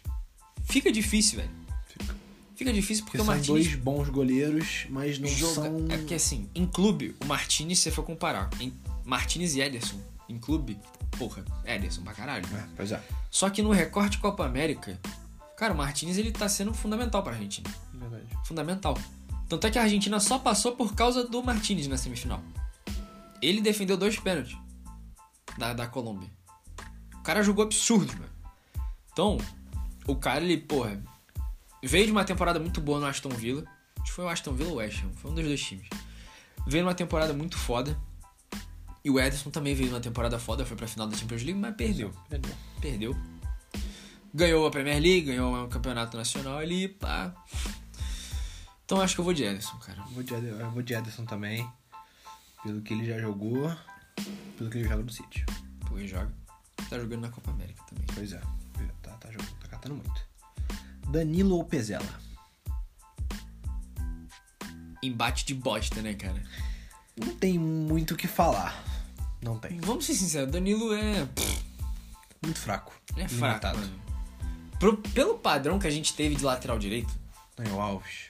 [SPEAKER 1] fica difícil, velho.
[SPEAKER 2] Fica.
[SPEAKER 1] Fica difícil porque
[SPEAKER 2] Porque
[SPEAKER 1] o
[SPEAKER 2] são
[SPEAKER 1] Então, Martinez
[SPEAKER 2] dois bons goleiros, mas não
[SPEAKER 1] joga-
[SPEAKER 2] são...
[SPEAKER 1] É porque assim, em clube, o Martinez, se você for comparar, em Martinez e Ederson, em clube, porra, Ederson pra caralho. né?
[SPEAKER 2] É, pois é.
[SPEAKER 1] Só que no recorte Copa América, cara, o Martinez ele tá sendo fundamental pra Argentina.
[SPEAKER 2] Verdade.
[SPEAKER 1] Fundamental. Tanto é que a Argentina só passou por causa do Martinez na semifinal. Ele defendeu dois pênaltis da, da Colômbia. O cara jogou absurdo, mano. Então, o cara, ele, porra, veio de uma temporada muito boa no Aston Villa. Acho que foi o Aston Villa ou o West Ham, foi um dos dois times. Veio numa temporada muito foda. E o Ederson também veio numa temporada foda, foi pra final da Champions League, mas perdeu
[SPEAKER 2] Verdade.
[SPEAKER 1] perdeu. Ganhou a Premier League, ganhou o Campeonato Nacional ali, pá. Então acho que eu vou de Ederson, cara.
[SPEAKER 2] Vou de, Eder- eu vou de Ederson também. Pelo que ele já jogou, pelo que ele joga no City.
[SPEAKER 1] Pô, ele joga. Tá jogando na Copa América também.
[SPEAKER 2] Pois é. Tá, tá jogando, tá catando muito. Danilo ou Pezela?
[SPEAKER 1] Embate de bosta, né, cara?
[SPEAKER 2] Não tem muito o que falar. Não tem.
[SPEAKER 1] Vamos ser sinceros, Danilo é.
[SPEAKER 2] Muito fraco.
[SPEAKER 1] É fraco.
[SPEAKER 2] Limitado.
[SPEAKER 1] mano. Pro- pelo padrão que a gente teve de lateral direito,
[SPEAKER 2] Daniel Alves.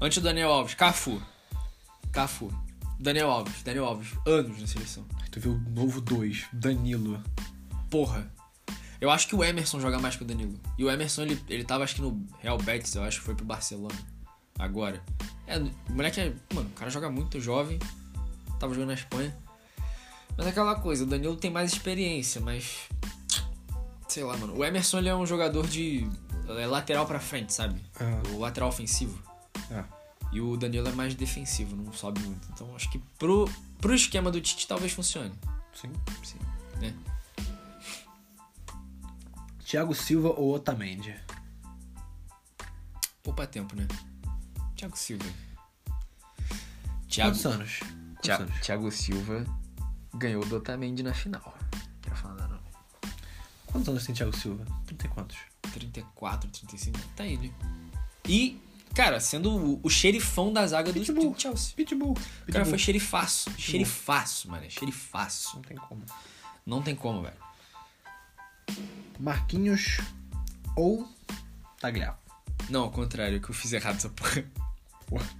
[SPEAKER 1] antes do Daniel Alves, Cafu. Cafu. Daniel Alves, Daniel Alves, anos na seleção.
[SPEAKER 2] Tu viu o novo 2, Danilo.
[SPEAKER 1] Porra. Eu acho que o Emerson joga mais que o Danilo. E o Emerson, ele, ele tava acho que no Real Betis, eu acho que foi pro Barcelona. Agora. É, o moleque é. Mano, o cara joga muito jovem. Tava jogando na Espanha. Mas é aquela coisa, o Danilo tem mais experiência, mas. Sei lá, mano. O Emerson ele é um jogador de. É lateral pra frente, sabe?
[SPEAKER 2] Ah.
[SPEAKER 1] O lateral ofensivo.
[SPEAKER 2] Ah.
[SPEAKER 1] E o Danilo é mais defensivo, não sobe muito. Então acho que pro, pro esquema do Tite talvez funcione.
[SPEAKER 2] Sim.
[SPEAKER 1] Sim. Né?
[SPEAKER 2] Thiago Silva ou Otamendi?
[SPEAKER 1] Poupa tempo, né? Thiago Silva.
[SPEAKER 2] Quantos
[SPEAKER 1] Thiago,
[SPEAKER 2] anos? Quantos
[SPEAKER 1] Thia-
[SPEAKER 2] anos?
[SPEAKER 1] Thiago Silva ganhou do Otamendi na final. Não quero falar nada, não.
[SPEAKER 2] Quantos anos tem Thiago Silva? 30 e quantos?
[SPEAKER 1] 34, 35, tá aí, né? E, cara, sendo o, o xerifão da zaga do,
[SPEAKER 2] Pitbull.
[SPEAKER 1] do Chelsea.
[SPEAKER 2] Pitbull.
[SPEAKER 1] O cara foi xerifaço. Xerifaço, mano. Xerifaço.
[SPEAKER 2] Não tem como.
[SPEAKER 1] Não tem como, velho.
[SPEAKER 2] Marquinhos ou Tagliafico?
[SPEAKER 1] Não, ao contrário, que eu fiz errado essa porra. [laughs]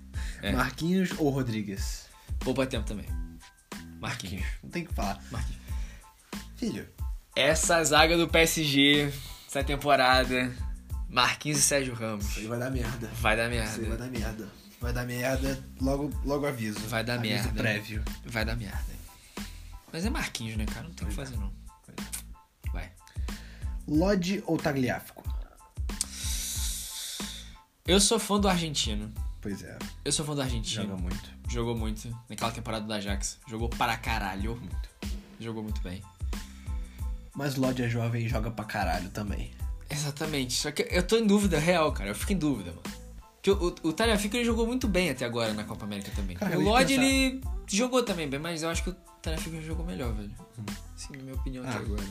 [SPEAKER 1] É.
[SPEAKER 2] Marquinhos ou Rodrigues?
[SPEAKER 1] Poupa tempo também. Marquinhos.
[SPEAKER 2] Não tem o que falar.
[SPEAKER 1] Marquinhos.
[SPEAKER 2] Filho,
[SPEAKER 1] Essa zaga do PSG, essa temporada, Marquinhos e Sérgio Ramos.
[SPEAKER 2] ele vai dar merda.
[SPEAKER 1] Vai dar
[SPEAKER 2] Isso aí
[SPEAKER 1] merda.
[SPEAKER 2] vai dar merda. Vai dar merda, logo, logo aviso.
[SPEAKER 1] Vai dar
[SPEAKER 2] aviso
[SPEAKER 1] merda.
[SPEAKER 2] prévio.
[SPEAKER 1] Vai dar merda. Mas é Marquinhos, né, cara? Não tem o que fazer, não. Vai.
[SPEAKER 2] Lodge ou Tagliafico?
[SPEAKER 1] Eu sou fã do argentino.
[SPEAKER 2] Pois é,
[SPEAKER 1] Eu sou fã do argentino.
[SPEAKER 2] joga muito.
[SPEAKER 1] Jogou muito. Naquela temporada do Ajax. Jogou para caralho.
[SPEAKER 2] Muito.
[SPEAKER 1] Jogou muito bem.
[SPEAKER 2] Mas Lodge é jovem e joga pra caralho também.
[SPEAKER 1] Exatamente. Só que eu tô em dúvida real, cara. Eu fico em dúvida, mano. Porque o, o, o Tagliafico, ele jogou muito bem até agora na Copa América também.
[SPEAKER 2] Cara,
[SPEAKER 1] o
[SPEAKER 2] deixa eu
[SPEAKER 1] Lodge,
[SPEAKER 2] pensar.
[SPEAKER 1] ele jogou também bem, mas eu acho que o Tagliafico jogou melhor, velho. Sim, na minha opinião até
[SPEAKER 2] Ah.
[SPEAKER 1] agora.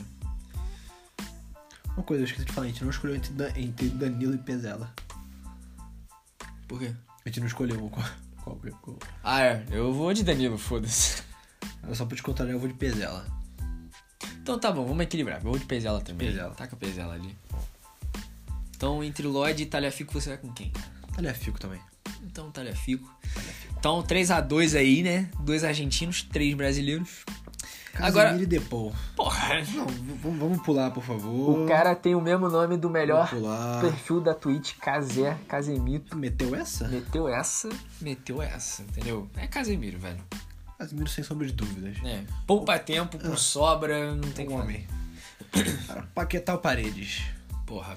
[SPEAKER 2] Uma coisa, eu esqueci de falar, a gente não escolheu entre, Dan- entre Danilo e Pezela.
[SPEAKER 1] Por quê?
[SPEAKER 2] A gente não escolheu um, qual, qual, qual, qual.
[SPEAKER 1] Ah, é. Eu vou de Danilo, foda-se.
[SPEAKER 2] Eu Só pra te contar, eu vou de Pezela.
[SPEAKER 1] Então tá bom, vamos equilibrar. Eu vou de Pezela também.
[SPEAKER 2] Pezela.
[SPEAKER 1] Taca a Pezela ali. Então, entre Lodge e Tagliafico, você vai com quem?
[SPEAKER 2] Tagliafico também.
[SPEAKER 1] Então, Tagliafico. Então, 3x2 aí, né? Dois argentinos, três brasileiros. Agora-
[SPEAKER 2] Casemiro e Depou.
[SPEAKER 1] Porra,
[SPEAKER 2] Não, v- vamos vamos pular, por favor.
[SPEAKER 1] O cara tem o mesmo nome do melhor
[SPEAKER 2] Vamos Hum. pular.
[SPEAKER 1] perfil da Twitch, Kazé, Casemito.
[SPEAKER 2] Meteu essa?
[SPEAKER 1] Meteu essa, meteu essa, entendeu? É Casemiro, velho.
[SPEAKER 2] Casemiro sem sombra de dúvidas.
[SPEAKER 1] É. Poupa tempo, com sobra, não tem
[SPEAKER 2] Um
[SPEAKER 1] como.
[SPEAKER 2] homem. Cara, Paquetá ou Paredes?
[SPEAKER 1] Porra,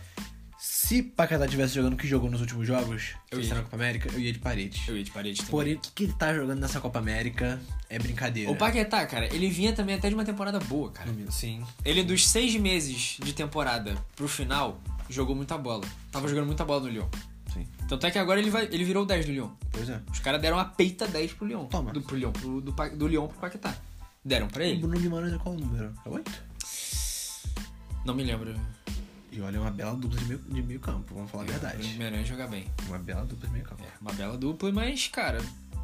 [SPEAKER 2] Se Paquetá tivesse jogando o que jogou nos últimos jogos,
[SPEAKER 1] Eu
[SPEAKER 2] eu
[SPEAKER 1] ia.
[SPEAKER 2] ia na Copa América, eu ia de Paredes.
[SPEAKER 1] eu ia de parede também.
[SPEAKER 2] Porém, o que, que ele tá jogando nessa Copa América é brincadeira.
[SPEAKER 1] O Paquetá, cara, ele vinha também até de uma temporada boa, cara.
[SPEAKER 2] Sim.
[SPEAKER 1] Ele, dos seis meses de temporada pro final, jogou muita bola. Tava jogando muita bola no Lyon.
[SPEAKER 2] Sim.
[SPEAKER 1] Tanto é que agora ele, vai, ele virou o 10 do Lyon.
[SPEAKER 2] Pois é.
[SPEAKER 1] Os caras deram a peita 10 pro Lyon.
[SPEAKER 2] Toma.
[SPEAKER 1] Do, pro Lyon, pro- do, Pa- do Lyon pro Paquetá. Deram pra
[SPEAKER 2] O
[SPEAKER 1] ele?
[SPEAKER 2] Bruno Guimarães é qual o número? É oito?
[SPEAKER 1] Não me lembro.
[SPEAKER 2] E olha, é uma bela dupla de meio, de meio campo, vamos falar a
[SPEAKER 1] O
[SPEAKER 2] verdade.
[SPEAKER 1] Guimarães joga bem.
[SPEAKER 2] Uma bela dupla de meio campo.
[SPEAKER 1] É, uma bela dupla, mas, cara,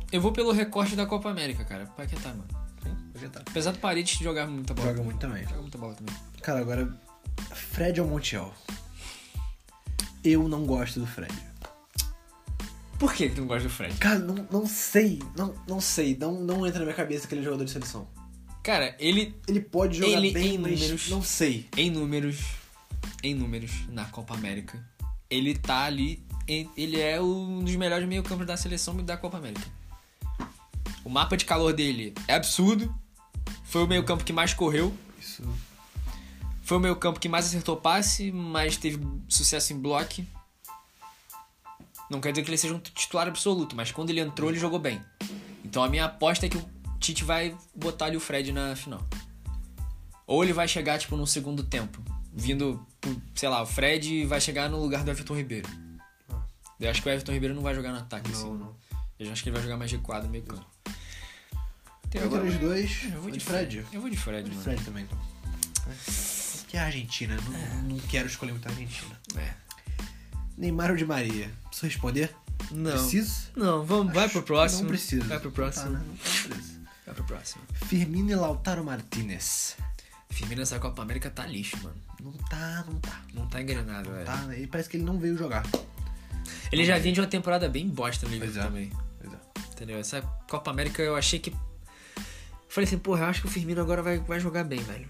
[SPEAKER 1] eu vou pelo recorte da Copa América, cara. Paquetá, mano.
[SPEAKER 2] Sim, Paquetá.
[SPEAKER 1] Apesar do Paredes jogar muita bola.
[SPEAKER 2] Joga muito também.
[SPEAKER 1] Joga muita bola também.
[SPEAKER 2] Cara, agora, Fred ou Montiel? Eu não gosto do Fred.
[SPEAKER 1] Por que que tu não gosta do Fred?
[SPEAKER 2] Cara, não, não sei, não, não sei, não, não entra na minha cabeça aquele jogador de seleção.
[SPEAKER 1] Cara, ele,
[SPEAKER 2] Ele pode jogar
[SPEAKER 1] Ele,
[SPEAKER 2] bem,
[SPEAKER 1] em
[SPEAKER 2] mas
[SPEAKER 1] números-
[SPEAKER 2] não sei.
[SPEAKER 1] em números, em números, na Copa América, ele tá ali, em- ele é um dos melhores meio-campos da seleção e da Copa América. O mapa de calor dele é absurdo. Foi o meio-campo que mais correu.
[SPEAKER 2] Isso.
[SPEAKER 1] Foi o meio campo que mais acertou passe, mas teve sucesso em bloco. Não quer dizer que ele seja um titular absoluto, mas quando ele entrou, ele jogou bem. Então a minha aposta é que o Tite vai botar ali o Fred na final. Ou ele vai chegar, tipo, no segundo tempo. Vindo, por- sei lá, o Fred vai chegar no lugar do Everton Ribeiro. Eu acho que o Everton Ribeiro não vai jogar no ataque, assim.
[SPEAKER 2] não.
[SPEAKER 1] Eu acho que ele vai jogar mais recuado no meio campo.
[SPEAKER 2] É, Eu vou os dois.
[SPEAKER 1] Eu vou de
[SPEAKER 2] Fred.
[SPEAKER 1] Fred. Eu vou de Fred,
[SPEAKER 2] Vou de
[SPEAKER 1] mano.
[SPEAKER 2] Fred também, então. Que é a Argentina, não, não quero escolher muito a Argentina.
[SPEAKER 1] É.
[SPEAKER 2] Neymar ou de Maria? Preciso responder?
[SPEAKER 1] Não.
[SPEAKER 2] Preciso?
[SPEAKER 1] Não, vamos, vai pro próximo.
[SPEAKER 2] Não preciso.
[SPEAKER 1] Vai pro próximo.
[SPEAKER 2] Tá, né? Não preciso.
[SPEAKER 1] Vai pro próximo.
[SPEAKER 2] Firmino e Lautaro Martinez.
[SPEAKER 1] Firmino essa Copa América tá lixo, mano.
[SPEAKER 2] Não tá, não tá.
[SPEAKER 1] Não tá engrenado, velho.
[SPEAKER 2] Tá, né? Ele parece que ele não veio jogar.
[SPEAKER 1] Ele já vinha de uma temporada bem bosta no Liverpool
[SPEAKER 2] é.
[SPEAKER 1] também.
[SPEAKER 2] Pois é.
[SPEAKER 1] Entendeu? Essa Copa América eu achei que Falei assim, porra, eu acho que o Firmino agora vai, vai jogar bem, velho.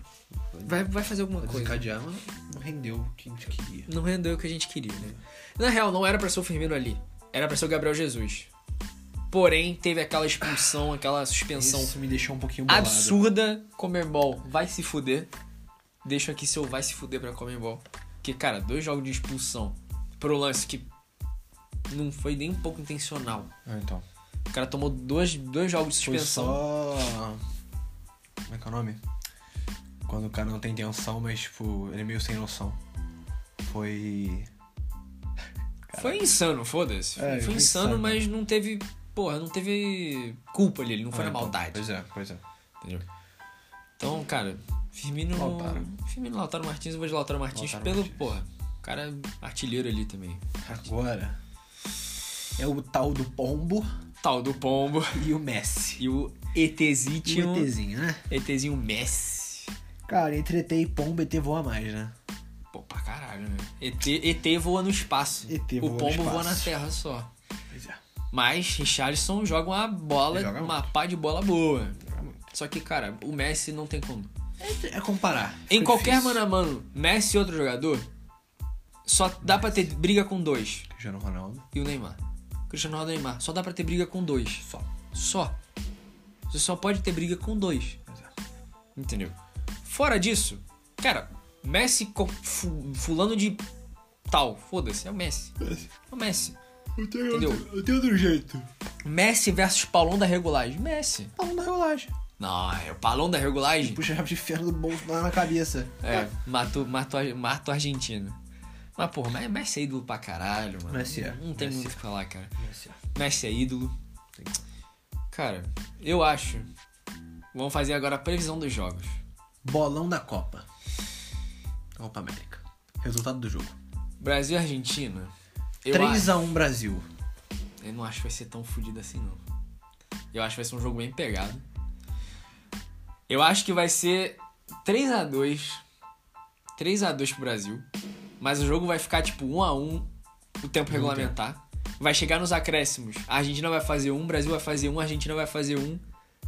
[SPEAKER 1] Vai, vai fazer alguma coisa.
[SPEAKER 2] Desencadear, mas não rendeu o que a gente queria.
[SPEAKER 1] Não rendeu o que a gente queria, né? Na real, não era pra ser o Firmino ali. Era pra ser o Gabriel Jesus. Porém, teve aquela expulsão, aquela suspensão
[SPEAKER 2] Isso me deixou um pouquinho bolado.
[SPEAKER 1] absurda. Comembol, vai se fuder. Deixa aqui seu vai se fuder pra Comembol. Porque, cara, dois jogos de expulsão pro lance que não foi nem um pouco intencional.
[SPEAKER 2] Ah, então.
[SPEAKER 1] O cara tomou dois, dois jogos de
[SPEAKER 2] Foi
[SPEAKER 1] suspensão.
[SPEAKER 2] só... Como é que é o nome? Quando o cara não tem intenção, mas, tipo, ele é meio sem noção. Foi...
[SPEAKER 1] Foi insano, foda-se.
[SPEAKER 2] É,
[SPEAKER 1] foi
[SPEAKER 2] foi
[SPEAKER 1] insano,
[SPEAKER 2] insano.
[SPEAKER 1] mas não teve. Porra, não teve culpa ali, ele não foi
[SPEAKER 2] Ah,
[SPEAKER 1] na
[SPEAKER 2] então.
[SPEAKER 1] maldade.
[SPEAKER 2] Pois é, pois é.
[SPEAKER 1] Entendeu? Então, cara, Firmino.
[SPEAKER 2] Lautaro.
[SPEAKER 1] Firmino Lautaro Martins, eu vou de Lautaro Martins
[SPEAKER 2] Lautaro
[SPEAKER 1] pelo,
[SPEAKER 2] Martins.
[SPEAKER 1] porra. O cara é artilheiro ali também.
[SPEAKER 2] Agora é o tal do Pombo
[SPEAKER 1] Tal do Pombo.
[SPEAKER 2] e o Messi.
[SPEAKER 1] E o ETzinho.
[SPEAKER 2] né?
[SPEAKER 1] ETzinho Messi.
[SPEAKER 2] Cara, entre ET e Pombo, ET voa mais, né?
[SPEAKER 1] Pô, pra caralho, né? ET, ET voa no espaço.
[SPEAKER 2] ET
[SPEAKER 1] o
[SPEAKER 2] voa no
[SPEAKER 1] pombo
[SPEAKER 2] espaço.
[SPEAKER 1] voa na terra só.
[SPEAKER 2] Pois é.
[SPEAKER 1] Mas Richarlison joga uma bola,
[SPEAKER 2] Ele joga
[SPEAKER 1] uma pá de bola boa.
[SPEAKER 2] Joga muito.
[SPEAKER 1] Só que, cara, o Messi não tem como.
[SPEAKER 2] É comparar.
[SPEAKER 1] em qualquer mano a mano, Messi e outro jogador, só dá pra ter briga com dois.
[SPEAKER 2] Cristiano Ronaldo.
[SPEAKER 1] E o Neymar. Cristiano Ronaldo e Neymar. Só dá pra ter briga com dois.
[SPEAKER 2] Só.
[SPEAKER 1] Só. Você só pode ter briga com dois.
[SPEAKER 2] Pois é.
[SPEAKER 1] Entendeu? Fora disso, cara, Messi com fu- fulano de tal. Foda-se, é o Messi. É o Messi.
[SPEAKER 2] Eu tenho,
[SPEAKER 1] Entendeu?
[SPEAKER 2] eu tenho outro jeito.
[SPEAKER 1] Messi versus Paulão da regulagem. Messi.
[SPEAKER 2] Palma da rolagem.
[SPEAKER 1] Não, é o Paulão da regulagem.
[SPEAKER 2] Tá Puxa a chave de ferro do bolso lá na cabeça.
[SPEAKER 1] É, matou, matou, a- matou a Argentina. Mas, porra, mas Messi é ídolo pra caralho, mano.
[SPEAKER 2] Messi é.
[SPEAKER 1] Não, não tem
[SPEAKER 2] Messi
[SPEAKER 1] muito o
[SPEAKER 2] é.
[SPEAKER 1] que falar, cara.
[SPEAKER 2] Messi.
[SPEAKER 1] Messi é ídolo.
[SPEAKER 2] Sim.
[SPEAKER 1] Cara, eu acho. Vamos fazer agora a previsão dos jogos.
[SPEAKER 2] Bolão da Copa. Copa América. Resultado do jogo.
[SPEAKER 1] Brasil e Argentina. Eu, acho,
[SPEAKER 2] 3x1 Brasil.
[SPEAKER 1] eu não acho que vai ser tão fodido assim, não. Eu acho que vai ser um jogo bem pegado. Eu acho que vai ser 3x2. 3x2 pro Brasil. Mas o jogo vai ficar tipo 1x1 o tempo regulamentar. Vai chegar nos acréscimos. A Argentina vai fazer um, o Brasil vai fazer um, a Argentina vai fazer um.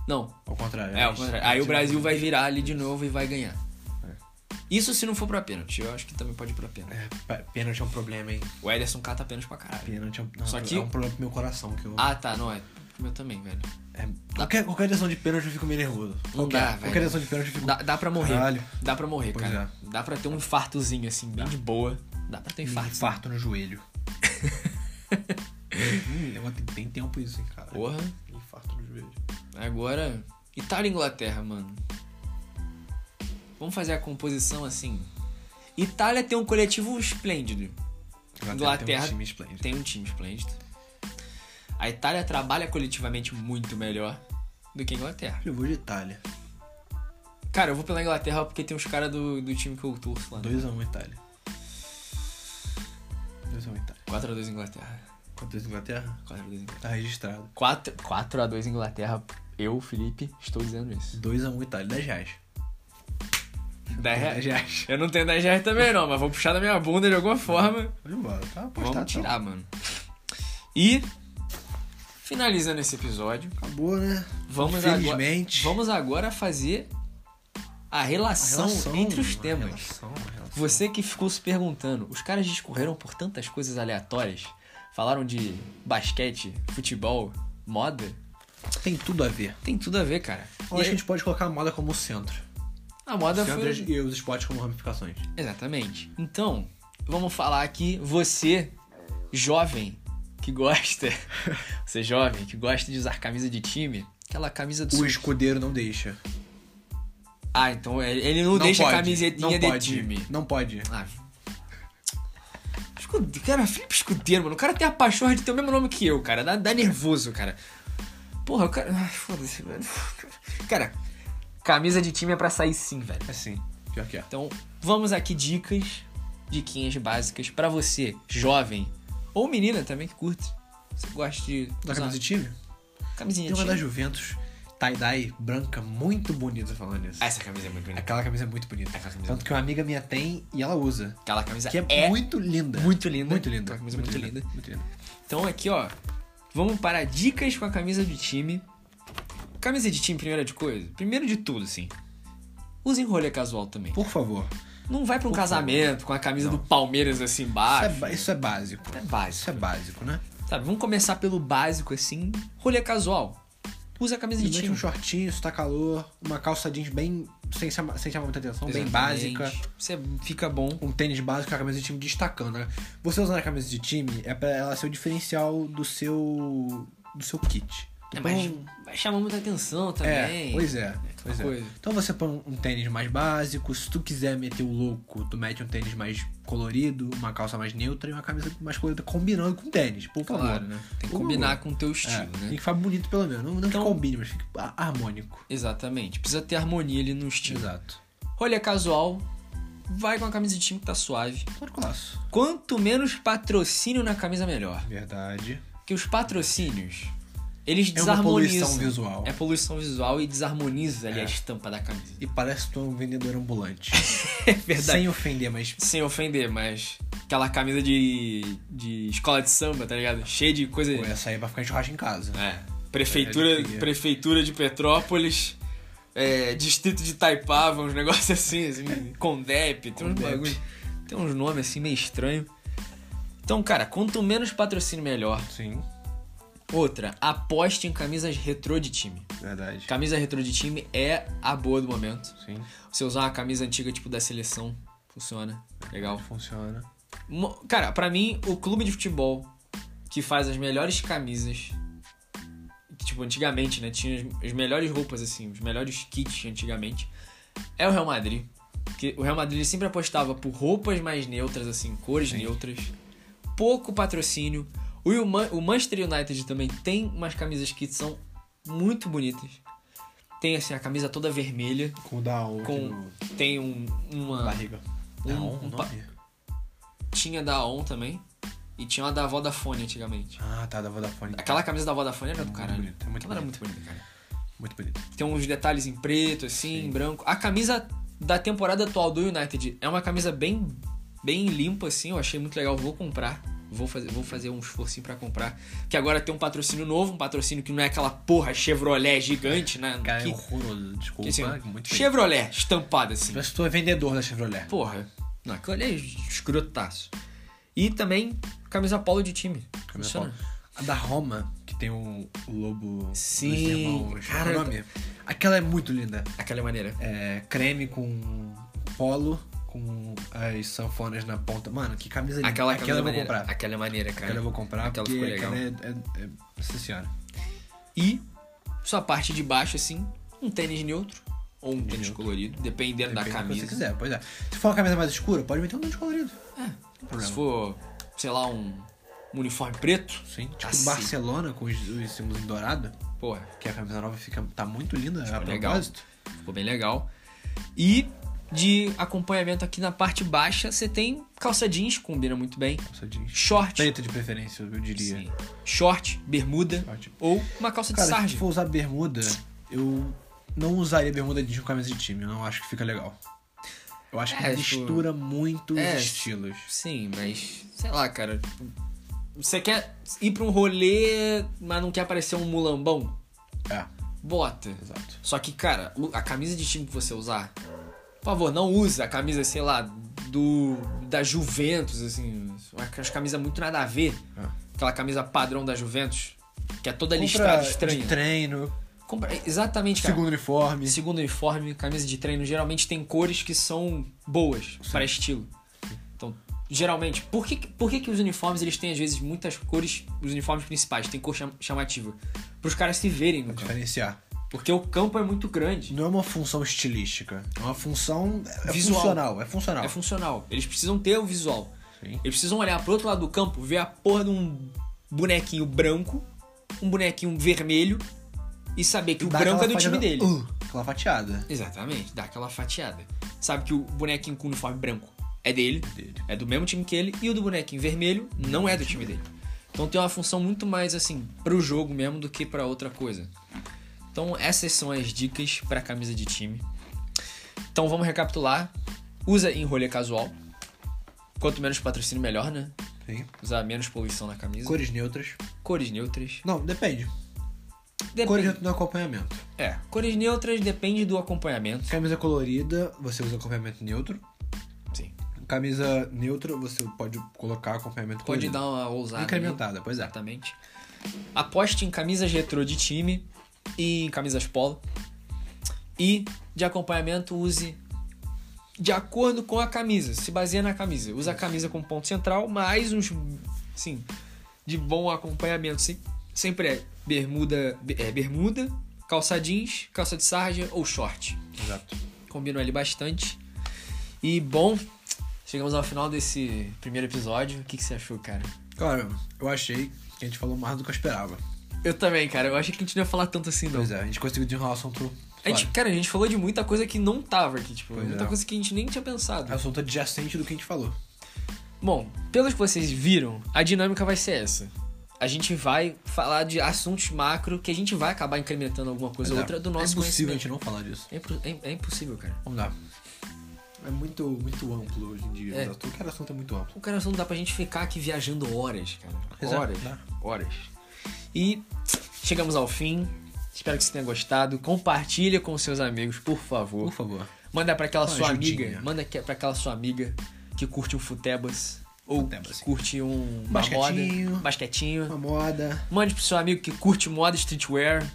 [SPEAKER 1] Não,
[SPEAKER 2] Ao contrário.
[SPEAKER 1] É,
[SPEAKER 2] a
[SPEAKER 1] ao
[SPEAKER 2] gente-
[SPEAKER 1] contrário.
[SPEAKER 2] a
[SPEAKER 1] aí
[SPEAKER 2] gente
[SPEAKER 1] o Brasil vai virar ali de
[SPEAKER 2] Isso.
[SPEAKER 1] novo e vai ganhar.
[SPEAKER 2] É.
[SPEAKER 1] Isso se não for pra pênalti, eu acho que também pode ir pra pênalti.
[SPEAKER 2] É, pa- pênalti é um problema, hein?
[SPEAKER 1] O Ederson cata pênalti pra caralho.
[SPEAKER 2] Pênalti é um, não,
[SPEAKER 1] Só que-
[SPEAKER 2] é um problema pro meu coração. Que eu,
[SPEAKER 1] Ah, tá, não é. O Meu também, velho.
[SPEAKER 2] é, qualquer, qualquer direção de pênalti eu fico meio nervoso.
[SPEAKER 1] Não
[SPEAKER 2] Qualquer-
[SPEAKER 1] dá, velho.
[SPEAKER 2] Qualquer direção de pênalti eu fico.
[SPEAKER 1] Dá, dá pra morrer.
[SPEAKER 2] Caralho.
[SPEAKER 1] Dá pra morrer,
[SPEAKER 2] Pois é.
[SPEAKER 1] cara. Dá pra ter um infartozinho assim, bem de boa. Dá pra ter um
[SPEAKER 2] Um
[SPEAKER 1] infarto.
[SPEAKER 2] infarto no joelho. hum, negócio tem bem tempo isso, hein, cara.
[SPEAKER 1] Porra.
[SPEAKER 2] Infarto no joelho.
[SPEAKER 1] Agora, Itália e Inglaterra, mano. Vamos fazer a composição assim. Itália tem um coletivo esplêndido. Inglaterra-
[SPEAKER 2] Tem um time esplêndido.
[SPEAKER 1] tem um time esplêndido. A Itália trabalha coletivamente muito melhor do que a Inglaterra.
[SPEAKER 2] Eu vou de Itália.
[SPEAKER 1] Ah, Cara, eu vou pela Inglaterra porque tem uns caras do, do time que eu torço lá.
[SPEAKER 2] 2x1 Itália. 2x1 Itália.
[SPEAKER 1] 4x2 Inglaterra.
[SPEAKER 2] 4x2 Inglaterra?
[SPEAKER 1] 4x2 Inglaterra.
[SPEAKER 2] Tá registrado.
[SPEAKER 1] 4, 4x2 Inglaterra. Eu, Felipe, estou dizendo isso.
[SPEAKER 2] 2x1 Itália, 10 reais.
[SPEAKER 1] 10
[SPEAKER 2] 10
[SPEAKER 1] reais.
[SPEAKER 2] reais.
[SPEAKER 1] Eu não tenho 10 reais também não, mas vou puxar da minha bunda de alguma forma.
[SPEAKER 2] Vamos embora, tá
[SPEAKER 1] Vamos
[SPEAKER 2] apostado. então.
[SPEAKER 1] tirar, mano. E, finalizando esse episódio,
[SPEAKER 2] Acabou, né?
[SPEAKER 1] vamos agora,
[SPEAKER 2] Infelizmente.
[SPEAKER 1] vamos agora fazer a relação, entre os
[SPEAKER 2] a
[SPEAKER 1] temas.
[SPEAKER 2] relação, a relação.
[SPEAKER 1] Você que ficou se perguntando, os caras discorreram por tantas coisas aleatórias. Falaram de basquete, futebol, moda.
[SPEAKER 2] tem tudo a ver.
[SPEAKER 1] Tem tudo a ver, cara.
[SPEAKER 2] Eu
[SPEAKER 1] E
[SPEAKER 2] acho que a
[SPEAKER 1] aí,
[SPEAKER 2] gente pode colocar a moda como centro.
[SPEAKER 1] a moda
[SPEAKER 2] Centro
[SPEAKER 1] foi.
[SPEAKER 2] e os esportes como ramificações.
[SPEAKER 1] Exatamente. Então, vamos falar aqui, você, jovem, que
[SPEAKER 2] [laughs]
[SPEAKER 1] gosta. você, jovem, que gosta de usar camisa de time. Aquela camisa do.
[SPEAKER 2] O
[SPEAKER 1] seu-
[SPEAKER 2] escudeiro não deixa.
[SPEAKER 1] Ah, então ele ele não, deixa a camisetinha
[SPEAKER 2] não
[SPEAKER 1] de
[SPEAKER 2] pode,
[SPEAKER 1] time.
[SPEAKER 2] Não pode. É
[SPEAKER 1] Ah. Escude- Cara, Felipe Escudeiro, mano. O cara tem a pachorra de ter o mesmo nome que eu, cara. Dá, dá nervoso, cara. Porra, o cara. Ai, foda-se, velho. Cara, camisa de time é pra sair sim, velho.
[SPEAKER 2] Assim, pior que é.
[SPEAKER 1] Então, vamos aqui dicas, diquinhas básicas pra você, jovem. Ou menina também que curte. Você gosta de.
[SPEAKER 2] Da
[SPEAKER 1] usar
[SPEAKER 2] camisa de time?
[SPEAKER 1] Camisinha
[SPEAKER 2] Tem
[SPEAKER 1] de
[SPEAKER 2] uma da
[SPEAKER 1] time.
[SPEAKER 2] Juventus, tie-dye, branca, muito bonita falando isso.
[SPEAKER 1] Ah, essa camisa é muito bonita.
[SPEAKER 2] Aquela camisa é muito bonita.
[SPEAKER 1] Aquela camisa é
[SPEAKER 2] Tanto que uma amiga minha tem e ela usa.
[SPEAKER 1] Aquela camisa
[SPEAKER 2] Que é,
[SPEAKER 1] é
[SPEAKER 2] muito linda.
[SPEAKER 1] muito linda.
[SPEAKER 2] Muito linda.
[SPEAKER 1] Aquela camisa é muito linda.
[SPEAKER 2] Muito linda.
[SPEAKER 1] Então aqui, ó, vamos para dicas com a camisa de time. camisa de time, primeira de coisa. Primeiro de tudo, assim. Usem rolê casual também.
[SPEAKER 2] Por favor.
[SPEAKER 1] Não vai pra um casamento com a camisa do Palmeiras assim
[SPEAKER 2] Isso é,
[SPEAKER 1] embaixo.
[SPEAKER 2] ba- isso é básico.
[SPEAKER 1] É básico.
[SPEAKER 2] Isso é básico, né?
[SPEAKER 1] Sabe, vamos começar pelo básico, assim. Rolê casual. Usa a camisa de time.
[SPEAKER 2] Simplesmente um shortinho, se tá calor, uma calça jeans bem. sem, chama- sem chamar muita atenção, bem
[SPEAKER 1] Exatamente.
[SPEAKER 2] básica.
[SPEAKER 1] Você fica bom.
[SPEAKER 2] Um tênis básico e a camisa de time destacando. né? Você usando a camisa de time é pra ela ser o diferencial do seu. do seu kit.
[SPEAKER 1] É,
[SPEAKER 2] Tu põe
[SPEAKER 1] mas
[SPEAKER 2] um-
[SPEAKER 1] vai chamar muita atenção
[SPEAKER 2] É,
[SPEAKER 1] também.
[SPEAKER 2] pois é. Pois é.
[SPEAKER 1] coisa.
[SPEAKER 2] Então você põe um tênis mais básico, se tu quiser meter o louco, tu mete um tênis mais colorido, uma calça mais neutra e uma camisa mais colorida, combinando com o tênis, por favor.
[SPEAKER 1] Claro, né? Tem que
[SPEAKER 2] Por
[SPEAKER 1] combinar
[SPEAKER 2] favor.
[SPEAKER 1] com o teu
[SPEAKER 2] É,
[SPEAKER 1] estilo, né?
[SPEAKER 2] Tem que ficar bonito pelo menos. Não, não
[SPEAKER 1] Então-
[SPEAKER 2] que combine, mas fique a- harmônico.
[SPEAKER 1] Exatamente. Precisa ter harmonia ali no estilo.
[SPEAKER 2] Exato.
[SPEAKER 1] Rolê casual. Vai com a camisa de time que tá suave.
[SPEAKER 2] Claro colaço.
[SPEAKER 1] Quanto menos patrocínio na camisa, melhor.
[SPEAKER 2] Verdade.
[SPEAKER 1] Porque os patrocínios, eles
[SPEAKER 2] É uma
[SPEAKER 1] desarmonizam.
[SPEAKER 2] poluição visual.
[SPEAKER 1] É poluição visual e desarmoniza ali
[SPEAKER 2] É.
[SPEAKER 1] a estampa da camisa.
[SPEAKER 2] E parece que tu é um vendedor ambulante.
[SPEAKER 1] [laughs] É verdade.
[SPEAKER 2] Sem ofender, mas.
[SPEAKER 1] Sem, ofender, mas aquela camisa de, de escola de samba, tá ligado? Cheia de coisa.
[SPEAKER 2] Pô, essa aí é pra ficar em churrasco em casa.
[SPEAKER 1] É. Prefeitura,
[SPEAKER 2] É, de que-
[SPEAKER 1] prefeitura de Petrópolis, é, distrito de Itaipava, uns negócios [laughs] assim, assim Condep, tem uns
[SPEAKER 2] Condep.
[SPEAKER 1] bagulho. Tem uns nomes assim meio estranho. Então, cara, quanto menos patrocínio, melhor.
[SPEAKER 2] Sim,
[SPEAKER 1] Outra, aposte em camisas retrô de time.
[SPEAKER 2] verdade.
[SPEAKER 1] Camisa retrô de time é a boa do momento.
[SPEAKER 2] Sim,
[SPEAKER 1] Você usar uma camisa antiga, tipo da seleção, funciona. Legal.
[SPEAKER 2] funciona.
[SPEAKER 1] Mo- Cara, pra mim, o clube de futebol que faz as melhores camisas. Que, tipo, antigamente, né? Tinha as, as melhores roupas, assim, os melhores kits antigamente. É o Real Madrid. Porque o Real Madrid ele sempre apostava por roupas mais neutras, assim, cores neutras. Pouco patrocínio. O, Ilma- o Manchester United também tem umas camisas que são muito bonitas. Tem, assim, a camisa toda vermelha.
[SPEAKER 2] Com o da é O
[SPEAKER 1] Com- Tem um, uma.
[SPEAKER 2] barriga. Não,
[SPEAKER 1] um
[SPEAKER 2] um
[SPEAKER 1] pa-
[SPEAKER 2] nome?
[SPEAKER 1] Tinha da ON também. E tinha uma da Vodafone antigamente.
[SPEAKER 2] Ah, tá, da Vodafone.
[SPEAKER 1] Aquela camisa da Vodafone era do
[SPEAKER 2] Muito
[SPEAKER 1] caralho.
[SPEAKER 2] bonita, muito
[SPEAKER 1] Aquela era muito bonita, cara.
[SPEAKER 2] Muito bonito.
[SPEAKER 1] Tem uns detalhes em preto, assim, em branco. A camisa da temporada atual do United é uma camisa bem, bem limpa, assim. Eu achei muito legal. Vou comprar. Vou fazer, vou fazer um esforcinho pra comprar. Que agora tem um patrocínio novo, um patrocínio que não é aquela porra Chevrolet gigante, né?
[SPEAKER 2] Cara, é
[SPEAKER 1] que,
[SPEAKER 2] horroroso. Desculpa,
[SPEAKER 1] que, assim,
[SPEAKER 2] muito feio.
[SPEAKER 1] Chevrolet estampada, assim.
[SPEAKER 2] Parece que tu é vendedor da Chevrolet.
[SPEAKER 1] Porra, não, aquilo ali é escrotaço. E também camisa polo de time.
[SPEAKER 2] Camisa
[SPEAKER 1] Funciona.
[SPEAKER 2] polo. A da Roma, que tem um o lobo dos
[SPEAKER 1] Sim,
[SPEAKER 2] irmãos.
[SPEAKER 1] cara,
[SPEAKER 2] Qual é o nome? Aquela é muito linda.
[SPEAKER 1] Aquela é maneira.
[SPEAKER 2] É, creme com polo, com as sanfonas na ponta. Mano, que camisa linda.
[SPEAKER 1] Aquela, camisa
[SPEAKER 2] eu vou
[SPEAKER 1] maneira.
[SPEAKER 2] comprar.
[SPEAKER 1] Aquela é maneira, cara.
[SPEAKER 2] Aquela eu vou comprar,
[SPEAKER 1] Aquela
[SPEAKER 2] porque
[SPEAKER 1] ficou legal.
[SPEAKER 2] aquela é, é, é... Nossa senhora.
[SPEAKER 1] E sua parte de baixo, assim, um tênis neutro ou um tênis colorido, dependendo da
[SPEAKER 2] Depende do
[SPEAKER 1] camisa.
[SPEAKER 2] que
[SPEAKER 1] É,
[SPEAKER 2] você quiser, pois é. Se for uma camisa mais escura, pode meter um de colorido.
[SPEAKER 1] Se for, sei lá, um, um uniforme preto,
[SPEAKER 2] Sim, tipo
[SPEAKER 1] Assim.
[SPEAKER 2] Barcelona com os, os símbolos em dourado,
[SPEAKER 1] porra,
[SPEAKER 2] que a camisa nova fica, tá muito linda a
[SPEAKER 1] Tipo, legal.
[SPEAKER 2] propósito.
[SPEAKER 1] ficou bem legal. E de acompanhamento aqui na parte baixa, você tem calça jeans, combina muito bem.
[SPEAKER 2] Calça jeans.
[SPEAKER 1] Short,
[SPEAKER 2] Preta de preferência, eu diria.
[SPEAKER 1] sim. short, bermuda
[SPEAKER 2] Ótimo.
[SPEAKER 1] ou uma calça de
[SPEAKER 2] Cara, se
[SPEAKER 1] sarja.
[SPEAKER 2] tu for usar bermuda, eu não usaria bermuda jeans com camisa de time. Eu não acho que fica legal. Eu acho que
[SPEAKER 1] É, tipo-
[SPEAKER 2] mistura muito
[SPEAKER 1] É.
[SPEAKER 2] os estilos.
[SPEAKER 1] Sim, mas sei lá, cara. tipo, Você quer ir pra um rolê, mas não quer parecer um mulambão?
[SPEAKER 2] É,
[SPEAKER 1] Bota.
[SPEAKER 2] exato.
[SPEAKER 1] Só que, cara, o- a camisa de time que você usar, por favor, não usa a camisa, sei lá, do da Juventus, assim, as camisas muito nada a ver.
[SPEAKER 2] É.
[SPEAKER 1] Aquela camisa padrão da Juventus, que é toda
[SPEAKER 2] Compra
[SPEAKER 1] listrada estranha.
[SPEAKER 2] de treino,
[SPEAKER 1] Compra, exatamente, cara.
[SPEAKER 2] segundo uniforme.
[SPEAKER 1] Segundo uniforme, camisa de treino, geralmente tem cores que são boas para estilo. Então, geralmente, por que, por que, que os uniformes eles têm às vezes muitas cores, os uniformes principais têm cor cham- chamativa? Para os caras se verem no campo.
[SPEAKER 2] Diferenciar.
[SPEAKER 1] Porque o campo é muito grande,
[SPEAKER 2] Não é uma função estilística. É uma função. É
[SPEAKER 1] Visual.
[SPEAKER 2] funcional. É funcional.
[SPEAKER 1] é funcional. Eles precisam ter o visual.
[SPEAKER 2] Sim.
[SPEAKER 1] Eles precisam olhar pro outro lado do campo, ver a porra de um bonequinho branco, um bonequinho vermelho e saber que o
[SPEAKER 2] Dá
[SPEAKER 1] branco
[SPEAKER 2] aquela
[SPEAKER 1] é do time
[SPEAKER 2] fatiada-
[SPEAKER 1] dele.
[SPEAKER 2] Uh, aquela fatiada.
[SPEAKER 1] Exatamente, dá aquela fatiada. Sabe que o bonequinho com uniforme branco é dele,
[SPEAKER 2] dele.
[SPEAKER 1] é do mesmo time que ele, e o do bonequinho vermelho não é do time dele. Então tem uma função muito mais assim pro jogo mesmo do que pra outra coisa. Então essas são as dicas pra camisa de time. Então vamos recapitular. Usa em rolê casual. Quanto menos patrocínio melhor, né?
[SPEAKER 2] Sim.
[SPEAKER 1] Usar menos poluição na camisa.
[SPEAKER 2] Cores neutras.
[SPEAKER 1] Cores neutras.
[SPEAKER 2] Não, depende.
[SPEAKER 1] Depende.
[SPEAKER 2] Cores neutras no acompanhamento.
[SPEAKER 1] É, cores neutras depende do acompanhamento.
[SPEAKER 2] Camisa colorida, você usa acompanhamento neutro.
[SPEAKER 1] Sim.
[SPEAKER 2] Camisa neutra, você pode colocar acompanhamento
[SPEAKER 1] Pode
[SPEAKER 2] colorido.
[SPEAKER 1] dar uma ousada.
[SPEAKER 2] é. Incrementada, pois é.
[SPEAKER 1] Exatamente. Aposte em camisas retrô de time e em camisas polo. E de acompanhamento use de acordo com a camisa, se baseia na camisa. Usa a camisa como ponto central, mais uns, sim, de bom acompanhamento. Sim. Sempre é bermuda, be- é bermuda, calça jeans, calça de sarja ou short.
[SPEAKER 2] Exato.
[SPEAKER 1] Combinam ali bastante. E bom, chegamos ao final desse primeiro episódio. O que, que você achou, cara?
[SPEAKER 2] Cara, eu achei que a gente falou mais do que eu esperava.
[SPEAKER 1] Eu também, cara. Eu achei que a gente não ia falar tanto assim, não.
[SPEAKER 2] Pois é, a gente conseguiu desenrolar o assunto.
[SPEAKER 1] A gente, cara, a gente falou de muita coisa que não tava aqui, tipo,
[SPEAKER 2] Pois
[SPEAKER 1] muita
[SPEAKER 2] é.
[SPEAKER 1] coisa que a gente nem tinha
[SPEAKER 2] O
[SPEAKER 1] pensado.
[SPEAKER 2] assunto adjacente do que a gente falou.
[SPEAKER 1] Bom, pelo que vocês viram, a dinâmica vai ser essa. A gente vai falar de assuntos macro que a gente vai acabar incrementando alguma coisa ou outra do nosso
[SPEAKER 2] é impossível a
[SPEAKER 1] conhecimento.
[SPEAKER 2] gente não falar disso.
[SPEAKER 1] É, impro- é- é impossível, cara.
[SPEAKER 2] Vamos lá. É muito, muito amplo hoje em dia.
[SPEAKER 1] É.
[SPEAKER 2] Todo Qualquer assunto é muito amplo.
[SPEAKER 1] O cara só não dá pra gente ficar aqui viajando horas, cara.
[SPEAKER 2] Pois é,
[SPEAKER 1] Horas.
[SPEAKER 2] dá.
[SPEAKER 1] Horas. E chegamos ao fim. Espero que você tenha gostado. Compartilha com seus amigos, por favor.
[SPEAKER 2] Por favor.
[SPEAKER 1] Manda pra aquela
[SPEAKER 2] Uma
[SPEAKER 1] sua
[SPEAKER 2] ajudinha.
[SPEAKER 1] amiga. Manda que- pra aquela sua amiga que curte um futebas. Ou
[SPEAKER 2] Futebas,
[SPEAKER 1] que
[SPEAKER 2] sim.
[SPEAKER 1] curte um uma
[SPEAKER 2] Basquetinho.
[SPEAKER 1] moda. Basquetinho.
[SPEAKER 2] Uma moda.
[SPEAKER 1] Mande pro seu amigo que curte moda streetwear.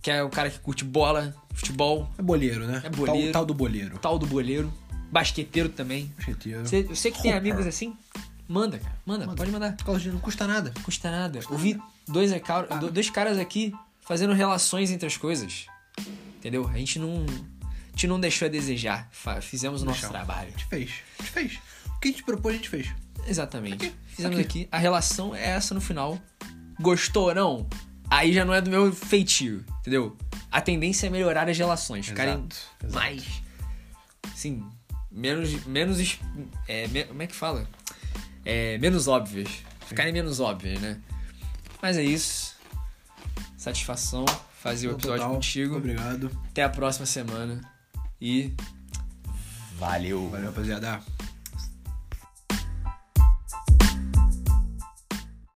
[SPEAKER 1] Que é o cara que curte bola, futebol,
[SPEAKER 2] É boleiro, né?
[SPEAKER 1] É boleiro.
[SPEAKER 2] Tal, tal do boleiro.
[SPEAKER 1] tal do boleiro, basqueteiro também.
[SPEAKER 2] Cheteiro.
[SPEAKER 1] Você, você que tem
[SPEAKER 2] Hooper.
[SPEAKER 1] amigos assim, manda, cara. Manda, pode mandar.
[SPEAKER 2] Não custa Ah. nada.
[SPEAKER 1] Custa nada. Ouvi dois, aca- do- dois caras aqui fazendo relações entre as coisas. Entendeu? A gente não. A gente não deixou a desejar. Fa- Fizemos o nosso
[SPEAKER 2] Deixamos.
[SPEAKER 1] trabalho.
[SPEAKER 2] A gente fez. A gente fez. O que a gente propôs, a gente fez.
[SPEAKER 1] Exatamente.
[SPEAKER 2] Aqui,
[SPEAKER 1] Fizemos aqui.
[SPEAKER 2] aqui.
[SPEAKER 1] A relação é essa no final. Gostou ou não? Aí já não é do meu feitio, entendeu? A tendência é melhorar as relações, ficarem
[SPEAKER 2] Exato, exato.
[SPEAKER 1] mais. Sim, menos. menos es- é, me- como é que fala? É, menos óbvias. Ficarem menos óbvias, né? Mas é isso. Satisfação fazer o
[SPEAKER 2] No
[SPEAKER 1] um episódio
[SPEAKER 2] Então, total,
[SPEAKER 1] contigo.
[SPEAKER 2] Obrigado.
[SPEAKER 1] Até a próxima semana. E. Valeu!
[SPEAKER 2] Valeu, rapaziada.